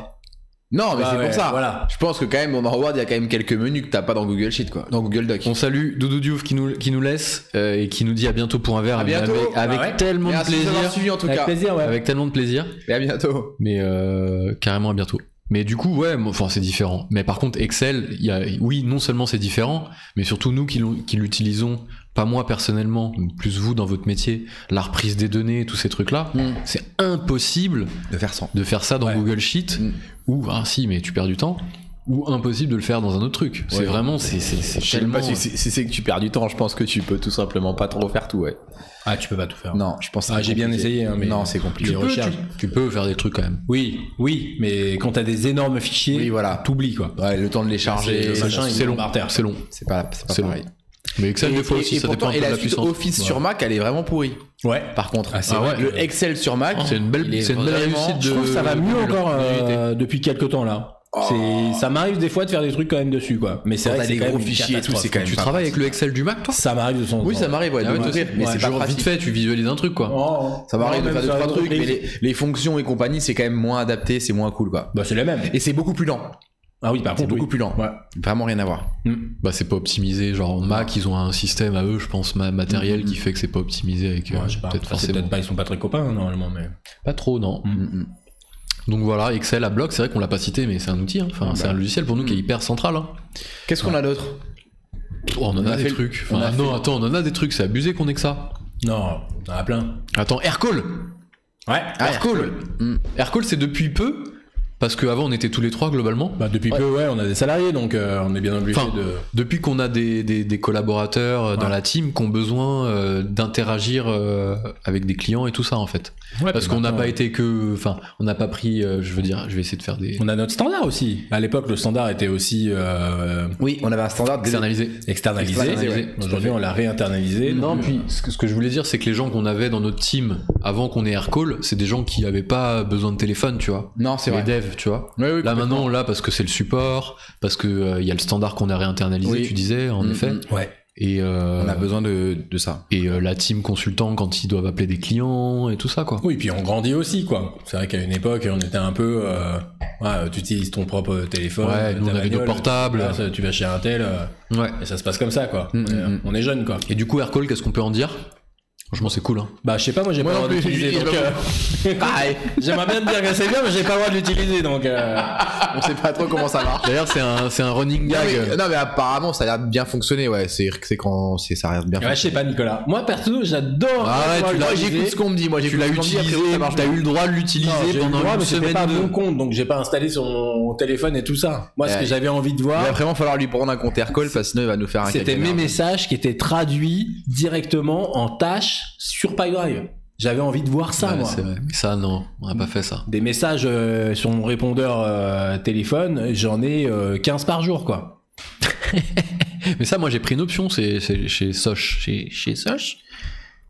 [SPEAKER 2] Non, mais
[SPEAKER 4] Ah
[SPEAKER 2] c'est
[SPEAKER 4] ouais,
[SPEAKER 2] pour ça.
[SPEAKER 4] Voilà.
[SPEAKER 2] Je pense que quand même, dans Howard, il y a quand même quelques menus que t'as pas dans Google Sheet, quoi. Dans Google Doc.
[SPEAKER 1] On salue Doudou Diouf qui nous, qui nous laisse euh, et qui nous dit à bientôt pour un verre.
[SPEAKER 2] À
[SPEAKER 1] mais
[SPEAKER 2] bientôt.
[SPEAKER 1] Avec, avec
[SPEAKER 4] Ah ouais.
[SPEAKER 1] tellement de
[SPEAKER 2] Merci de nous avoir
[SPEAKER 1] plaisir.
[SPEAKER 2] suivis en tout
[SPEAKER 4] Avec
[SPEAKER 2] cas.
[SPEAKER 4] plaisir, ouais.
[SPEAKER 1] Avec tellement de plaisir.
[SPEAKER 2] Et à bientôt.
[SPEAKER 1] Mais euh, carrément à bientôt. Mais du coup, ouais, moi, enfin, c'est différent. Mais par contre, Excel, il y a, oui, non seulement c'est différent, mais surtout nous qui l'on- qui l'utilisons, pas moi personnellement, mais plus vous dans votre métier, la reprise des données, tous ces trucs-là,
[SPEAKER 2] Mm.
[SPEAKER 1] c'est impossible
[SPEAKER 2] De faire 100.
[SPEAKER 1] de faire ça dans
[SPEAKER 4] Ouais.
[SPEAKER 1] Google Sheet,
[SPEAKER 2] Mm.
[SPEAKER 1] ou, ah si, mais tu perds du temps, ou impossible de le faire dans un autre truc. C'est
[SPEAKER 2] Ouais.
[SPEAKER 1] vraiment, c'est c'est- c'est
[SPEAKER 2] Je sais même
[SPEAKER 1] tellement-
[SPEAKER 2] pas si, si- si c'est que tu perds du temps, je pense que tu peux tout simplement pas trop faire tout, ouais.
[SPEAKER 4] Ah, tu peux pas tout faire.
[SPEAKER 2] Non, je pense que
[SPEAKER 4] Ah,
[SPEAKER 2] c'est
[SPEAKER 4] j'ai bien
[SPEAKER 2] compliqué.
[SPEAKER 4] essayé, hein, mais-
[SPEAKER 2] Non, c'est compliqué.
[SPEAKER 4] Tu peux, recherches.
[SPEAKER 1] Tu peux faire des trucs quand même.
[SPEAKER 4] Oui, oui, mais quand t'as des énormes fichiers,
[SPEAKER 2] Oui, voilà.
[SPEAKER 4] t'oublies, quoi.
[SPEAKER 2] Ouais, le temps de les charger,
[SPEAKER 4] C'est-
[SPEAKER 2] machin,
[SPEAKER 4] il
[SPEAKER 1] C'est long.
[SPEAKER 4] tombe par terre.
[SPEAKER 1] C'est long.
[SPEAKER 2] c'est pas, c'est pas
[SPEAKER 1] C'est long.
[SPEAKER 2] pareil.
[SPEAKER 1] Mais Excel,
[SPEAKER 2] et,
[SPEAKER 1] des fois
[SPEAKER 2] et-
[SPEAKER 1] aussi,
[SPEAKER 2] et
[SPEAKER 1] ça
[SPEAKER 2] pourtant,
[SPEAKER 1] dépend un
[SPEAKER 2] et
[SPEAKER 1] peu de
[SPEAKER 2] la
[SPEAKER 1] la
[SPEAKER 2] suite
[SPEAKER 1] puissance.
[SPEAKER 2] Office
[SPEAKER 1] Ouais.
[SPEAKER 2] sur Mac, elle est vraiment pourrie.
[SPEAKER 4] Ouais.
[SPEAKER 2] Par contre,
[SPEAKER 4] Ah, c'est
[SPEAKER 1] Ah ouais.
[SPEAKER 4] vrai.
[SPEAKER 2] le Excel sur Mac,
[SPEAKER 1] C'est une belle,
[SPEAKER 2] Il est
[SPEAKER 1] c'est une belle
[SPEAKER 2] vraiment-
[SPEAKER 1] réussite de.
[SPEAKER 4] Je trouve que ça va mieux
[SPEAKER 1] de leur
[SPEAKER 4] encore euh,
[SPEAKER 1] communauté.
[SPEAKER 4] depuis quelques temps, là. C'est- Ça m'arrive des fois de faire des trucs quand même dessus, quoi. Mais c'est
[SPEAKER 2] Oh. Quand
[SPEAKER 4] vrai
[SPEAKER 2] t'as
[SPEAKER 4] que c'est
[SPEAKER 2] des
[SPEAKER 4] quand
[SPEAKER 2] gros
[SPEAKER 4] même une
[SPEAKER 2] fichiers et tout,
[SPEAKER 4] catastrophe.
[SPEAKER 2] c'est quand même
[SPEAKER 1] Tu
[SPEAKER 2] pas
[SPEAKER 1] travailles avec le Excel du Mac, toi
[SPEAKER 4] Ça m'arrive de son
[SPEAKER 2] Oui, ça m'arrive,
[SPEAKER 1] Ah
[SPEAKER 2] ouais, de m'ouvrir, mais c'est pas
[SPEAKER 1] Genre vite
[SPEAKER 2] pratique.
[SPEAKER 1] fait, tu visualises un truc quoi.
[SPEAKER 2] Ça m'arrive de faire deux, trois trucs, mais les, les fonctions et compagnie, c'est quand même moins adapté, c'est moins cool, quoi.
[SPEAKER 4] Bah, c'est la même.
[SPEAKER 2] Et c'est beaucoup plus lent.
[SPEAKER 4] Ah oui, par
[SPEAKER 2] C'est
[SPEAKER 4] contre,
[SPEAKER 2] beaucoup
[SPEAKER 4] oui.
[SPEAKER 2] plus lent.
[SPEAKER 4] Ouais.
[SPEAKER 2] Vraiment rien à voir.
[SPEAKER 4] Mm.
[SPEAKER 1] Bah c'est pas optimisé, genre Mac ils ont un système à eux, je pense, ma-
[SPEAKER 2] Mm.
[SPEAKER 1] matériel qui fait que c'est pas optimisé avec euh,
[SPEAKER 4] Ouais, je sais pas.
[SPEAKER 1] peut-être
[SPEAKER 4] Enfin, c'est
[SPEAKER 1] forcément.
[SPEAKER 4] peut-être pas, ils sont pas très copains, hein, normalement, mais.
[SPEAKER 1] Pas trop non.
[SPEAKER 2] Mm,
[SPEAKER 1] Donc voilà, Excel à bloc, c'est vrai qu'on l'a pas cité, mais c'est un outil, hein. enfin
[SPEAKER 2] Ah bah
[SPEAKER 1] c'est un logiciel pour nous qui est hyper central. hein.
[SPEAKER 2] mm. Qu'est-ce qu'on a d'autre
[SPEAKER 1] Oh, on en
[SPEAKER 2] On
[SPEAKER 1] a,
[SPEAKER 2] a
[SPEAKER 1] des
[SPEAKER 2] fait le-
[SPEAKER 1] trucs.
[SPEAKER 2] on
[SPEAKER 1] Enfin,
[SPEAKER 2] a fait
[SPEAKER 1] non, attends, on en a des trucs, c'est abusé qu'on ait que ça.
[SPEAKER 4] Non, on en a plein.
[SPEAKER 1] Attends, Aircall
[SPEAKER 4] Ouais.
[SPEAKER 2] Ah,
[SPEAKER 1] Aircall
[SPEAKER 2] Mm.
[SPEAKER 1] Aircall c'est depuis peu, parce qu'avant on était tous les trois globalement.
[SPEAKER 4] Bah, depuis
[SPEAKER 1] Ouais.
[SPEAKER 4] peu, ouais, on a des salariés, donc euh, on est bien obligé
[SPEAKER 1] Enfin,
[SPEAKER 4] de.
[SPEAKER 1] Depuis qu'on a des, des- des collaborateurs euh, dans
[SPEAKER 4] Ouais.
[SPEAKER 1] la team qui ont besoin euh, d'interagir euh, avec des clients et tout ça en fait. Parce qu'on n'a
[SPEAKER 2] euh,
[SPEAKER 1] pas été que. Enfin, on n'a pas pris. euh, je veux dire, je vais essayer de faire des.
[SPEAKER 4] On a notre standard aussi. À l'époque, le standard était aussi euh,
[SPEAKER 2] Oui, on avait un standard de
[SPEAKER 1] Externalisé.
[SPEAKER 4] externalisé.
[SPEAKER 1] Externalisé, ouais,
[SPEAKER 4] Aujourd'hui, on l'a réinternalisé.
[SPEAKER 1] Non,
[SPEAKER 4] donc,
[SPEAKER 1] puis ce que, ce que je voulais dire, c'est que les gens qu'on avait dans notre team avant qu'on ait Aircall, c'est des gens qui n'avaient pas besoin de téléphone, tu vois.
[SPEAKER 2] Non, c'est
[SPEAKER 1] Les
[SPEAKER 2] vrai.
[SPEAKER 1] devs, tu vois.
[SPEAKER 2] Oui, oui,
[SPEAKER 1] Là
[SPEAKER 2] complètement.
[SPEAKER 1] maintenant, on l'a parce que c'est le support, parce que euh, il y a le standard qu'on a réinternalisé,
[SPEAKER 2] Oui.
[SPEAKER 1] tu disais, en
[SPEAKER 2] Mm,
[SPEAKER 1] effet.
[SPEAKER 2] mm.
[SPEAKER 4] Ouais.
[SPEAKER 1] Et, euh,
[SPEAKER 2] On a besoin de, de ça.
[SPEAKER 1] et euh, la team consultant quand ils doivent appeler des clients et tout ça, quoi.
[SPEAKER 4] Oui, puis on grandit aussi, quoi. C'est vrai qu'à une époque, on était un peu. euh, ouais, tu utilises ton propre téléphone.
[SPEAKER 1] Ouais,
[SPEAKER 4] ta
[SPEAKER 1] nous, on avait nos
[SPEAKER 4] bagnole,
[SPEAKER 1] portables.
[SPEAKER 4] Tu, passes, tu vas chez un tel, euh,
[SPEAKER 1] Ouais.
[SPEAKER 4] et ça se passe comme ça, quoi.
[SPEAKER 2] Mm,
[SPEAKER 4] Euh,
[SPEAKER 2] mm, mm.
[SPEAKER 4] On est jeune, quoi.
[SPEAKER 1] Et du coup, Aircall, qu'est-ce qu'on peut en dire Franchement, c'est cool. Hein.
[SPEAKER 4] Bah, je sais pas, moi, j'ai pas
[SPEAKER 2] Moi non
[SPEAKER 4] le droit
[SPEAKER 2] plus,
[SPEAKER 4] d'utiliser.
[SPEAKER 2] j'ai
[SPEAKER 4] donc,
[SPEAKER 2] pas
[SPEAKER 4] euh, J'aimerais bien te dire que c'est bien, mais j'ai pas le droit de l'utiliser, donc. euh,
[SPEAKER 2] On sait pas trop comment ça marche.
[SPEAKER 1] D'ailleurs, c'est un, c'est un running
[SPEAKER 2] Non
[SPEAKER 1] gag.
[SPEAKER 2] mais, non, mais apparemment ça a l'air bien fonctionné ouais c'est c'est quand c'est ça a l'air bien
[SPEAKER 4] Ouais, je sais pas, Nicolas. Moi, perso, j'adore.
[SPEAKER 1] Ah ouais,
[SPEAKER 4] savoir
[SPEAKER 1] tu l'as-
[SPEAKER 2] Moi,
[SPEAKER 4] l'utiliser.
[SPEAKER 2] j'écoute ce qu'on me dit moi
[SPEAKER 1] tu
[SPEAKER 2] j'écoute
[SPEAKER 1] l'as
[SPEAKER 2] ce qu'on me dit,
[SPEAKER 1] utilisé,
[SPEAKER 2] après, ça marche
[SPEAKER 1] t'as eu le droit de l'utiliser
[SPEAKER 4] Non, j'ai eu le
[SPEAKER 1] pendant
[SPEAKER 4] droit,
[SPEAKER 1] une
[SPEAKER 4] mais c'était
[SPEAKER 1] semaine.
[SPEAKER 4] pas à
[SPEAKER 1] de-
[SPEAKER 4] mon compte, donc j'ai pas installé sur mon téléphone et tout ça. Moi, ce
[SPEAKER 2] Ouais.
[SPEAKER 4] que j'avais envie de
[SPEAKER 2] Il
[SPEAKER 4] voir,
[SPEAKER 2] va vraiment falloir lui prendre un compte Aircall parce que sinon il va nous
[SPEAKER 1] Ah,
[SPEAKER 2] faire un
[SPEAKER 4] c'était mes
[SPEAKER 2] caca.
[SPEAKER 4] messages qui étaient traduits directement en tâches sur PyDrive. J'avais envie de voir ça,
[SPEAKER 1] Ouais,
[SPEAKER 4] moi.
[SPEAKER 1] c'est vrai. Mais ça, non, on n'a pas fait ça.
[SPEAKER 4] Des messages euh, sur mon répondeur euh, téléphone, j'en ai euh, 15 par jour, quoi.
[SPEAKER 1] Mais ça, moi, j'ai pris une option, c'est c'est chez Soch, chez, chez Soch,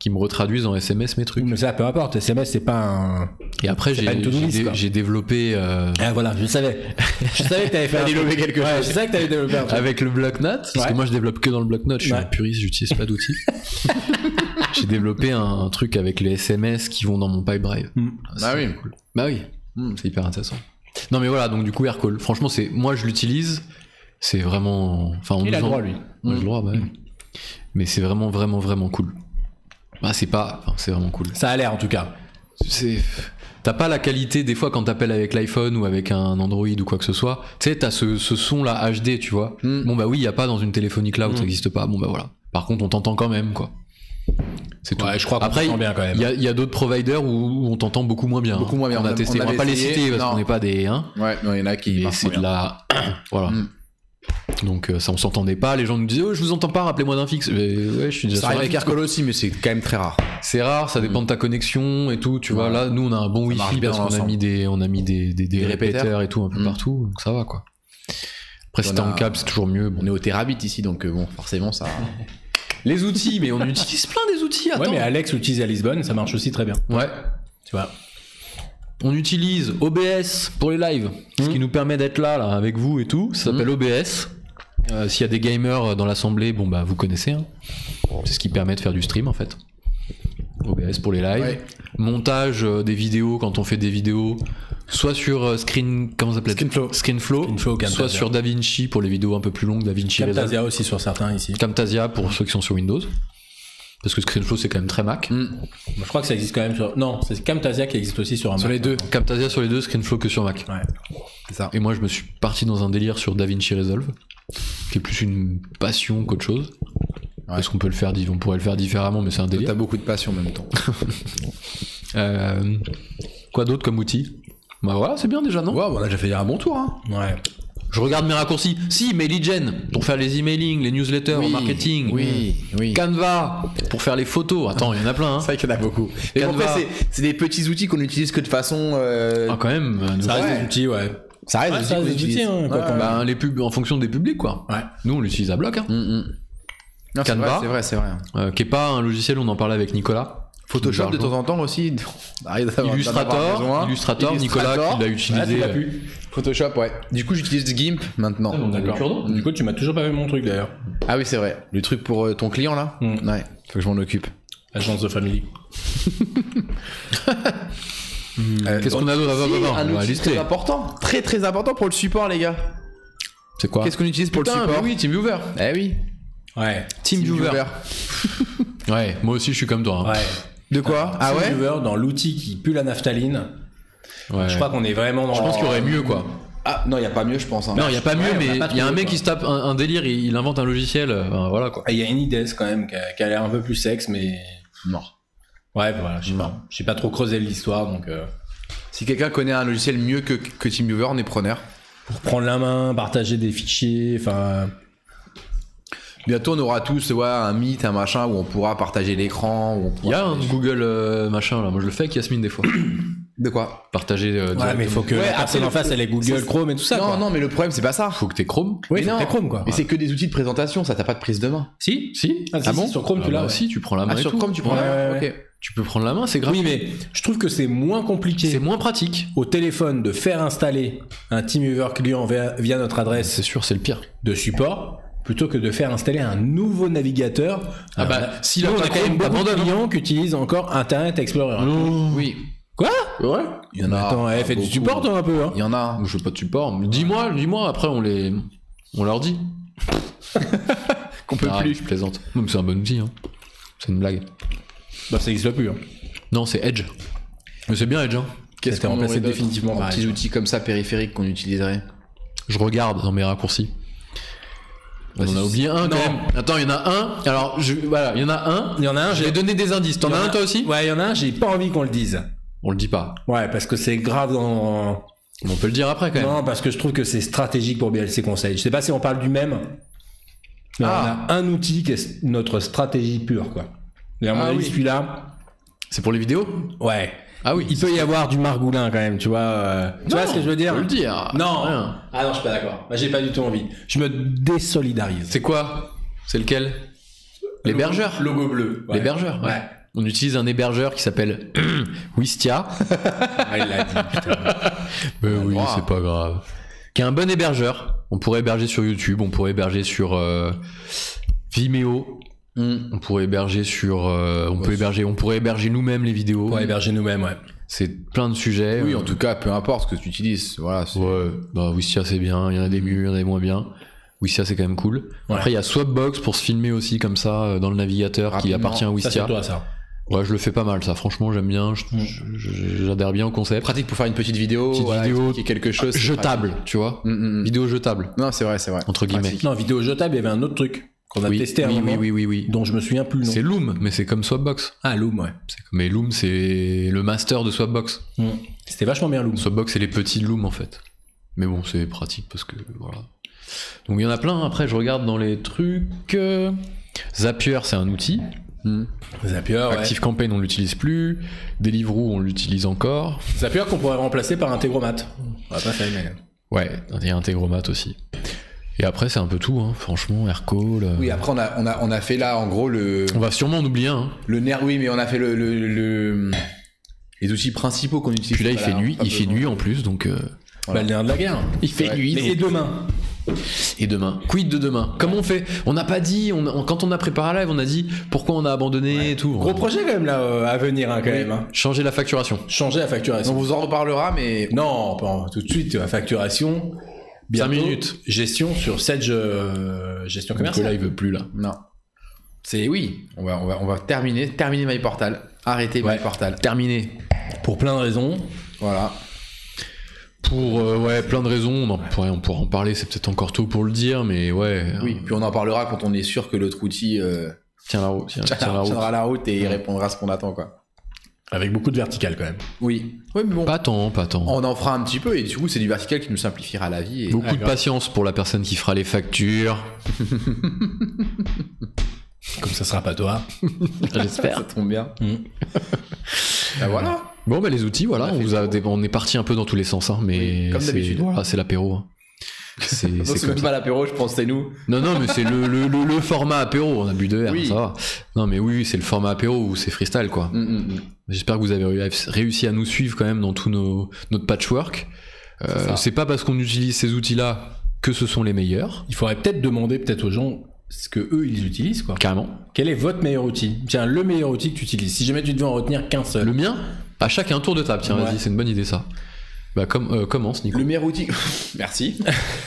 [SPEAKER 1] qui me retraduisent en SMS mes trucs.
[SPEAKER 4] Mais ça, peu importe. SMS, c'est pas un.
[SPEAKER 1] Et après,
[SPEAKER 4] Mm. C'est
[SPEAKER 1] j'ai
[SPEAKER 4] pas une to-do
[SPEAKER 1] j'ai
[SPEAKER 4] list,
[SPEAKER 1] dé-
[SPEAKER 4] quoi.
[SPEAKER 1] j'ai développé euh,
[SPEAKER 4] Ah, voilà, je le savais. je savais que t'avais fait. développer quelque chose. je savais que t'avais développé un truc.
[SPEAKER 1] avec le bloc-notes, parce
[SPEAKER 4] Ouais.
[SPEAKER 1] que moi, je développe que dans le bloc-notes. Je suis
[SPEAKER 4] Ouais.
[SPEAKER 1] un puriste, j'utilise pas d'outils. j'ai développé un, un truc avec les SMS qui vont dans mon pipe drive.
[SPEAKER 4] Hmm.
[SPEAKER 1] C'est
[SPEAKER 2] Bah oui.
[SPEAKER 1] cool. Bah oui.
[SPEAKER 2] Hmm.
[SPEAKER 1] C'est hyper intéressant. Non, mais voilà, donc du coup, Aircall, franchement, c'est moi, je l'utilise. C'est vraiment. Enfin, on
[SPEAKER 4] Il a
[SPEAKER 1] nous
[SPEAKER 4] le
[SPEAKER 1] en-
[SPEAKER 4] droit, lui. Hmm.
[SPEAKER 1] On a le droit, bah oui. Mais c'est vraiment, vraiment, vraiment cool. Bah, c'est pas. enfin, c'est vraiment cool.
[SPEAKER 4] Ça a l'air, en tout cas.
[SPEAKER 1] C'est- T'as pas la qualité des fois quand t'appelles avec l'iPhone ou avec un Android ou quoi que ce soit. Tu sais, t'as ce, ce son là HD, tu vois.
[SPEAKER 2] Mm.
[SPEAKER 1] Bon bah oui, y a pas dans une téléphonie cloud,
[SPEAKER 4] Mm.
[SPEAKER 2] Hmm.
[SPEAKER 1] ça existe pas. Bon bah voilà. Par contre, on t'entend quand même, quoi. C'est tout.
[SPEAKER 4] Ouais, je crois qu'on
[SPEAKER 1] Après,
[SPEAKER 4] se sent bien quand même.
[SPEAKER 1] il y a, y a d'autres providers où, où on t'entend beaucoup moins bien. hein.
[SPEAKER 2] Beaucoup moins bien.
[SPEAKER 1] On a
[SPEAKER 2] On a-
[SPEAKER 1] testé.
[SPEAKER 2] on
[SPEAKER 1] On, va
[SPEAKER 2] avait
[SPEAKER 1] pas les
[SPEAKER 2] essayé,
[SPEAKER 1] citer parce
[SPEAKER 2] non.
[SPEAKER 1] qu'on n'est pas des. Hein,
[SPEAKER 2] Ouais, non, il y en a qui
[SPEAKER 1] mais
[SPEAKER 2] marchent
[SPEAKER 1] c'est de
[SPEAKER 2] moins bien.
[SPEAKER 1] la. voilà.
[SPEAKER 2] Mm.
[SPEAKER 1] Donc euh, ça, on s'entendait pas. Les gens nous disaient, oh, je vous entends pas. Rappelez-moi d'un fixe. Mais ouais, je suis déjà
[SPEAKER 2] Ça
[SPEAKER 1] sur un
[SPEAKER 2] arrive avec
[SPEAKER 1] fixe,
[SPEAKER 2] Aircall aussi mais c'est quand même très rare.
[SPEAKER 1] c'est rare, ça dépend de ta connexion et tout. Tu vois,
[SPEAKER 2] Ouais.
[SPEAKER 1] là, nous, on a un bon
[SPEAKER 2] Ça marche
[SPEAKER 1] wifi
[SPEAKER 2] bien
[SPEAKER 1] parce
[SPEAKER 2] dans
[SPEAKER 1] qu'on a
[SPEAKER 2] l'ensemble.
[SPEAKER 1] mis des, on a mis des, des, des
[SPEAKER 2] Des
[SPEAKER 1] répéteurs.
[SPEAKER 2] répéteurs
[SPEAKER 1] et tout un peu
[SPEAKER 2] Mm.
[SPEAKER 1] partout, donc ça va quoi. Après,
[SPEAKER 2] On
[SPEAKER 1] si t'es en
[SPEAKER 2] a-
[SPEAKER 1] câble, c'est toujours mieux. Bon.
[SPEAKER 2] On est au Terabit ici donc euh, bon forcément ça
[SPEAKER 1] Les outils, mais on utilise plein des outils.
[SPEAKER 4] Ouais,
[SPEAKER 1] Attends.
[SPEAKER 4] mais Alex utilise à Lisbonne, ça marche aussi très bien.
[SPEAKER 1] Ouais.
[SPEAKER 4] Tu vois.
[SPEAKER 1] On utilise OBS pour les lives, ce qui nous permet d'être là, là, avec vous et tout. Ça s'appelle OBS. Euh, S'il y a des gamers dans l'assemblée, bon bah vous connaissez. hein. C'est ce qui permet de faire du stream en fait. OBS pour les lives.
[SPEAKER 2] Ouais.
[SPEAKER 1] Montage euh, des vidéos quand on fait des vidéos, soit sur euh, Screen, comment ça s'appelle
[SPEAKER 4] Screenflow.
[SPEAKER 1] Screenflow,
[SPEAKER 4] Screenflow, Camtasia.
[SPEAKER 1] soit sur DaVinci pour les vidéos un peu plus longues, DaVinci Resolve.
[SPEAKER 4] Camtasia aussi sur certains ici.
[SPEAKER 1] Camtasia pour ceux qui sont sur Windows. Parce que Screenflow c'est quand même très Mac.
[SPEAKER 4] Je crois que ça existe quand même sur. Non, c'est Camtasia qui existe aussi sur un.
[SPEAKER 1] Sur les deux. Camtasia sur les deux, Screenflow que sur Mac.
[SPEAKER 4] Ouais.
[SPEAKER 2] c'est ça.
[SPEAKER 1] Et moi, je me suis parti dans un délire sur DaVinci Resolve, qui est plus une passion qu'autre chose. Parce qu'on peut le faire, diff- on pourrait le faire différemment, mais c'est un
[SPEAKER 2] T'as
[SPEAKER 1] délire.
[SPEAKER 2] beaucoup de passion en même temps.
[SPEAKER 1] Euh, quoi d'autre comme outil Bah voilà, c'est bien déjà, non
[SPEAKER 2] Waouh, on a déjà fait un bon tour hein.
[SPEAKER 4] Ouais.
[SPEAKER 1] Je regarde mes raccourcis. Si, MailiGen, pour faire les emailing, les newsletters,
[SPEAKER 2] Oui,
[SPEAKER 1] en marketing.
[SPEAKER 2] Oui, oui.
[SPEAKER 1] Canva, pour faire les photos. Attends, il y en a plein. Hein.
[SPEAKER 2] C'est vrai qu'il y en a beaucoup. Et bon,
[SPEAKER 1] Canva.
[SPEAKER 2] après, c'est- c'est des petits outils qu'on utilise que de façon. euh,
[SPEAKER 1] Ah, quand même. euh,
[SPEAKER 4] Ça reste
[SPEAKER 2] Ouais.
[SPEAKER 4] des outils, ouais.
[SPEAKER 2] Ça reste
[SPEAKER 4] Ouais,
[SPEAKER 2] des outils
[SPEAKER 4] ça reste
[SPEAKER 2] qu'on
[SPEAKER 4] des outils,
[SPEAKER 2] utilise.
[SPEAKER 4] hein, quoi,
[SPEAKER 2] Ouais,
[SPEAKER 4] quand
[SPEAKER 2] ouais.
[SPEAKER 1] bah, les pubs en fonction des publics, quoi.
[SPEAKER 4] Ouais.
[SPEAKER 1] Nous, on l'utilise à bloc. Hein.
[SPEAKER 2] Hum, hum. Non, c'est
[SPEAKER 1] Canva.
[SPEAKER 2] vrai, c'est vrai, c'est vrai.
[SPEAKER 1] Euh, qui est pas un logiciel, on en parlait avec Nicolas.
[SPEAKER 2] Photoshop de
[SPEAKER 1] Barbeau.
[SPEAKER 2] temps en temps aussi. on arrive d'en avoir- d'en avoir
[SPEAKER 1] Illustrator,
[SPEAKER 2] besoin.
[SPEAKER 1] Illustrator, Nicolas qui l'a
[SPEAKER 4] Ah, tu
[SPEAKER 1] utilisé.
[SPEAKER 4] l'as plus.
[SPEAKER 2] Photoshop, ouais. Du coup, j'utilise Gimp
[SPEAKER 1] Ah
[SPEAKER 2] maintenant.
[SPEAKER 4] D'accord. Du coup, tu m'as toujours pas vu mon truc d'ailleurs.
[SPEAKER 2] Ah oui, c'est vrai. Le truc pour euh, ton client là
[SPEAKER 1] Hmm.
[SPEAKER 4] Mm.
[SPEAKER 2] Ouais, faut que je m'en occupe.
[SPEAKER 4] Agence de famille.
[SPEAKER 2] Euh,
[SPEAKER 1] Qu'est-ce qu'on a d'autre
[SPEAKER 2] si,
[SPEAKER 1] à
[SPEAKER 2] Un outil très important. Très très important pour le support, les gars.
[SPEAKER 1] C'est quoi
[SPEAKER 2] Qu'est-ce qu'on utilise pour
[SPEAKER 1] Putain,
[SPEAKER 2] le support
[SPEAKER 1] mais oui,
[SPEAKER 2] TeamViewer. Eh oui.
[SPEAKER 4] Ouais.
[SPEAKER 1] TeamViewer. Ouais, moi aussi je suis comme toi.
[SPEAKER 4] Ouais. Euh,
[SPEAKER 2] De quoi Ah ouais
[SPEAKER 4] TeamViewer dans l'outil qui pue la naphtaline.
[SPEAKER 1] hein. Ouais.
[SPEAKER 4] Je crois qu'on est vraiment. Dans...
[SPEAKER 1] Je pense qu'il y aurait mieux quoi.
[SPEAKER 2] Ah non, il y a pas mieux, je pense. hein.
[SPEAKER 1] Non, il n'y a pas
[SPEAKER 4] ouais,
[SPEAKER 1] mieux,
[SPEAKER 4] on a
[SPEAKER 1] mais
[SPEAKER 4] pas
[SPEAKER 1] il y a un
[SPEAKER 4] trouvé,
[SPEAKER 1] mec
[SPEAKER 4] quoi.
[SPEAKER 1] qui se tape un, un délire, il, il invente un logiciel, euh, ben, voilà quoi.
[SPEAKER 4] Ah, Il y a une idée quand même qui a, qui a l'air un peu plus sexe, mais.
[SPEAKER 2] Non.
[SPEAKER 4] Ouais, voilà. Je sais pas.
[SPEAKER 1] Mm.
[SPEAKER 4] J'ai pas trop creusé l'histoire, donc. euh,
[SPEAKER 2] Si quelqu'un connaît un logiciel mieux que, que TeamViewer, on est preneur.
[SPEAKER 4] Pour prendre la main, partager des fichiers, enfin.
[SPEAKER 2] Bientôt, on aura tous ouais, un Meet, un machin où on pourra partager l'écran. où on
[SPEAKER 1] Il y
[SPEAKER 2] pourra-
[SPEAKER 1] a un Google euh, machin là, moi je le fais avec Yasmine des fois.
[SPEAKER 2] De quoi
[SPEAKER 1] Partager. euh,
[SPEAKER 4] Ouais, mais il
[SPEAKER 1] directement.
[SPEAKER 4] faut que
[SPEAKER 2] Ouais,
[SPEAKER 4] la
[SPEAKER 2] après,
[SPEAKER 4] personne
[SPEAKER 2] le-
[SPEAKER 4] en face, elle ait Google
[SPEAKER 2] c'est-
[SPEAKER 4] Chrome et tout ça.
[SPEAKER 2] Non,
[SPEAKER 4] quoi.
[SPEAKER 2] non, mais le problème, c'est pas ça.
[SPEAKER 1] Faut que t'aies Chrome.
[SPEAKER 2] Mais
[SPEAKER 4] Oui, faut
[SPEAKER 2] non.
[SPEAKER 4] que t'aies Chrome, quoi.
[SPEAKER 2] Mais c'est que des outils de présentation, ça, t'as pas de prise de main.
[SPEAKER 4] Si
[SPEAKER 1] Si
[SPEAKER 4] Ah, si,
[SPEAKER 2] Ah
[SPEAKER 4] si,
[SPEAKER 2] bon
[SPEAKER 4] Sur Chrome,
[SPEAKER 1] Ah
[SPEAKER 4] tu l'as.
[SPEAKER 1] bah,
[SPEAKER 4] ouais.
[SPEAKER 1] Si, tu prends la main.
[SPEAKER 2] Ah,
[SPEAKER 1] et
[SPEAKER 2] sur
[SPEAKER 1] tout.
[SPEAKER 2] Chrome, tu prends
[SPEAKER 4] Ouais,
[SPEAKER 2] la main.
[SPEAKER 4] ouais,
[SPEAKER 2] Ok.
[SPEAKER 1] Tu peux prendre la main, c'est grave.
[SPEAKER 4] Oui, mais je trouve que c'est moins compliqué
[SPEAKER 1] C'est moins pratique.
[SPEAKER 4] au téléphone de faire installer un TeamViewer client via, via notre adresse
[SPEAKER 1] C'est sûr, c'est le pire.
[SPEAKER 4] de support plutôt que de faire installer un nouveau navigateur.
[SPEAKER 1] Ah bah,
[SPEAKER 4] si
[SPEAKER 1] la
[SPEAKER 4] on a
[SPEAKER 1] plateforme
[SPEAKER 4] quand même beaucoup de
[SPEAKER 1] abandonne, hein.
[SPEAKER 4] clients qui utilisent encore Internet Explorer.
[SPEAKER 2] Oui.
[SPEAKER 4] Quoi
[SPEAKER 2] Ouais. Il y en a.
[SPEAKER 4] Attends, eh, fais du
[SPEAKER 2] beaucoup.
[SPEAKER 4] support toi, un peu. Hein.
[SPEAKER 2] Il y en a.
[SPEAKER 1] Je sais pas de support. mais Dis-moi, dis-moi, après on les. On leur dit.
[SPEAKER 2] Qu'on peut
[SPEAKER 1] Ah,
[SPEAKER 2] plus.
[SPEAKER 1] Je plaisante. Non, mais c'est un bon outil, hein. C'est une blague.
[SPEAKER 4] Bah, ça n'existe plus. Hein.
[SPEAKER 1] Non, c'est Edge. Mais c'est bien Edge, hein.
[SPEAKER 2] Qu'est-ce
[SPEAKER 4] C'était
[SPEAKER 2] qu'on
[SPEAKER 4] remplacé
[SPEAKER 2] aurait Ah, d'autres
[SPEAKER 4] définitivement
[SPEAKER 2] en
[SPEAKER 4] par
[SPEAKER 2] petits
[SPEAKER 4] Edge,
[SPEAKER 2] outils comme ça périphériques qu'on utiliserait
[SPEAKER 1] Je regarde dans mes raccourcis. On en a oublié un
[SPEAKER 4] Non.
[SPEAKER 1] quand même. Attends, il y en a un. Bah, Alors, je... voilà, il y en a un.
[SPEAKER 4] Il y en a un,
[SPEAKER 1] Je vais
[SPEAKER 4] j'ai.
[SPEAKER 1] donner des indices. T'en
[SPEAKER 4] Il y
[SPEAKER 1] as
[SPEAKER 4] en a-
[SPEAKER 1] un toi aussi
[SPEAKER 4] Ouais, il y en a un, j'ai pas envie qu'on le dise.
[SPEAKER 1] On le dit pas.
[SPEAKER 4] Ouais, parce que c'est grave dans.
[SPEAKER 1] Mais on peut le dire après quand même.
[SPEAKER 4] Non, parce que je trouve que c'est stratégique pour BLC Conseil. Je sais pas si on parle du même, mais
[SPEAKER 2] Ah.
[SPEAKER 4] on a un outil qui est notre stratégie pure, quoi. Et à mon
[SPEAKER 1] Ah
[SPEAKER 4] avis,
[SPEAKER 1] oui.
[SPEAKER 4] celui-là,
[SPEAKER 1] C'est pour les vidéos
[SPEAKER 4] ouais.
[SPEAKER 1] Ah oui.
[SPEAKER 4] Il peut y avoir du margoulin quand même, tu vois. euh, tu vois
[SPEAKER 1] Non,
[SPEAKER 4] ce que je veux dire
[SPEAKER 1] On peut le dire.
[SPEAKER 4] Non.
[SPEAKER 1] Rien.
[SPEAKER 4] Ah non, je suis pas d'accord. J'ai pas du tout envie. Je me désolidarise.
[SPEAKER 1] C'est quoi C'est lequel L'hébergeur.
[SPEAKER 4] Logo bleu. ouais.
[SPEAKER 1] L'hébergeur, ouais.
[SPEAKER 4] Ouais.
[SPEAKER 1] On utilise un hébergeur qui s'appelle Wistia.
[SPEAKER 4] Ah, il l'a dit, putain.
[SPEAKER 1] Mais oui,
[SPEAKER 2] droit.
[SPEAKER 1] c'est pas grave. Qui est un bon hébergeur. On pourrait héberger sur YouTube, on pourrait héberger sur euh, Vimeo, on pourrait héberger sur, euh, on peut héberger, on pourrait héberger nous-mêmes les vidéos.
[SPEAKER 4] Pour héberger nous-mêmes, ouais.
[SPEAKER 1] C'est plein de sujets.
[SPEAKER 2] Eh Oui,
[SPEAKER 1] Euh,
[SPEAKER 2] en tout cas, peu importe ce que tu utilises. Voilà. c'est-
[SPEAKER 1] Ouais, bah Wistia c'est bien, il y en a des mieux, il y en a des moins bien. Wistia c'est quand même cool.
[SPEAKER 4] Ouais.
[SPEAKER 1] Après il y a Swapbox pour se filmer aussi comme ça euh, dans le navigateur qui
[SPEAKER 2] Rapidement.
[SPEAKER 1] appartient à
[SPEAKER 4] Ça, c'est
[SPEAKER 1] Wistia.
[SPEAKER 4] toi, ça.
[SPEAKER 1] ouais, je le fais pas mal ça, franchement j'aime bien, je- je- je- j'adhère bien au concept.
[SPEAKER 2] Pratique pour faire une petite vidéo.
[SPEAKER 1] Petite
[SPEAKER 2] voilà,
[SPEAKER 1] vidéo.
[SPEAKER 2] expliquer quelque chose. c'est
[SPEAKER 1] Ah, Jetable, tu vois.
[SPEAKER 2] pratique. Mm, mm, mm.
[SPEAKER 1] Vidéo jetable,
[SPEAKER 2] Non, c'est vrai, c'est vrai.
[SPEAKER 1] entre guillemets.
[SPEAKER 4] Non, vidéo jetable, il y avait un autre truc qu'on a
[SPEAKER 1] oui,
[SPEAKER 4] testé à un
[SPEAKER 1] oui,
[SPEAKER 4] moment,
[SPEAKER 1] oui, oui, oui, oui.
[SPEAKER 4] dont je me souviens plus le nom.
[SPEAKER 1] C'est Loom, mais c'est comme Swapbox.
[SPEAKER 4] Ah, Loom, ouais.
[SPEAKER 1] C'est comme- Mais Loom, c'est le master de Swapbox.
[SPEAKER 4] C'était vachement bien, Loom.
[SPEAKER 1] Swapbox, c'est les petits Loom en fait. Mais bon, c'est pratique parce que voilà. Donc il y en a plein. Après, je regarde dans les trucs. euh, Zapier, c'est un outil.
[SPEAKER 4] Zapier, ouais.
[SPEAKER 1] Active Campaign, on l'utilise plus. Deliveroo, on l'utilise encore.
[SPEAKER 4] Zapier qu'on pourrait remplacer par Integromat. On va pas faire, mais...
[SPEAKER 1] Ouais, il y a Integromat aussi. Et après, c'est un peu tout, hein. franchement. Aircall. euh,
[SPEAKER 2] Oui, après, on a, on, a, on a fait là, en gros, le,
[SPEAKER 1] On va sûrement en oublier un. hein.
[SPEAKER 2] le nerf. Oui, mais on a fait le, le, le- les outils principaux qu'on utilise.
[SPEAKER 1] Puis là, il
[SPEAKER 2] Voilà,
[SPEAKER 1] fait nuit,
[SPEAKER 2] pas
[SPEAKER 1] il fait
[SPEAKER 2] besoin.
[SPEAKER 1] nuit en plus, donc. euh,
[SPEAKER 2] Voilà.
[SPEAKER 4] Bah, le nerf de la guerre.
[SPEAKER 1] Il fait
[SPEAKER 2] Ouais.
[SPEAKER 1] nuit.
[SPEAKER 4] Mais c'est demain.
[SPEAKER 1] Et demain Quid de demain Comment on fait On n'a pas dit, on- on- quand on a préparé la live, on a dit pourquoi on a abandonné et tout.
[SPEAKER 4] Gros
[SPEAKER 1] On-
[SPEAKER 4] projet quand même là euh, à venir hein, quand même. hein.
[SPEAKER 1] Changer la facturation.
[SPEAKER 4] Changer la
[SPEAKER 2] On
[SPEAKER 4] facturation.
[SPEAKER 2] vous en reparlera, mais.
[SPEAKER 4] Non, pas en- tout de suite la facturation. Bientôt,
[SPEAKER 1] minutes.
[SPEAKER 4] Gestion sur Sedge euh, gestion commerciale.
[SPEAKER 1] Nicolas, il veut plus là.
[SPEAKER 2] Non. C'est oui. On va, on va, on va terminer, terminer MyPortal. Arrêtez
[SPEAKER 4] Ouais.
[SPEAKER 2] MyPortal.
[SPEAKER 1] Terminé.
[SPEAKER 4] Pour plein de raisons.
[SPEAKER 2] Voilà.
[SPEAKER 1] Pour euh, ouais, plein de raisons, on, en pourrait, on pourra en parler, c'est peut-être encore tôt pour le dire, mais ouais.
[SPEAKER 2] Oui, puis on en parlera quand on est sûr que l'autre outil euh,
[SPEAKER 1] Tiens la route. Tiens, tiens la
[SPEAKER 2] tiendra
[SPEAKER 1] route.
[SPEAKER 2] tiendra la route et répondra à ce qu'on attend, quoi.
[SPEAKER 4] Avec beaucoup de verticales quand même.
[SPEAKER 2] Oui. Oui, mais bon.
[SPEAKER 1] Pas tant, pas tant.
[SPEAKER 2] On en fera un petit peu et du coup, c'est du vertical qui nous simplifiera la vie. Et...
[SPEAKER 1] Beaucoup de
[SPEAKER 4] D'accord.
[SPEAKER 1] patience pour la personne qui fera les factures.
[SPEAKER 4] Comme ça sera pas toi.
[SPEAKER 1] J'espère.
[SPEAKER 2] Ça tombe bien.
[SPEAKER 4] Mm.
[SPEAKER 2] Bah voilà.
[SPEAKER 1] Bon, bah, les outils, voilà,
[SPEAKER 2] On a
[SPEAKER 1] on,
[SPEAKER 2] fait
[SPEAKER 1] vous a dé- on est parti un peu dans tous les sens, hein, mais
[SPEAKER 2] Oui, comme
[SPEAKER 1] c'est-
[SPEAKER 2] d'habitude.
[SPEAKER 1] voilà, c'est l'apéro. hein. C'est
[SPEAKER 2] Non,
[SPEAKER 1] c'est
[SPEAKER 2] C'est
[SPEAKER 1] comme
[SPEAKER 2] même pas l'apéro, je pense, c'est nous.
[SPEAKER 1] Non, non, mais c'est le, le, le, le format apéro. On a bu deux verres,
[SPEAKER 2] Oui.
[SPEAKER 1] ça va. Non, mais oui, oui, c'est le format apéro ou c'est freestyle, quoi.
[SPEAKER 2] Mm, mm, mm.
[SPEAKER 1] J'espère que vous avez réu- réussi à nous suivre quand même dans tout nos, notre patchwork. Euh,
[SPEAKER 2] ça.
[SPEAKER 1] c'est pas parce qu'on utilise ces outils-là que ce sont les meilleurs.
[SPEAKER 4] Il faudrait peut-être demander peut-être aux gens ce que eux ils utilisent quoi.
[SPEAKER 1] Carrément.
[SPEAKER 4] Quel est votre meilleur outil Tiens, le meilleur outil que tu utilises. Si jamais tu devais en retenir qu'un seul.
[SPEAKER 1] Le mien, à chacun un tour de table. Tiens,
[SPEAKER 4] Ouais.
[SPEAKER 1] vas-y, c'est une bonne idée, ça. Bah, comme, euh, commence, Nico.
[SPEAKER 2] Le meilleur outil. Merci.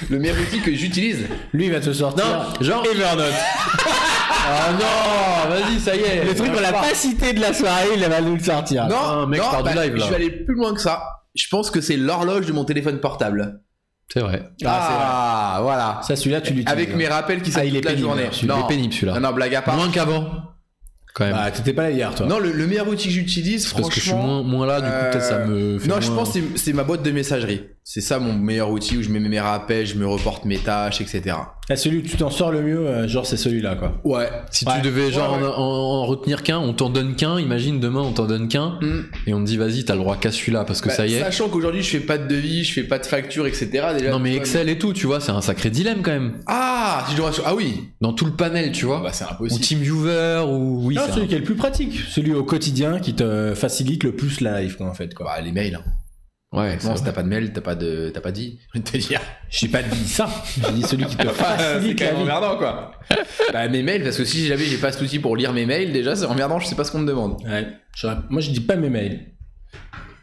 [SPEAKER 2] Le meilleur outil que j'utilise.
[SPEAKER 4] Lui il va te sortir.
[SPEAKER 1] genre. Evernote. ah non, vas-y, ça y est.
[SPEAKER 4] Le truc, on l'a pas cité de la soirée, il va nous le sortir. Ah,
[SPEAKER 1] Ah, un mec part du live, là.
[SPEAKER 2] bah, je suis allé plus loin que ça. Je pense que c'est l'horloge de mon téléphone portable.
[SPEAKER 1] C'est vrai.
[SPEAKER 2] Ah, voilà.
[SPEAKER 4] Ça, celui-là, tu l'utilises.
[SPEAKER 2] Avec mes rappels qui
[SPEAKER 4] Ah,
[SPEAKER 2] s'appellent
[SPEAKER 4] il est
[SPEAKER 2] toute la
[SPEAKER 4] pénible,
[SPEAKER 2] journée.
[SPEAKER 4] alors,
[SPEAKER 1] Il est pénible, celui-là.
[SPEAKER 2] non, non, blague à part.
[SPEAKER 1] Moins qu'avant. Quand même.
[SPEAKER 4] Ah, t'étais pas là hier, toi.
[SPEAKER 2] Non, le, le meilleur outil que j'utilise,
[SPEAKER 1] C'est
[SPEAKER 2] Bah, franchement.
[SPEAKER 1] parce que je suis moins, moins là, du coup,
[SPEAKER 2] euh,
[SPEAKER 1] peut-être ça me fait.
[SPEAKER 2] Non, je
[SPEAKER 1] moins-
[SPEAKER 2] pense que c'est- c'est ma boîte de messagerie. C'est ça mon meilleur outil où je mets mes rappels, je me reporte mes tâches, etc.
[SPEAKER 4] Ah, celui où tu t'en sors le mieux, euh, genre, c'est celui-là, quoi.
[SPEAKER 2] Ouais.
[SPEAKER 1] Si
[SPEAKER 4] Ouais.
[SPEAKER 1] tu devais genre
[SPEAKER 2] Ouais, ouais.
[SPEAKER 1] En, en- en retenir qu'un, on t'en donne qu'un, imagine demain on t'en donne qu'un, et on te dit vas-y, t'as le droit qu'à celui-là parce que
[SPEAKER 2] Hmm. Bah,
[SPEAKER 1] ça y est.
[SPEAKER 2] Sachant qu'aujourd'hui je fais pas de devis, je fais pas de facture, etc. Déjà,
[SPEAKER 1] non mais
[SPEAKER 2] tu vois,
[SPEAKER 1] Excel et tout, tu vois, c'est un sacré dilemme quand même.
[SPEAKER 2] Ah, si je dois- ah oui.
[SPEAKER 1] Dans tout le panel, tu vois.
[SPEAKER 2] Bah c'est
[SPEAKER 1] ou
[SPEAKER 2] impossible.
[SPEAKER 1] TeamViewer, ou oui,
[SPEAKER 4] non,
[SPEAKER 1] c'est
[SPEAKER 4] celui
[SPEAKER 1] un-
[SPEAKER 4] qui est le plus pratique. Celui au quotidien qui te facilite le plus la life, quoi, en fait, quoi.
[SPEAKER 2] Bah, les Bah, mails. hein.
[SPEAKER 1] Ouais,
[SPEAKER 2] Non, si t'as pas de mail, t'as pas de, t'as pas dit. Je vais te dire.
[SPEAKER 4] J'ai pas dit ça. J'ai dit celui qui te
[SPEAKER 2] c'est
[SPEAKER 4] facilite
[SPEAKER 2] quand
[SPEAKER 4] la
[SPEAKER 2] même
[SPEAKER 4] vie.
[SPEAKER 2] emmerdant, quoi. bah, mes mails, parce que si jamais j'ai pas cet outil pour lire mes mails, déjà, c'est emmerdant, je sais pas ce qu'on me demande.
[SPEAKER 4] Ouais. J'aurais- Moi, je dis pas mes mails.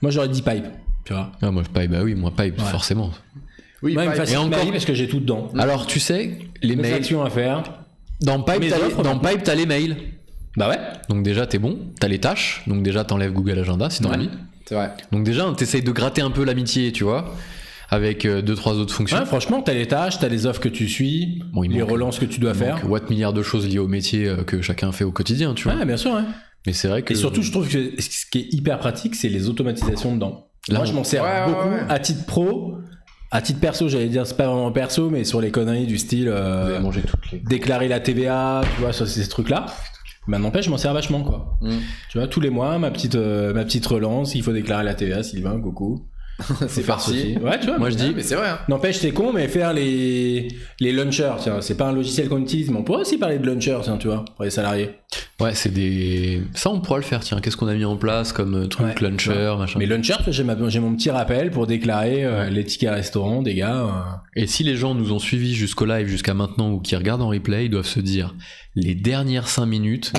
[SPEAKER 4] Moi, j'aurais dit pipe. Tu vois.
[SPEAKER 1] Ah, moi, pipe, bah oui, moi, pipe,
[SPEAKER 4] Ouais.
[SPEAKER 1] forcément.
[SPEAKER 2] Oui,
[SPEAKER 4] Moi, il me
[SPEAKER 2] pareil.
[SPEAKER 4] facilite
[SPEAKER 1] Et
[SPEAKER 4] ma
[SPEAKER 1] encore-
[SPEAKER 4] vie parce que j'ai tout dedans.
[SPEAKER 1] Alors, tu sais, les
[SPEAKER 4] Mes
[SPEAKER 1] mails.
[SPEAKER 4] actions à faire.
[SPEAKER 1] Dans Pipe,
[SPEAKER 4] Mes
[SPEAKER 1] t'as
[SPEAKER 4] offres,
[SPEAKER 1] les, dans Pipe, t'as les mails.
[SPEAKER 4] Bah ouais.
[SPEAKER 1] Donc, déjà, t'es bon. T'as les tâches. Donc, déjà, t'enlèves Google Agenda, si t'en as mis.
[SPEAKER 2] C'est vrai.
[SPEAKER 1] Donc, déjà, t'essayes de gratter un peu l'amitié, tu vois, avec euh, deux, trois autres fonctions.
[SPEAKER 4] Ouais, franchement, t'as les tâches, t'as les offres que tu suis,
[SPEAKER 1] Bon, il
[SPEAKER 4] les
[SPEAKER 1] manque-
[SPEAKER 4] relances que tu dois faire.
[SPEAKER 1] Donc, what milliard de choses liées au métier euh, que chacun fait au quotidien, tu vois.
[SPEAKER 4] Ouais, bien sûr. hein.
[SPEAKER 1] Mais c'est vrai que.
[SPEAKER 4] Et surtout, je trouve que ce qui est hyper pratique, c'est les automatisations dedans.
[SPEAKER 1] Là,
[SPEAKER 4] Moi, je
[SPEAKER 1] on-
[SPEAKER 4] m'en sers
[SPEAKER 2] Ouais, ouais,
[SPEAKER 4] beaucoup
[SPEAKER 2] ouais.
[SPEAKER 4] à titre pro. À titre perso, j'allais dire, c'est pas vraiment perso, mais sur les conneries du style euh,
[SPEAKER 5] manger toutes les.
[SPEAKER 4] déclarer la TVA, tu vois, sur ces trucs-là. Mais n'empêche, je m'en sers vachement, quoi.
[SPEAKER 2] Mm.
[SPEAKER 4] Tu vois, tous les mois, ma petite, euh, ma petite relance, il faut déclarer la TVA, Sylvain, coucou.
[SPEAKER 2] C'est
[SPEAKER 4] Ceci.
[SPEAKER 2] parti.
[SPEAKER 4] Ouais, tu vois.
[SPEAKER 1] Moi, je
[SPEAKER 2] Ah,
[SPEAKER 1] dis.
[SPEAKER 2] mais c'est vrai. hein.
[SPEAKER 4] N'empêche, c'est con, mais faire les, les launchers, tiens, c'est pas un logiciel qu'on utilise, mais on pourrait aussi parler de launchers, tiens, tu vois, pour les salariés.
[SPEAKER 1] Ouais, c'est des. Ça, on pourra le faire, tiens. Qu'est-ce qu'on a mis en place comme euh, truc,
[SPEAKER 4] Ouais.
[SPEAKER 1] launcher, machin.
[SPEAKER 4] Mais launchers, j'ai ma- j'ai mon petit rappel pour déclarer euh, les tickets restaurant des gars. euh,
[SPEAKER 1] Et si les gens nous ont suivis jusqu'au live, jusqu'à maintenant, ou qui regardent en replay, ils doivent se dire les dernières 5 minutes,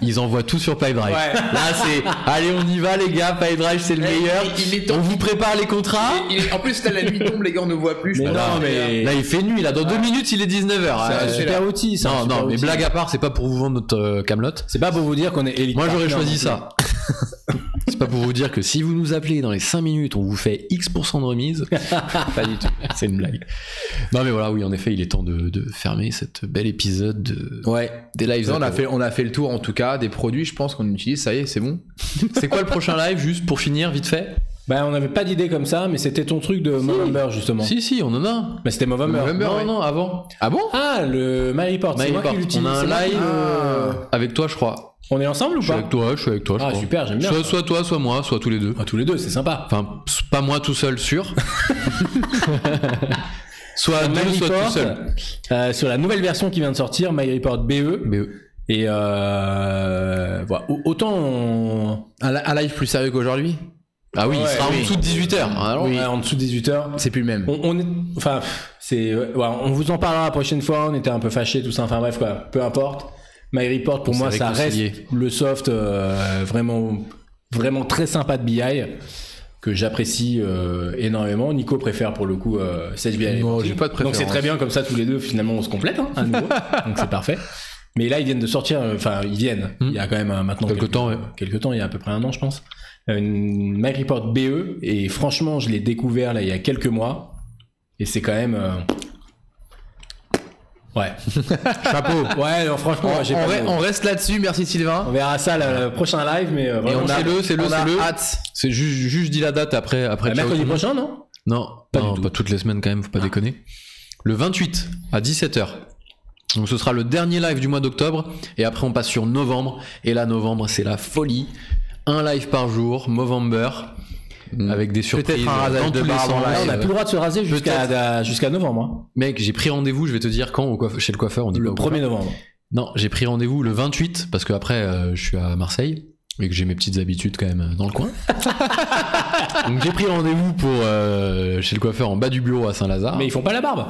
[SPEAKER 1] ils envoient tout sur PyDrive. Là, c'est allez, on y va, les gars, PyDrive, c'est le meilleur.
[SPEAKER 2] Il est
[SPEAKER 1] On vous prépare les contrats.
[SPEAKER 2] Il est- En plus, là, la nuit tombe, les gars, on ne voit plus. je
[SPEAKER 4] Mais
[SPEAKER 2] pense.
[SPEAKER 4] non, mais.
[SPEAKER 1] Là, il fait nuit, là, dans 2 minutes, il est 19h.
[SPEAKER 2] C'est
[SPEAKER 1] Euh,
[SPEAKER 2] un
[SPEAKER 4] super outil, ça.
[SPEAKER 1] non, non, mais blague à part, c'est pas pour vous vendre notre euh, Camelot.
[SPEAKER 4] C'est pas pour vous dire qu'on est élite.
[SPEAKER 1] Moi, j'aurais
[SPEAKER 4] partner,
[SPEAKER 1] choisi
[SPEAKER 4] non plus.
[SPEAKER 1] ça. c'est pas pour vous dire que si vous nous appelez dans les 5 minutes, on vous fait X% de remise. pas du tout. C'est une blague. Non, mais voilà, oui, en effet, il est temps de, de fermer cet bel épisode de...
[SPEAKER 2] Ouais.
[SPEAKER 1] des lives.
[SPEAKER 2] on a
[SPEAKER 1] apéro.
[SPEAKER 2] fait, on a fait le tour en tout cas des produits. Je pense qu'on utilise. Ça y est, c'est bon.
[SPEAKER 1] C'est quoi le prochain live, juste pour finir, vite fait
[SPEAKER 4] Bah, on n'avait pas d'idée comme ça, mais c'était ton truc de Movember, justement.
[SPEAKER 1] Si, si, on en a un.
[SPEAKER 4] Mais c'était Movember.
[SPEAKER 2] Movember.
[SPEAKER 1] non,
[SPEAKER 2] ouais.
[SPEAKER 1] non, avant.
[SPEAKER 2] Ah bon
[SPEAKER 4] Ah, le My Report, c'est
[SPEAKER 1] My
[SPEAKER 4] moi qui
[SPEAKER 1] Report.
[SPEAKER 4] l'utilise.
[SPEAKER 1] On a un
[SPEAKER 4] c'est moi qui
[SPEAKER 1] live,
[SPEAKER 4] le-
[SPEAKER 2] euh,
[SPEAKER 1] Avec toi, je crois.
[SPEAKER 4] On est ensemble ou
[SPEAKER 1] Je suis
[SPEAKER 4] pas
[SPEAKER 1] avec toi, je suis avec toi, je
[SPEAKER 4] Ah,
[SPEAKER 1] crois.
[SPEAKER 4] super, j'aime bien.
[SPEAKER 1] Soit, soit toi, soit moi, soit tous les deux.
[SPEAKER 4] Ah, tous les deux, c'est sympa.
[SPEAKER 1] Enfin, pas moi tout seul, sûr. soit
[SPEAKER 4] My
[SPEAKER 1] deux, soit tout
[SPEAKER 4] Report,
[SPEAKER 1] seul.
[SPEAKER 4] euh, sur la nouvelle version qui vient de sortir, My Report BE.
[SPEAKER 1] Mais
[SPEAKER 4] Et euh, voilà. Au- autant on...
[SPEAKER 2] un, li- un live plus sérieux qu'aujourd'hui.
[SPEAKER 1] Ah oui, il
[SPEAKER 4] Ouais,
[SPEAKER 1] sera en
[SPEAKER 4] oui.
[SPEAKER 1] dessous de Ah 18h. Alors,
[SPEAKER 4] on est en dessous de 18h.
[SPEAKER 2] C'est plus le même.
[SPEAKER 4] On, on est, enfin, pff, c'est, euh, ouais, ouais, on vous en parlera la prochaine fois. On était un peu fâchés, tout ça. Enfin bref, quoi. Peu importe. My Report, pour
[SPEAKER 1] On
[SPEAKER 4] moi,
[SPEAKER 1] s'est
[SPEAKER 4] ça reste
[SPEAKER 1] réconciliés.
[SPEAKER 4] le soft euh, vraiment, vraiment très sympa de BI que j'apprécie euh, énormément. Nico préfère pour le coup euh, cette BI.
[SPEAKER 2] Non, j'ai pas de
[SPEAKER 4] Donc c'est
[SPEAKER 2] préférence.
[SPEAKER 4] très bien comme ça. Tous les deux, finalement, on se complète hein, à nouveau. Donc c'est parfait. Mais là, ils viennent de sortir. euh, Enfin, ils viennent.
[SPEAKER 1] Hmm.
[SPEAKER 4] Il y a quand même euh, maintenant
[SPEAKER 1] Quelque temps, ouais.
[SPEAKER 4] quelques temps, il y a à peu près un an, je pense. Euh, Une My Report BE, et franchement, je l'ai découvert là il y a quelques mois, et c'est quand même. euh, Ouais. Chapeau. Ouais, non, franchement,
[SPEAKER 2] On,
[SPEAKER 4] j'ai
[SPEAKER 2] on
[SPEAKER 4] pas
[SPEAKER 2] re-
[SPEAKER 4] de mots.
[SPEAKER 2] on reste là-dessus. Merci Sylvain.
[SPEAKER 4] On verra ça le, le prochain live, mais euh,
[SPEAKER 1] Et
[SPEAKER 4] vraiment,
[SPEAKER 1] on
[SPEAKER 4] c'est-
[SPEAKER 1] c'est le, c'est le,
[SPEAKER 2] on
[SPEAKER 1] c'est
[SPEAKER 2] a
[SPEAKER 1] le.
[SPEAKER 2] hâte.
[SPEAKER 1] C'est ju- juste, dis la date après. après
[SPEAKER 4] Euh,
[SPEAKER 1] ciao
[SPEAKER 4] mercredi
[SPEAKER 1] tout le monde.
[SPEAKER 4] prochain, non
[SPEAKER 1] Non,
[SPEAKER 4] Pas
[SPEAKER 1] pas,
[SPEAKER 4] du tout.
[SPEAKER 1] pas toutes les semaines quand même, faut pas déconner. Le 28 à 17h. Donc ce sera le dernier live du mois d'octobre. Et après on passe sur novembre. Et là novembre c'est la folie. Un live par jour, Movember, avec des surprises.
[SPEAKER 2] un rasage
[SPEAKER 1] dans
[SPEAKER 2] de
[SPEAKER 1] tous les
[SPEAKER 2] barbe en
[SPEAKER 1] sens.
[SPEAKER 2] live.
[SPEAKER 4] Ah,
[SPEAKER 2] Ouais,
[SPEAKER 4] On n'a
[SPEAKER 2] ouais.
[SPEAKER 4] plus le droit de se raser jusqu'à à- jusqu'à novembre. hein.
[SPEAKER 1] Mec, j'ai pris rendez-vous, je vais te dire quand au coiffe- chez le coiffeur, on dit
[SPEAKER 4] Le
[SPEAKER 1] pas au
[SPEAKER 4] 1er novembre.
[SPEAKER 1] Non, j'ai pris rendez-vous le 28 parce que après euh, je suis à Marseille et que j'ai mes petites habitudes quand même euh, dans le coin. Donc j'ai pris rendez-vous pour euh, chez le coiffeur en bas du bureau à Saint-Lazare.
[SPEAKER 4] Mais ils font pas la barbe.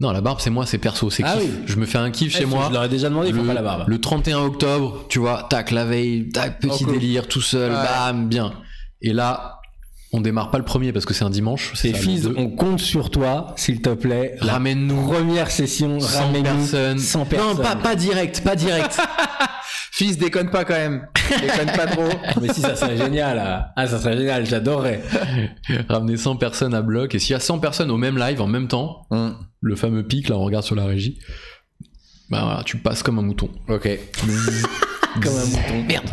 [SPEAKER 1] Non, la barbe c'est moi, c'est perso, c'est
[SPEAKER 4] Ah
[SPEAKER 1] kiff.
[SPEAKER 4] oui.
[SPEAKER 1] Je me fais un kiff chez
[SPEAKER 4] Eh,
[SPEAKER 1] moi.
[SPEAKER 4] Je leur ai déjà demandé, ils font
[SPEAKER 1] Le,
[SPEAKER 4] pas la barbe.
[SPEAKER 1] le 31 octobre, tu vois, tac, la veille, tac, petit
[SPEAKER 2] cool.
[SPEAKER 1] délire, tout seul,
[SPEAKER 2] Ouais.
[SPEAKER 1] bam, bien. Et là, on démarre pas le premier parce que c'est un dimanche.
[SPEAKER 4] Les
[SPEAKER 1] C'est ça, le
[SPEAKER 4] fils,
[SPEAKER 1] deux.
[SPEAKER 4] on compte sur toi, s'il te plaît.
[SPEAKER 1] ramène-nous
[SPEAKER 4] Première session,
[SPEAKER 1] 100
[SPEAKER 4] ramène
[SPEAKER 1] personnes.
[SPEAKER 4] sans
[SPEAKER 1] Non,
[SPEAKER 4] personne.
[SPEAKER 1] pas, pas direct, pas direct.
[SPEAKER 2] Fils, déconne pas quand même. déconne pas trop.
[SPEAKER 4] Mais si, ça serait génial. Ah, Ah, ça serait génial, j'adorerais.
[SPEAKER 1] Ramener 100 personnes à bloc. Et s'il y a 100 personnes au même live en même temps,
[SPEAKER 2] Hum,
[SPEAKER 1] le fameux pic, là, on regarde sur la régie. Bah voilà, tu passes comme un mouton.
[SPEAKER 2] Ok.
[SPEAKER 4] Comme un mouton. Merde.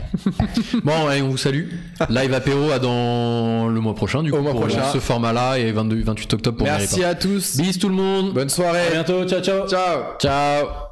[SPEAKER 1] Bon, ouais, on vous salue. Live apéro à dans le mois prochain, du
[SPEAKER 2] Au
[SPEAKER 1] coup,
[SPEAKER 2] mois
[SPEAKER 1] pour
[SPEAKER 2] prochain.
[SPEAKER 1] ce format-là et 22, 28 octobre pour
[SPEAKER 2] Merci
[SPEAKER 1] Mary
[SPEAKER 2] à tous.
[SPEAKER 1] Pop. Bisous tout le monde.
[SPEAKER 2] Bonne
[SPEAKER 4] À
[SPEAKER 2] soirée.
[SPEAKER 4] bientôt, ciao, ciao.
[SPEAKER 2] Ciao.
[SPEAKER 1] Ciao.